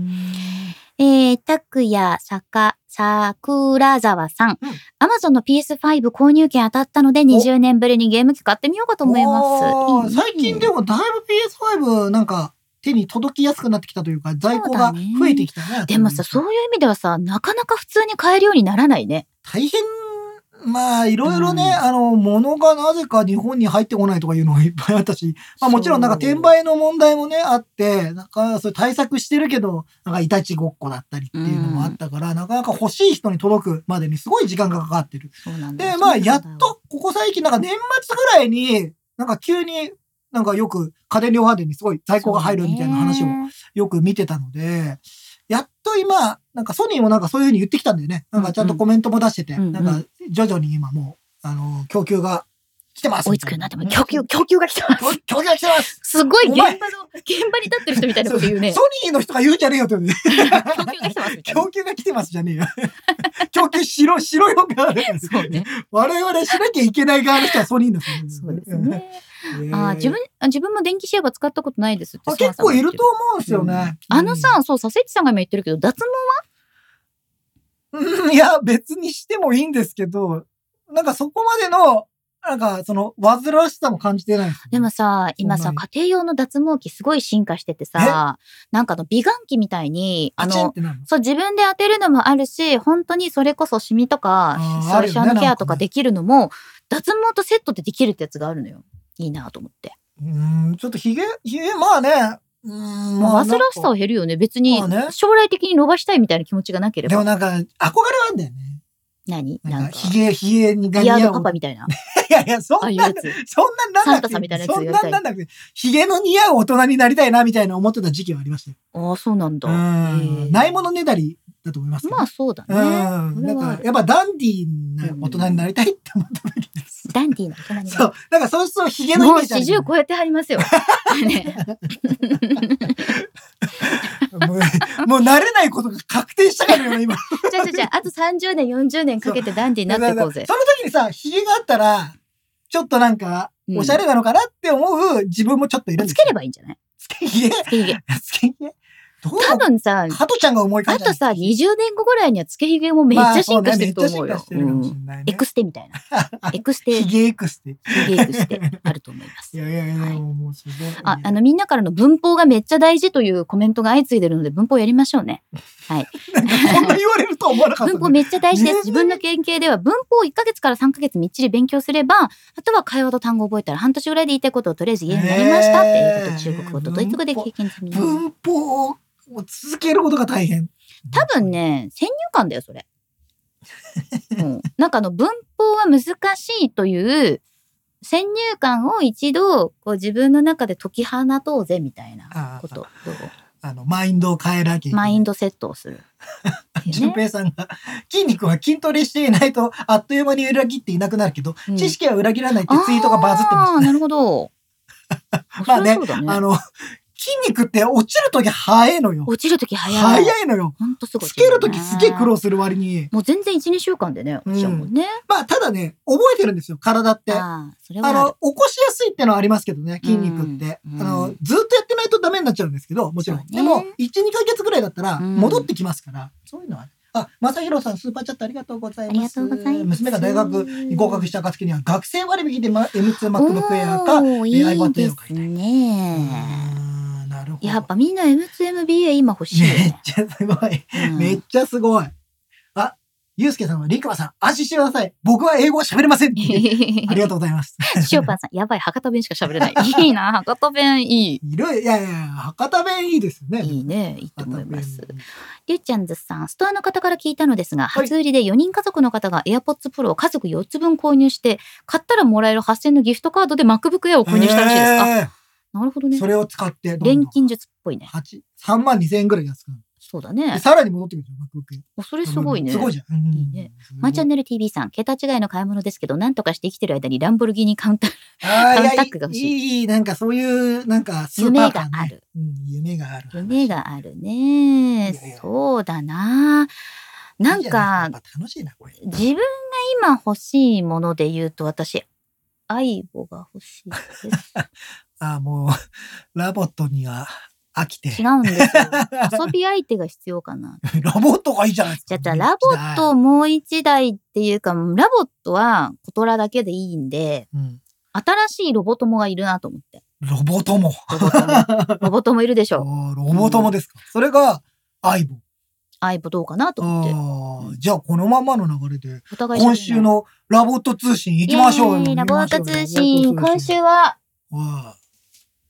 C: えー、たくや、さか、さくらざわさん
B: うん。
C: アマゾンの PS5 購入券当たったので、20年ぶりにゲーム機買ってみようかと思い
B: お
C: ま
B: ー
C: す。
B: 最近で
C: も。
B: もだいぶ PS5 なんか手に届きやすくなってきたというか、在庫が増えてきたね。
C: でもさ、そういう意味ではさ、なかなか普通に買えるようにならないね。
B: 大変まあ、いろいろね、
C: うん
B: あの、物がなぜか日本に入ってこないとかいうのがいっぱいあった
C: [LAUGHS]
B: し、まあもちろんなんか
C: そう
B: 転売の問題もね、あって、なんかそれ対策してるけど、なんかいたちごっこだったりっていうのもあったから、なかなか欲しい人に届くまでにすごい時間がかかってる。
C: そうなんだ
B: で、まあ、やっ
C: そうなんだよ
B: と、ここ最近、なんか年末ぐらいに、なんか急に、なんかよく家電量販店にすごい在庫が入るみたいな話を
C: そうね
B: よく見てたので、やっと今、なんかソニーもなんかそういうふうに言ってきたんだよね。なんかちゃんとコメントも出してて、
C: うんうん
B: なんか徐々に今もう、あの、供給が来てます
C: 追い
B: み
C: つ
B: たい
C: くようになっても、供給、供給が来た。
B: 供供給が来てます
C: すごい現
B: お
C: 場の
B: 前、
C: 現場に立ってる人みたいなこと言うね
B: ソ。ニーの人が言うじゃねえよって言うんで
C: [LAUGHS] 供給が来てますみたいな
B: 供。給が来てますじゃねえよ。 [LAUGHS] 供給しろ、しろよが。
C: そうね。
B: 我々しなきゃいけない側の人はソニーの人なんよ
C: そうです。ね。
B: うん
C: あー自分あ自分も電気シェーバー使ったことないですって
B: あ結構いると思うんですよね。
C: あのさ、そう、佐世地さんが今言ってるけど、脱毛
B: うん、いや、別にしてもいいんですけど、なんかそこまでの、なんかその、煩わしさも感じてないすね
C: でもさ、今
B: そ
C: さ、
B: うな
C: 家庭用の脱毛器すごい進化しててさ、なんかあの美顔器みたいに、あ
B: パチンっ
C: の、
B: てなるの
C: そう自分で当てるのもあるし、本当にそれこそシミとか
B: あ、ー
C: そ
B: あ
C: う
B: る
C: い
B: よね
C: うシャンケ
B: な
C: ア
B: んか
C: と
B: ね
C: かできるのも、脱毛とセットでできるってやつがあるのよ。いいなと思って。
B: うん、ちょっとひげ、ひげ、まあね、うん、まあ
C: 煩わしさは減るよね。別に
B: まあね、
C: 将来的に伸ばしたいみたいな気持ちがなけれ
B: でも
C: ば。
B: なんか、憧れはあるんだよね。
C: 何な
B: なん
C: ん
B: か、
C: か、
B: ひげ、ひげにガ
C: ビ
B: リ
C: ア
B: ア
C: ード
B: を
C: パパみたいな。
B: いやいや、そ
C: ああい
B: ん
C: う
B: な [LAUGHS]
C: や、つ。
B: そんなんなん
C: サン
B: な
C: タさんみたいなやつ
B: そん
C: やり
B: な
C: たい
B: んなんなくて、ひげの似合う大人になりたいな、みたいな思ってた時期はありましたよ。
C: ああ、そうなんだ。
B: う
C: へえ
B: ん。ないものねだりだと思いますけど。
C: まあそうだね。
B: うん。なんか、やっぱダンディーな大人になりたいって思った時です。
C: ダンディーな大人にな
B: そ
C: る
B: う。なんか、そうそう、ヒゲのイ
C: もう
B: メージあるよ
C: 40
B: ね。
C: 超えてはり
B: [LAUGHS]
C: ますよ。ね
B: もう、もう慣れないことが確定したからよね、今。
C: じゃあじゃあじゃあ、あと30年、40年かけてダンディー [LAUGHS] になっていこうぜ。
B: その時にさ、ヒゲがあったら、ちょっとなんか、
C: うん
B: おしゃれなのかなって思う自分もちょっといるんです
C: つけ
B: よ
C: ればいいんじゃない
B: つけヒゲ
C: つけひげ。
B: つけヒゲどう
C: 多分さ、
B: ハトちゃんが思い浮か
C: あ
B: んじゃ
C: と
B: う
C: さ、20年後ぐらいにはつけひげもめっち
B: まあ
C: ゃ
B: そ
C: 進
B: うね
C: 化してると思う
B: めっちゃ進化
C: よ
B: し。て
C: う
B: るかもしれ
C: ん
B: ない
C: エ
B: ね
C: ク。ステみたい
B: [LAUGHS]
C: な。エクステ、
B: ヒ
C: ヒ
B: ゲエクスって。
C: ゲエクステあると思いま
B: い
C: す。
B: やいやいや、
C: はい
B: もうすごい。
C: あ、あの、みんなからの文法がめっちゃ大事というコメントが相次いでるので、文法やりましょうね。
B: なんかこんな言われるとは思わなかったね。
C: 文法めっちゃ大事です。
B: ね
C: 自分の研究では文法を1ヶ月から3ヶ月みっちり勉強すれば、あとは会話と単語を覚えたら半年ぐらいで言いたいことをとりあえず言えるようになりましたっていうこと、
B: ねえ
C: 中国語とドイツ語で経験済みです。
B: 文法を続けることが大変。
C: 多分ね、先入観だよ、それ。もうなんかあの文法は難しいという先入観を一度こう自分の中で解き放とうぜみたいなことどう
B: あの、マインドを変えなきゃいけな
C: マイ
B: い。
C: ンドセットを
B: [LAUGHS]
C: する。っていう
B: 淳
C: ね
B: 平さんが、筋肉は筋トレしていないと、あっという間に裏切っていなくなるけど、
C: うん
B: 知識は裏切らないってツイートがバズってま
C: あ
B: し
C: ー
B: た。
C: なるほど。
B: [LAUGHS] まあね
C: そりゃそうだね
B: あの、筋肉って落ちるとき早いのよ。
C: 落ちるとき早い。
B: 早いのよ。
C: ほんとすごい、
B: つけるときすげえ苦労する割に。
C: もう全然1、2週間でね、落ちちゃうもんね。
B: まあ、ただね、覚えてるんですよ、体って。あ
C: ああ、それはある
B: の、起こしやすいってのはありますけどね、筋肉って。
C: うん
B: あ
C: う
B: の
C: ん、
B: ずっとやってないとダメになっちゃうんですけど、もちろん。
C: そうね
B: でも、1、2ヶ月ぐらいだったら、
C: うん
B: 戻ってきますから、そういうのはね。あ、まさひろさん、スーパーチャットありがとうございます。
C: ありがとうございます
B: 娘が大学に合格した暁には、学生割引で、ま、M2MacBook Air か、
C: おーい
B: iPad
C: い
B: Air
C: で
B: を買
C: す
B: いたい。
C: ね。
B: うーんなるほど。
C: やっぱみんな M2MBA 今欲しいよ
B: めっ
C: ね。
B: ちゃすごい。
C: うん
B: めっちゃすごい。あ、ゆうすけさんは、りくまさん、安心してください。僕は英語は喋れませんって
C: [LAUGHS]
B: いう。ありがとうございます。
C: 塩パンさん、やばい、博多弁しか喋れ
B: [LAUGHS]
C: ない。いいな、博多弁いい。
B: いろいろ、いやいや、博多弁いいですよね。
C: いいね、いいと
B: 博
C: 思
B: 多
C: い
B: 弁
C: ます。りゅうちゃんずさん、ストアの方から聞いたのですが、
B: はい
C: 初売りで4人家族の方が AirPods Pro を家族4つ分購入して、買ったらもらえる8000のギフトカードで MacBook Air を購入したらしいです。あ、
B: え
C: なるほど
B: ー
C: ね
B: そ。れを使って、どん
C: 錬
B: どん
C: 金術っぽいね。
B: 八三万二千円ぐらい安くなる。
C: そうだね
B: で。さらに戻ってくるじゃん、MacBook
C: おそれすごいね。
B: すごいじゃん。うん
C: いいね。
B: すごい
C: マイチャンネル TV さん、桁違いの買い物ですけど、なんとかして生きてる間にランボルギーニカウンター、
B: あーいや
C: カウンタックが欲しい
B: いい、いい、なんかそういう、なんかスーパ
C: 夢
B: ー
C: が
B: 感ね
C: ある。。
B: うん夢がある。
C: 夢があるね
B: いやい。や
C: そうだな。なん
B: いいじゃ
C: か
B: い、ですやっぱ楽しいな、これ。
C: 自分が今欲しいもので言うと、私、アイボが欲しいです。
B: あーもう、ラボットには飽きて、
C: 違う
B: [LAUGHS]
C: んですよ。遊び相手が必要かな。
B: ラボットがいいじゃないです
C: じゃ
B: か。
C: あ、じゃあラボットをもう一台っていうか、ラボットはコトラだけでいいんで、
B: うん。
C: 新しいロボ友がいるなと思って。
B: ロボトも。 [LAUGHS]
C: ロボ友。ロボ友いるでしょ。
B: おーロボトもですか。それが、相棒。
C: 相棒どうかなと思って。
B: ああ、じゃあこのままの流れで、
C: お互い
B: 今週のラボット通信行きましょうよ。
C: イエーイラボアカ通信。
B: 行きま
C: 今
B: しょうよ。
C: 週は
B: ラ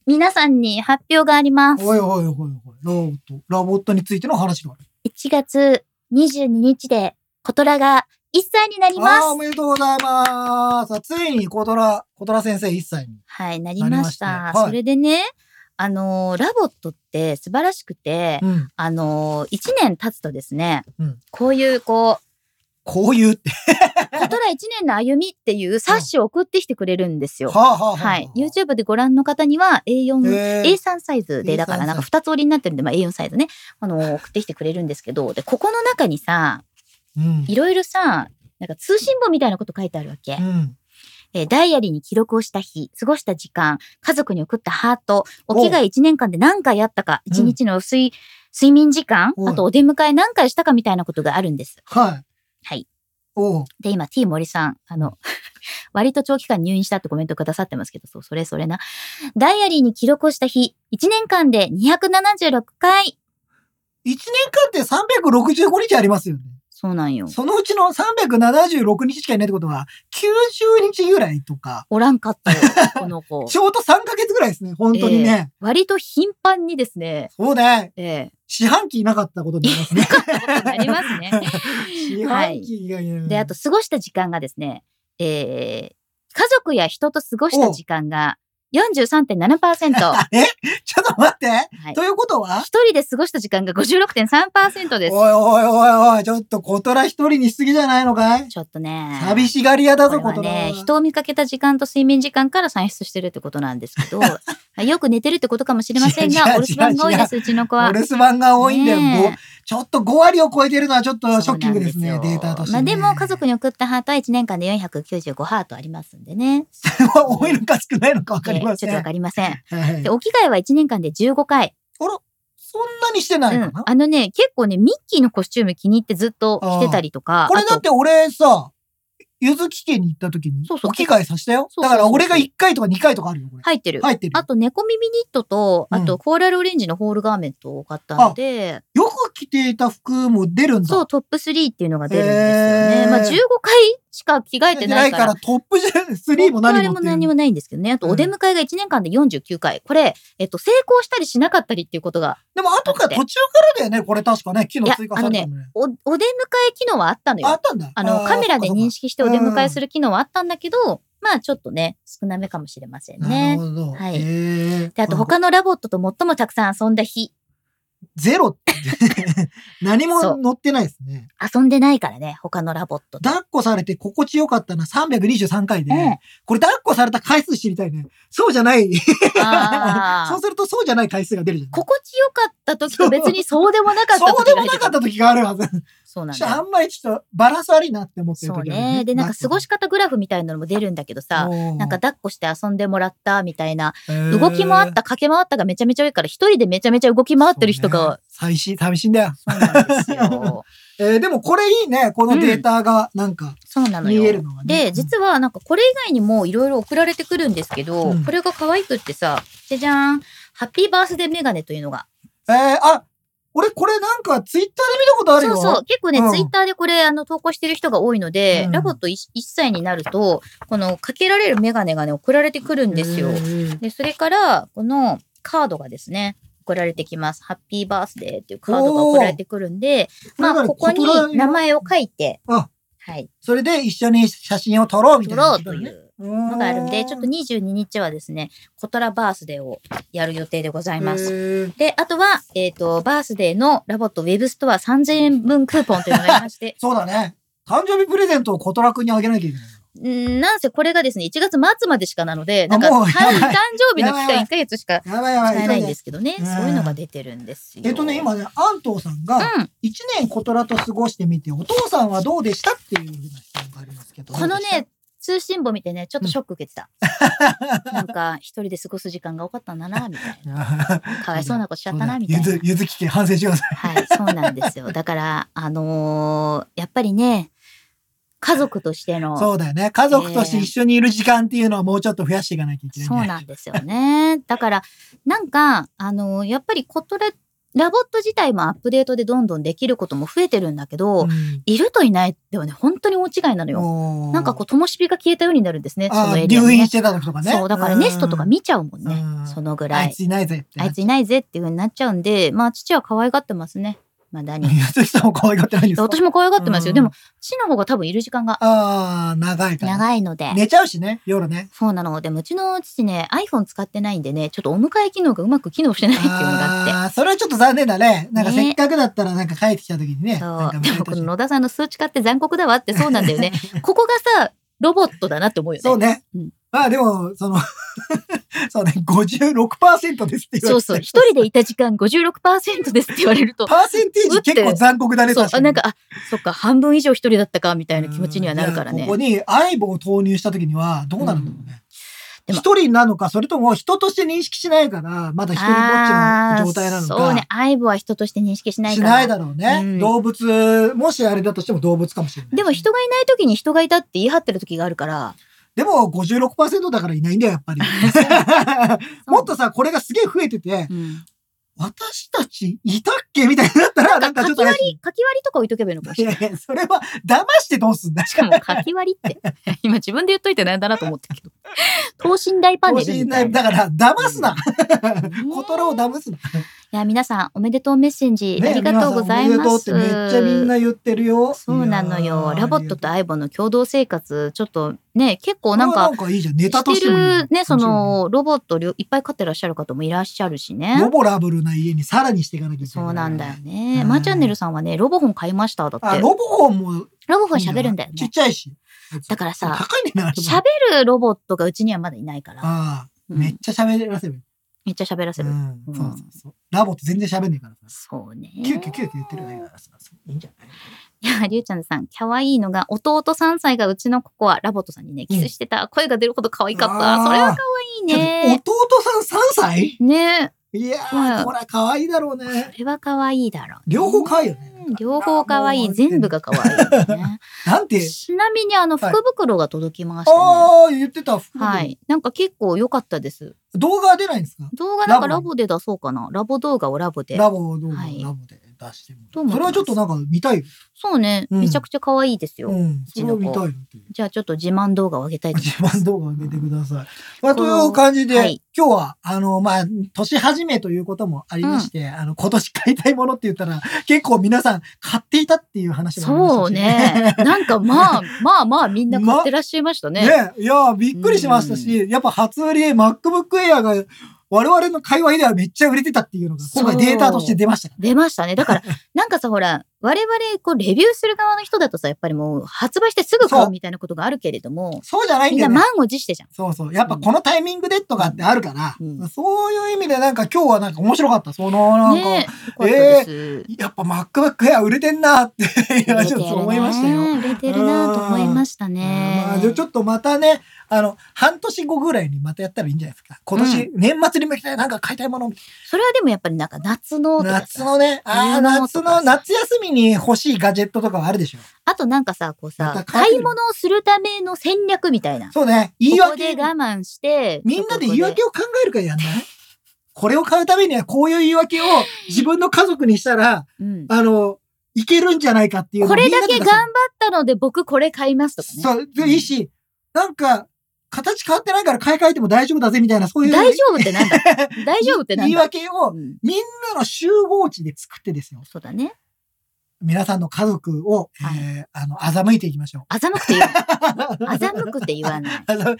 C: 皆さんに発表があります。
B: ボット通信はいおいおいおいおい。ラボット、ラボットについての話がある。
C: 1月22日で、コトラが1歳になりま
B: ああー、お
C: す。
B: めでとうございます。さあついに小虎、小虎先生一歳に。
C: はい、なりました。
B: なりましたはい
C: それでね、あのーラボットって素晴らしくて、
B: うん。
C: あのー、1年経つとですね、
B: うん
C: こういう、こう、
B: こういうって。
C: コトラ1年の歩みっていう冊子を送ってきてくれるんですよ。
B: はあはあはあ。
C: はい。YouTube でご覧の方には A4
B: えー
C: A3 サイズで、だから
B: A3
C: なんか2つ折りになってるんで、まあ、A4 サイズね、あの、送ってきてくれるんですけど、で、ここの中にさ、
B: うん
C: いろいろさ、なんか通信簿みたいなこと書いてあるわけ
B: う。ん。
C: えーダイアリーに記録をした日、過ごした時間、家族に送ったハート、お着替え1年間で何回あったか、
B: うん
C: 1日の睡,、睡眠時間、
B: おい
C: あとお出迎え何回したかみたいなことがあるんです。
B: はい。
C: はい。
B: おう。
C: で、今、T 森さん、あの、 [LAUGHS] 割と長期間入院したってコメントくださってますけど、そう、それそれな。ダイアリーに記録をした日、1年間で276回。
B: 1年間って365日ありますよね。
C: そうなんよ。
B: そのうちの376日しかいないってことは、90日ぐらいとか、
C: おらんかったよ、この
B: [LAUGHS]
C: 子。
B: ちょうど3ヶ月ぐらいですね、本当にね。
C: 割と頻繁にですね、
B: そうね。
C: え
B: 四半期いなかったことになり
C: [LAUGHS]
B: ますね。
C: えことになりますね。
B: 四半期がいない、
C: で、あと、過ごした時間がですね、えー家族や人と過ごした時間が43.7%。
B: [LAUGHS]
C: は
B: あえちょっと待って、
C: い。
B: ということは
C: 一人で過ごした時間が56.3%
B: おい
C: です。
B: おいおいおい、ちょっと小虎一人にしすぎじゃないのかい
C: ちょっとね。
B: 寂しがり屋だぞ、
C: こ
B: 小
C: れ
B: 虎。
C: はね、人を見かけた時間と睡眠時間から算出してるってことなんで
B: [LAUGHS]
C: すけど、まあよく寝てるってことかもしれません
B: 違う違う
C: が、お留守番が多いです、うちの子は。
B: お留守番が多いんだよ、
C: ねえ
B: ごちょっと5割を超えてるのはちょっとショッキングですね、
C: そうなん
B: デ
C: よ
B: ータとして、
C: まあ
B: ね。
C: でも家族に送ったハートは1年間で495ハートありますんでね。
B: [LAUGHS] 多いのか少ないのかわかりま
C: ち
B: せ
C: ょ
B: ん。
C: っとわかりません。
B: はい
C: で、お着替えは1年間で15回。
B: あら、そんなにしてないか
C: うん
B: な、
C: あのね、結構ね、ミッキーのコスチューム気に入ってずっと着てたりとか。
B: これだ
C: あ
B: っ
C: と
B: て俺さ、ゆずき家に行った時に
C: そうそう
B: お着替えさせたよ。
C: そうそう
B: だから俺が1回とか2回とかあるよ、これ。
C: 入ってる。
B: 入ってる
C: あ
B: よ。
C: と、猫耳ニットと、あ
B: う
C: と、コーラルオレンジのホールガーメントを買ったので、
B: よく着ていた服も出るんだ。
C: そう、トップ3っていうのが出るんですよ
B: へ
C: ね。
B: ー
C: まあ、15回しか着替えてないから。
B: トップ3も何もっていう。
C: 何もないんですけどね。あと、
B: うん
C: お出迎えが1年間で49回。これ、えっと、成功したりしなかったりっていうことが、
B: でも後から途中からだよね、これ確かね、機能追加されたのね。
C: お、お出迎え機能はあったの
B: あ
C: よ
B: っ。たんだ。
C: あの、カメラで認
B: 識
C: 識してお出迎えする機能はあったんだけど、まあ、ちょっとね、少なめかもしれません
B: なる
C: ね。
B: ほど。
C: はい
B: へー
C: で、あと、他のラボットと最もたくさん遊んだ日。
B: ゼ
C: [LAUGHS]
B: ロって何も
C: そう
B: 載ってないですね。
C: 遊んでないからね、他のラボットと。
B: 抱っこされて心地よかったな323回で、
C: ええ
B: これ抱っこされた回数知りたいね。そうじゃない。 [LAUGHS]
C: あ
B: そう
C: ー
B: するとそうじゃない回数が出るじゃん。
C: 心地よかった時と別にそうでもなかった時
B: そうでも
C: が入
B: な
C: て
B: か
C: た
B: った時があるはず。
C: そうなんだ
B: あ
C: よ。
B: んまりちょっとバランス悪いなって思ってる
C: そう
B: 時ある
C: ね。で、なんか過ごし
B: か
C: 方グラフみたいなのも出るんだけどさ、なんか、抱っこして遊んでもらったみたいな、
B: へー
C: 動き回った、駆け回ったがめちゃめちゃ多いから、一人でめちゃめちゃ動き回ってる人が、
B: そうね寂しい、寂しいんだよ。
C: そうなんで
B: [LAUGHS]
C: すよ。
B: えーでもこれいいね。このデータが、なんか、
C: そうなの
B: 見える
C: よ。
B: のがね。
C: で、実はなんかこれ以外にもいろいろ送られてくるんですけど、
B: うん
C: これが可愛くってさ、じゃじゃーん、ハッピーバースデーメガネというのが。
B: えーあ、俺これなんかツイッターで見たことある
C: そ
B: よ。
C: うそう。結構ね、
B: うん
C: ツイッターでこれ、あの、投稿してる人が多いので、
B: うん
C: ラボット 1, 歳になると、このかけられるメガネがね、送られてくるんですよ
B: へ。ー
C: で、それから、このカードがですね、送られてきます。ハッピーバースデーっていうカードが送られてくるんで、まあ、ここに名。前を書いて、
B: あ
C: はい、
B: それで一緒に写真を撮ろうみた
C: 撮
B: いな
C: ろ
B: こ
C: う
B: だ
C: と
B: よ
C: い
B: ね。
C: う
B: の
C: のがあるんで、ちょっと22日はですね、コトラバースデーをやる予定でございます。
B: す。
C: で、あとは、えっ、と、バースデーのラボットウェブストア3000円分クーポンというのがありまして、
B: そうだね。誕生日プレゼントを小虎くんにあげなきゃいけない。
C: うんなんせこれがですね、1月末までしかなので、なんか、
B: あもう
C: 誕
B: やばい
C: 誕生日の
B: や
C: 期
B: ばいやば
C: 間
B: い
C: 1ヶ月しか
B: やばいやばい。
C: 使えないんですけどね、
B: うん
C: そういうのが出てるんですよ。
B: えっとね、今ね、安藤さんが、
C: うん。
B: 一年小虎と過ごしてみて、お父さんはどうでしたっていうふうな質問がありますけど。
C: このね、通信簿見てね、ちょっとショック受け
B: [LAUGHS]
C: てた。なんか、一人で過ごす時間が多かったんだな、みたい
B: どうでした、
C: な。
B: [LAUGHS]
C: かわいそうなことしちゃったな、みた
B: ゆ
C: いな
B: ず。、ゆずき家反省してください。
C: はい、そうなんで
B: [LAUGHS]
C: すよ。だから、あのーやっぱりね、家族としての、
B: そうだよね。家族として一緒にいる時間っていうのはもうちょっと増やしていかなきゃいけない、ね。
C: そうなんですよね。だから、なんか、あの、やっぱりコトララボット自体もアップデートでどんどんできることも増えてるんだけど、
B: うん
C: いるといないではね、本当に大違いなのよ。
B: おー
C: なんかこう、灯火が消えたようになるんですね、そ
B: あ
C: のエ
B: ー
C: リア、ね。
B: 留飲してた時とかね。
C: そう、だからネストとか見ちゃうもんね。
B: うん
C: そのぐ
B: うんあ
C: ら
B: い
C: い。
B: ついないぜって。
C: あいついないぜっていう風になっちゃうんで、まあ父は可愛がってますね。
B: [LAUGHS]
C: まだに。
B: いや、私さんも可愛がってないんですか
C: 私も可愛がってますよ。
B: うん
C: でも、父の方が多分いる時間が
B: ああ、長いから。
C: 長いので。
B: 寝ちゃうしね、夜ね。
C: そうなの。でもうちの父ね、iPhone 使ってないんでね、ちょっとお迎え機能がうまく機能してないっていうのがあって。
B: あーそれはちょっと残念だね。なんか
C: ね
B: せっかくだったらなんか帰ってきた時にね。なんか
C: そう。
B: 迎
C: で
B: えて
C: も
B: ほ
C: こ
B: しい
C: の野田さんの数値化って残酷だわってそうなんだよね。
B: [LAUGHS]
C: ここがさ、ロボットだなって思うよね。
B: そうね
C: うん。
B: まあでも、その、 [LAUGHS] そうね、56%ですって言わ
C: そう
B: れて
C: そう。一人でいた時間56%ですって言わ
B: [LAUGHS]
C: れると。
B: パーセンテージ結構残酷だね、
C: そう
B: 確か
C: あ
B: に。
C: なんか、あ、そっか、半分以上一人だったか、みたいな気持ちにはなるから
B: うんい
C: ね
B: やここ。に相棒を投入した時にはどうなるんだろうね。
C: でも
B: 一人なのか、それとも人として認識しないから、まだ一人ぼっちの状態なのか。
C: あーそうね、相棒は人として認識しない
B: し
C: から。
B: ないだろうね。
C: うん
B: 動物、もしあれだとしても動物かもしれない。
C: でも、人がいない時に人がいたって言い張ってる時があるから。
B: でも56%だからいないんだよ、やっぱり。 [LAUGHS] もっとさ、これがすげえ増えてて、
C: うん、
B: 私たちいたっけみたいになったら、なんかちょっと怪しい。
C: かき割りとか置いとけばいいのかもし
B: い
C: れな
B: や
C: い。
B: いや、それは騙してどうすんだ。
C: しかも、かき割
B: [LAUGHS]
C: りって。今自分で言っといてなんだなと思ったけど。等身大パネルみたいな。
B: だから、騙すな。コトラを
C: ね
B: 騙すな。
C: いや、皆さん、おめでとうメッセージ、
B: ね
C: ありがとうございま
B: 皆
C: す。
B: さんおめでとうってめっちゃみんな言ってるよ。
C: そうなの
B: いや
C: よ。
B: ー
C: ラボットと相棒の共同生活、ちょっとね、結構なん
B: あ
C: か
B: な、んかいいじゃん。ネタと
C: し
B: しててもいい
C: る
B: よ
C: ね、そ、の、ロボットをいっぱい飼ってらっしゃる方もいらっしゃるし
B: ロ
C: ね。
B: ボラブルな家にさらにしていかなきゃいけない。
C: そうなんだよ。ね。
B: うん
C: マーチャンネルさんはね、ロボ本買いました。だっ
B: あ、
C: て。
B: ロボホンもいいん
C: ロボ
B: じゃな
C: 本
B: い。
C: 喋るんだよ
B: ちっ
C: ね。
B: ちゃいし。
C: だからさ、
B: 高いねんな、あれも
C: 喋るロボットがうちにはまだいないから。
B: ああ、
C: うん
B: めっちゃ喋らせる。
C: めっちゃ喋らせ
B: う
C: る。
B: ん
C: う。ん
B: そうそうそう。ラボって全然喋んねえからさ。
C: そうね。
B: キューキューキューキュー言ってるだけだからさ。そういいんじゃない
C: いや、りゅうちゃんさん、可愛いのが、弟3歳がうちのココア、ラボットさんにね、キスしてた。声が出るほど可愛か
B: あ
C: った。
B: ー
C: それは可愛いね。
B: 弟さん3歳
C: ね
B: いや
C: うん
B: ー、これは可愛いだろう
C: そ
B: ね。
C: れは可愛いだろうね。
B: 両方可愛いよね。
C: うん両方可愛
B: あーも
C: い。
B: う本当に
C: 全部が可愛いよ
B: [LAUGHS]
C: ね。
B: なんて、
C: ちなみに、あの、
B: はい
C: 福袋が届きましたね。
B: ああ、言ってた。服
C: はい。なんか結構良かったです。動
B: 動画は出ないんですか
C: 画なんか
B: ラ
C: ラ
B: ボ
C: ボで出そうかな。ラボ動画をラボで。
B: ラボ動画、
C: はい
B: ラボで出して
C: どう
B: も
C: 思いま
B: それは
C: す
B: ちょっとなんか見たいよ。
C: そうね、
B: うん
C: めちゃくちゃ可愛いですよ。
B: うん、そ
C: ち
B: れ
C: の
B: は見
C: 子
B: たいよっていう。
C: じゃあちょっと自慢動画を上げたいと思い
B: 自
C: ます。
B: 慢動画上げてください。まあ、という感じで、
C: はい
B: 今日は、あの、まあ、年始めということもありまして、あの、今年買いたいものって言ったら、結構皆さん買っていたっていう話もありましたし
C: そうね。。なんかまあ、まあまあみんな買ってらっしゃいましたね。
B: [LAUGHS] ねいや、びっくりしましたし、やっぱ初売り、MacBook Air が、我々の界隈ではめっちゃ売れてたっていうのが、今
C: そ
B: 回
C: う
B: データとして出ましたから。
C: 出ましたね。
B: [LAUGHS]
C: だから、なんかさ、ほら、我々、こう、レビューする側の人だとさ、やっぱりもう、発売してすぐ買うみたいなことがあるけれども、
B: そうじゃないん
C: みん
B: だ
C: な
B: よね
C: 満。を持してじゃん。
B: そうそう。やっぱこのタイミングでとかってあるから、
C: うん
B: そういう意味でなんか今日はなんか面白かった。そのなんか、
C: ねえ、よかったです。
B: やっぱ MacBook Air 売れてんなって、いやちょっと思いましたよ。
C: 売れてるなぁと思いましたね。
B: まあ、じゃあちょっとまたね、あの、半年後ぐらいにまたやったらいいんじゃないですか。今年、年末に向けてなんか買いたいもの、
C: それはでもやっぱりなんか夏のとかさ
B: 夏のね、ああ、
C: 冬のと
B: 夏
C: か
B: の、夏休みに欲しいガジェットとかはあるでしょ。
C: あとなんかさ、こう
B: ま
C: さ
B: た、
C: 買
B: 買
C: い
B: い
C: 物をするための戦略みたいな。
B: そうね、言い
C: ここ
B: 訳
C: で。我慢して、
B: みんなで言い訳
C: を。
B: を考えるからやんないこれを買うためにはこういう言い訳を自分の家族にしたら、
C: うん
B: あの、いけるんじゃないかっていうのを
C: これだけ
B: みん
C: 頑
B: な
C: 張
B: で
C: ったので僕これ買いますとかね。
B: そう、でいいし、なんか、形変わってないから買い替えても大丈夫だぜみたいな、そういう。
C: 大丈夫ってな
B: [LAUGHS]
C: んだ大丈夫ってな
B: 言
C: ん
B: い
C: だ
B: 訳を、
C: う
B: み
C: ん
B: んなの集合地で作ってですよ。
C: そうだね。
B: 皆さんの家族を、
C: はい
B: えーあの、欺いていきましょ
C: 欺くって
B: [LAUGHS]
C: 言う
B: う。
C: [LAUGHS]
B: あ
C: な。欺くって言わない。
B: の、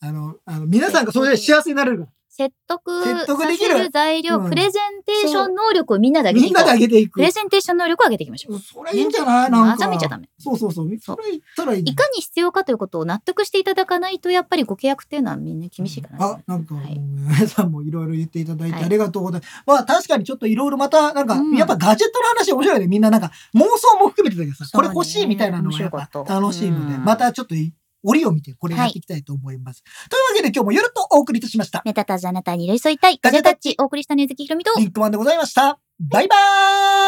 B: あの、あの皆さんがそれで幸せになれるか
C: 説得
B: 説得
C: さ
B: でき
C: せ
B: る
C: る材料、
B: うん
C: プレゼンテーション能力をみんなで
B: ら。
C: 上げて
B: み
C: い
B: ん
C: こ
B: なで
C: う。
B: 上げていく
C: プ。レゼンテーション能力を上げていきましょう。
B: それいいんじゃないなんか。
C: 欺いちゃダメ。
B: そうそうそう。
C: そ
B: そ
C: う
B: れ言ったらいいね。
C: いかに必要かということを納得していただかないと、やっぱりご契約っていうのはみんな厳しいから、ね。
B: あ、なんか、
C: はい
B: 皆さんもいろいろ言っていただいて
C: はい
B: ありがとうございます。まあ確かにちょっといろいろまた、なんか、
C: うん
B: やっぱガジェットの話面白いね。みんななんか妄想も含めてだけどさ、
C: そ
B: こ
C: う
B: れ
C: ね
B: 欲しいみたいなのがやっぱ
C: 面白かった
B: 楽しいので、
C: うん
B: またちょっとい折を見てこれやっていきたいと思います。というわけで今日も夜とお送りいたしました。
C: メタタジャナタに寄り添いたい。ガジェタッチ、お送りしたねずきひろみと。
B: リンクマンでございました。バイバーイ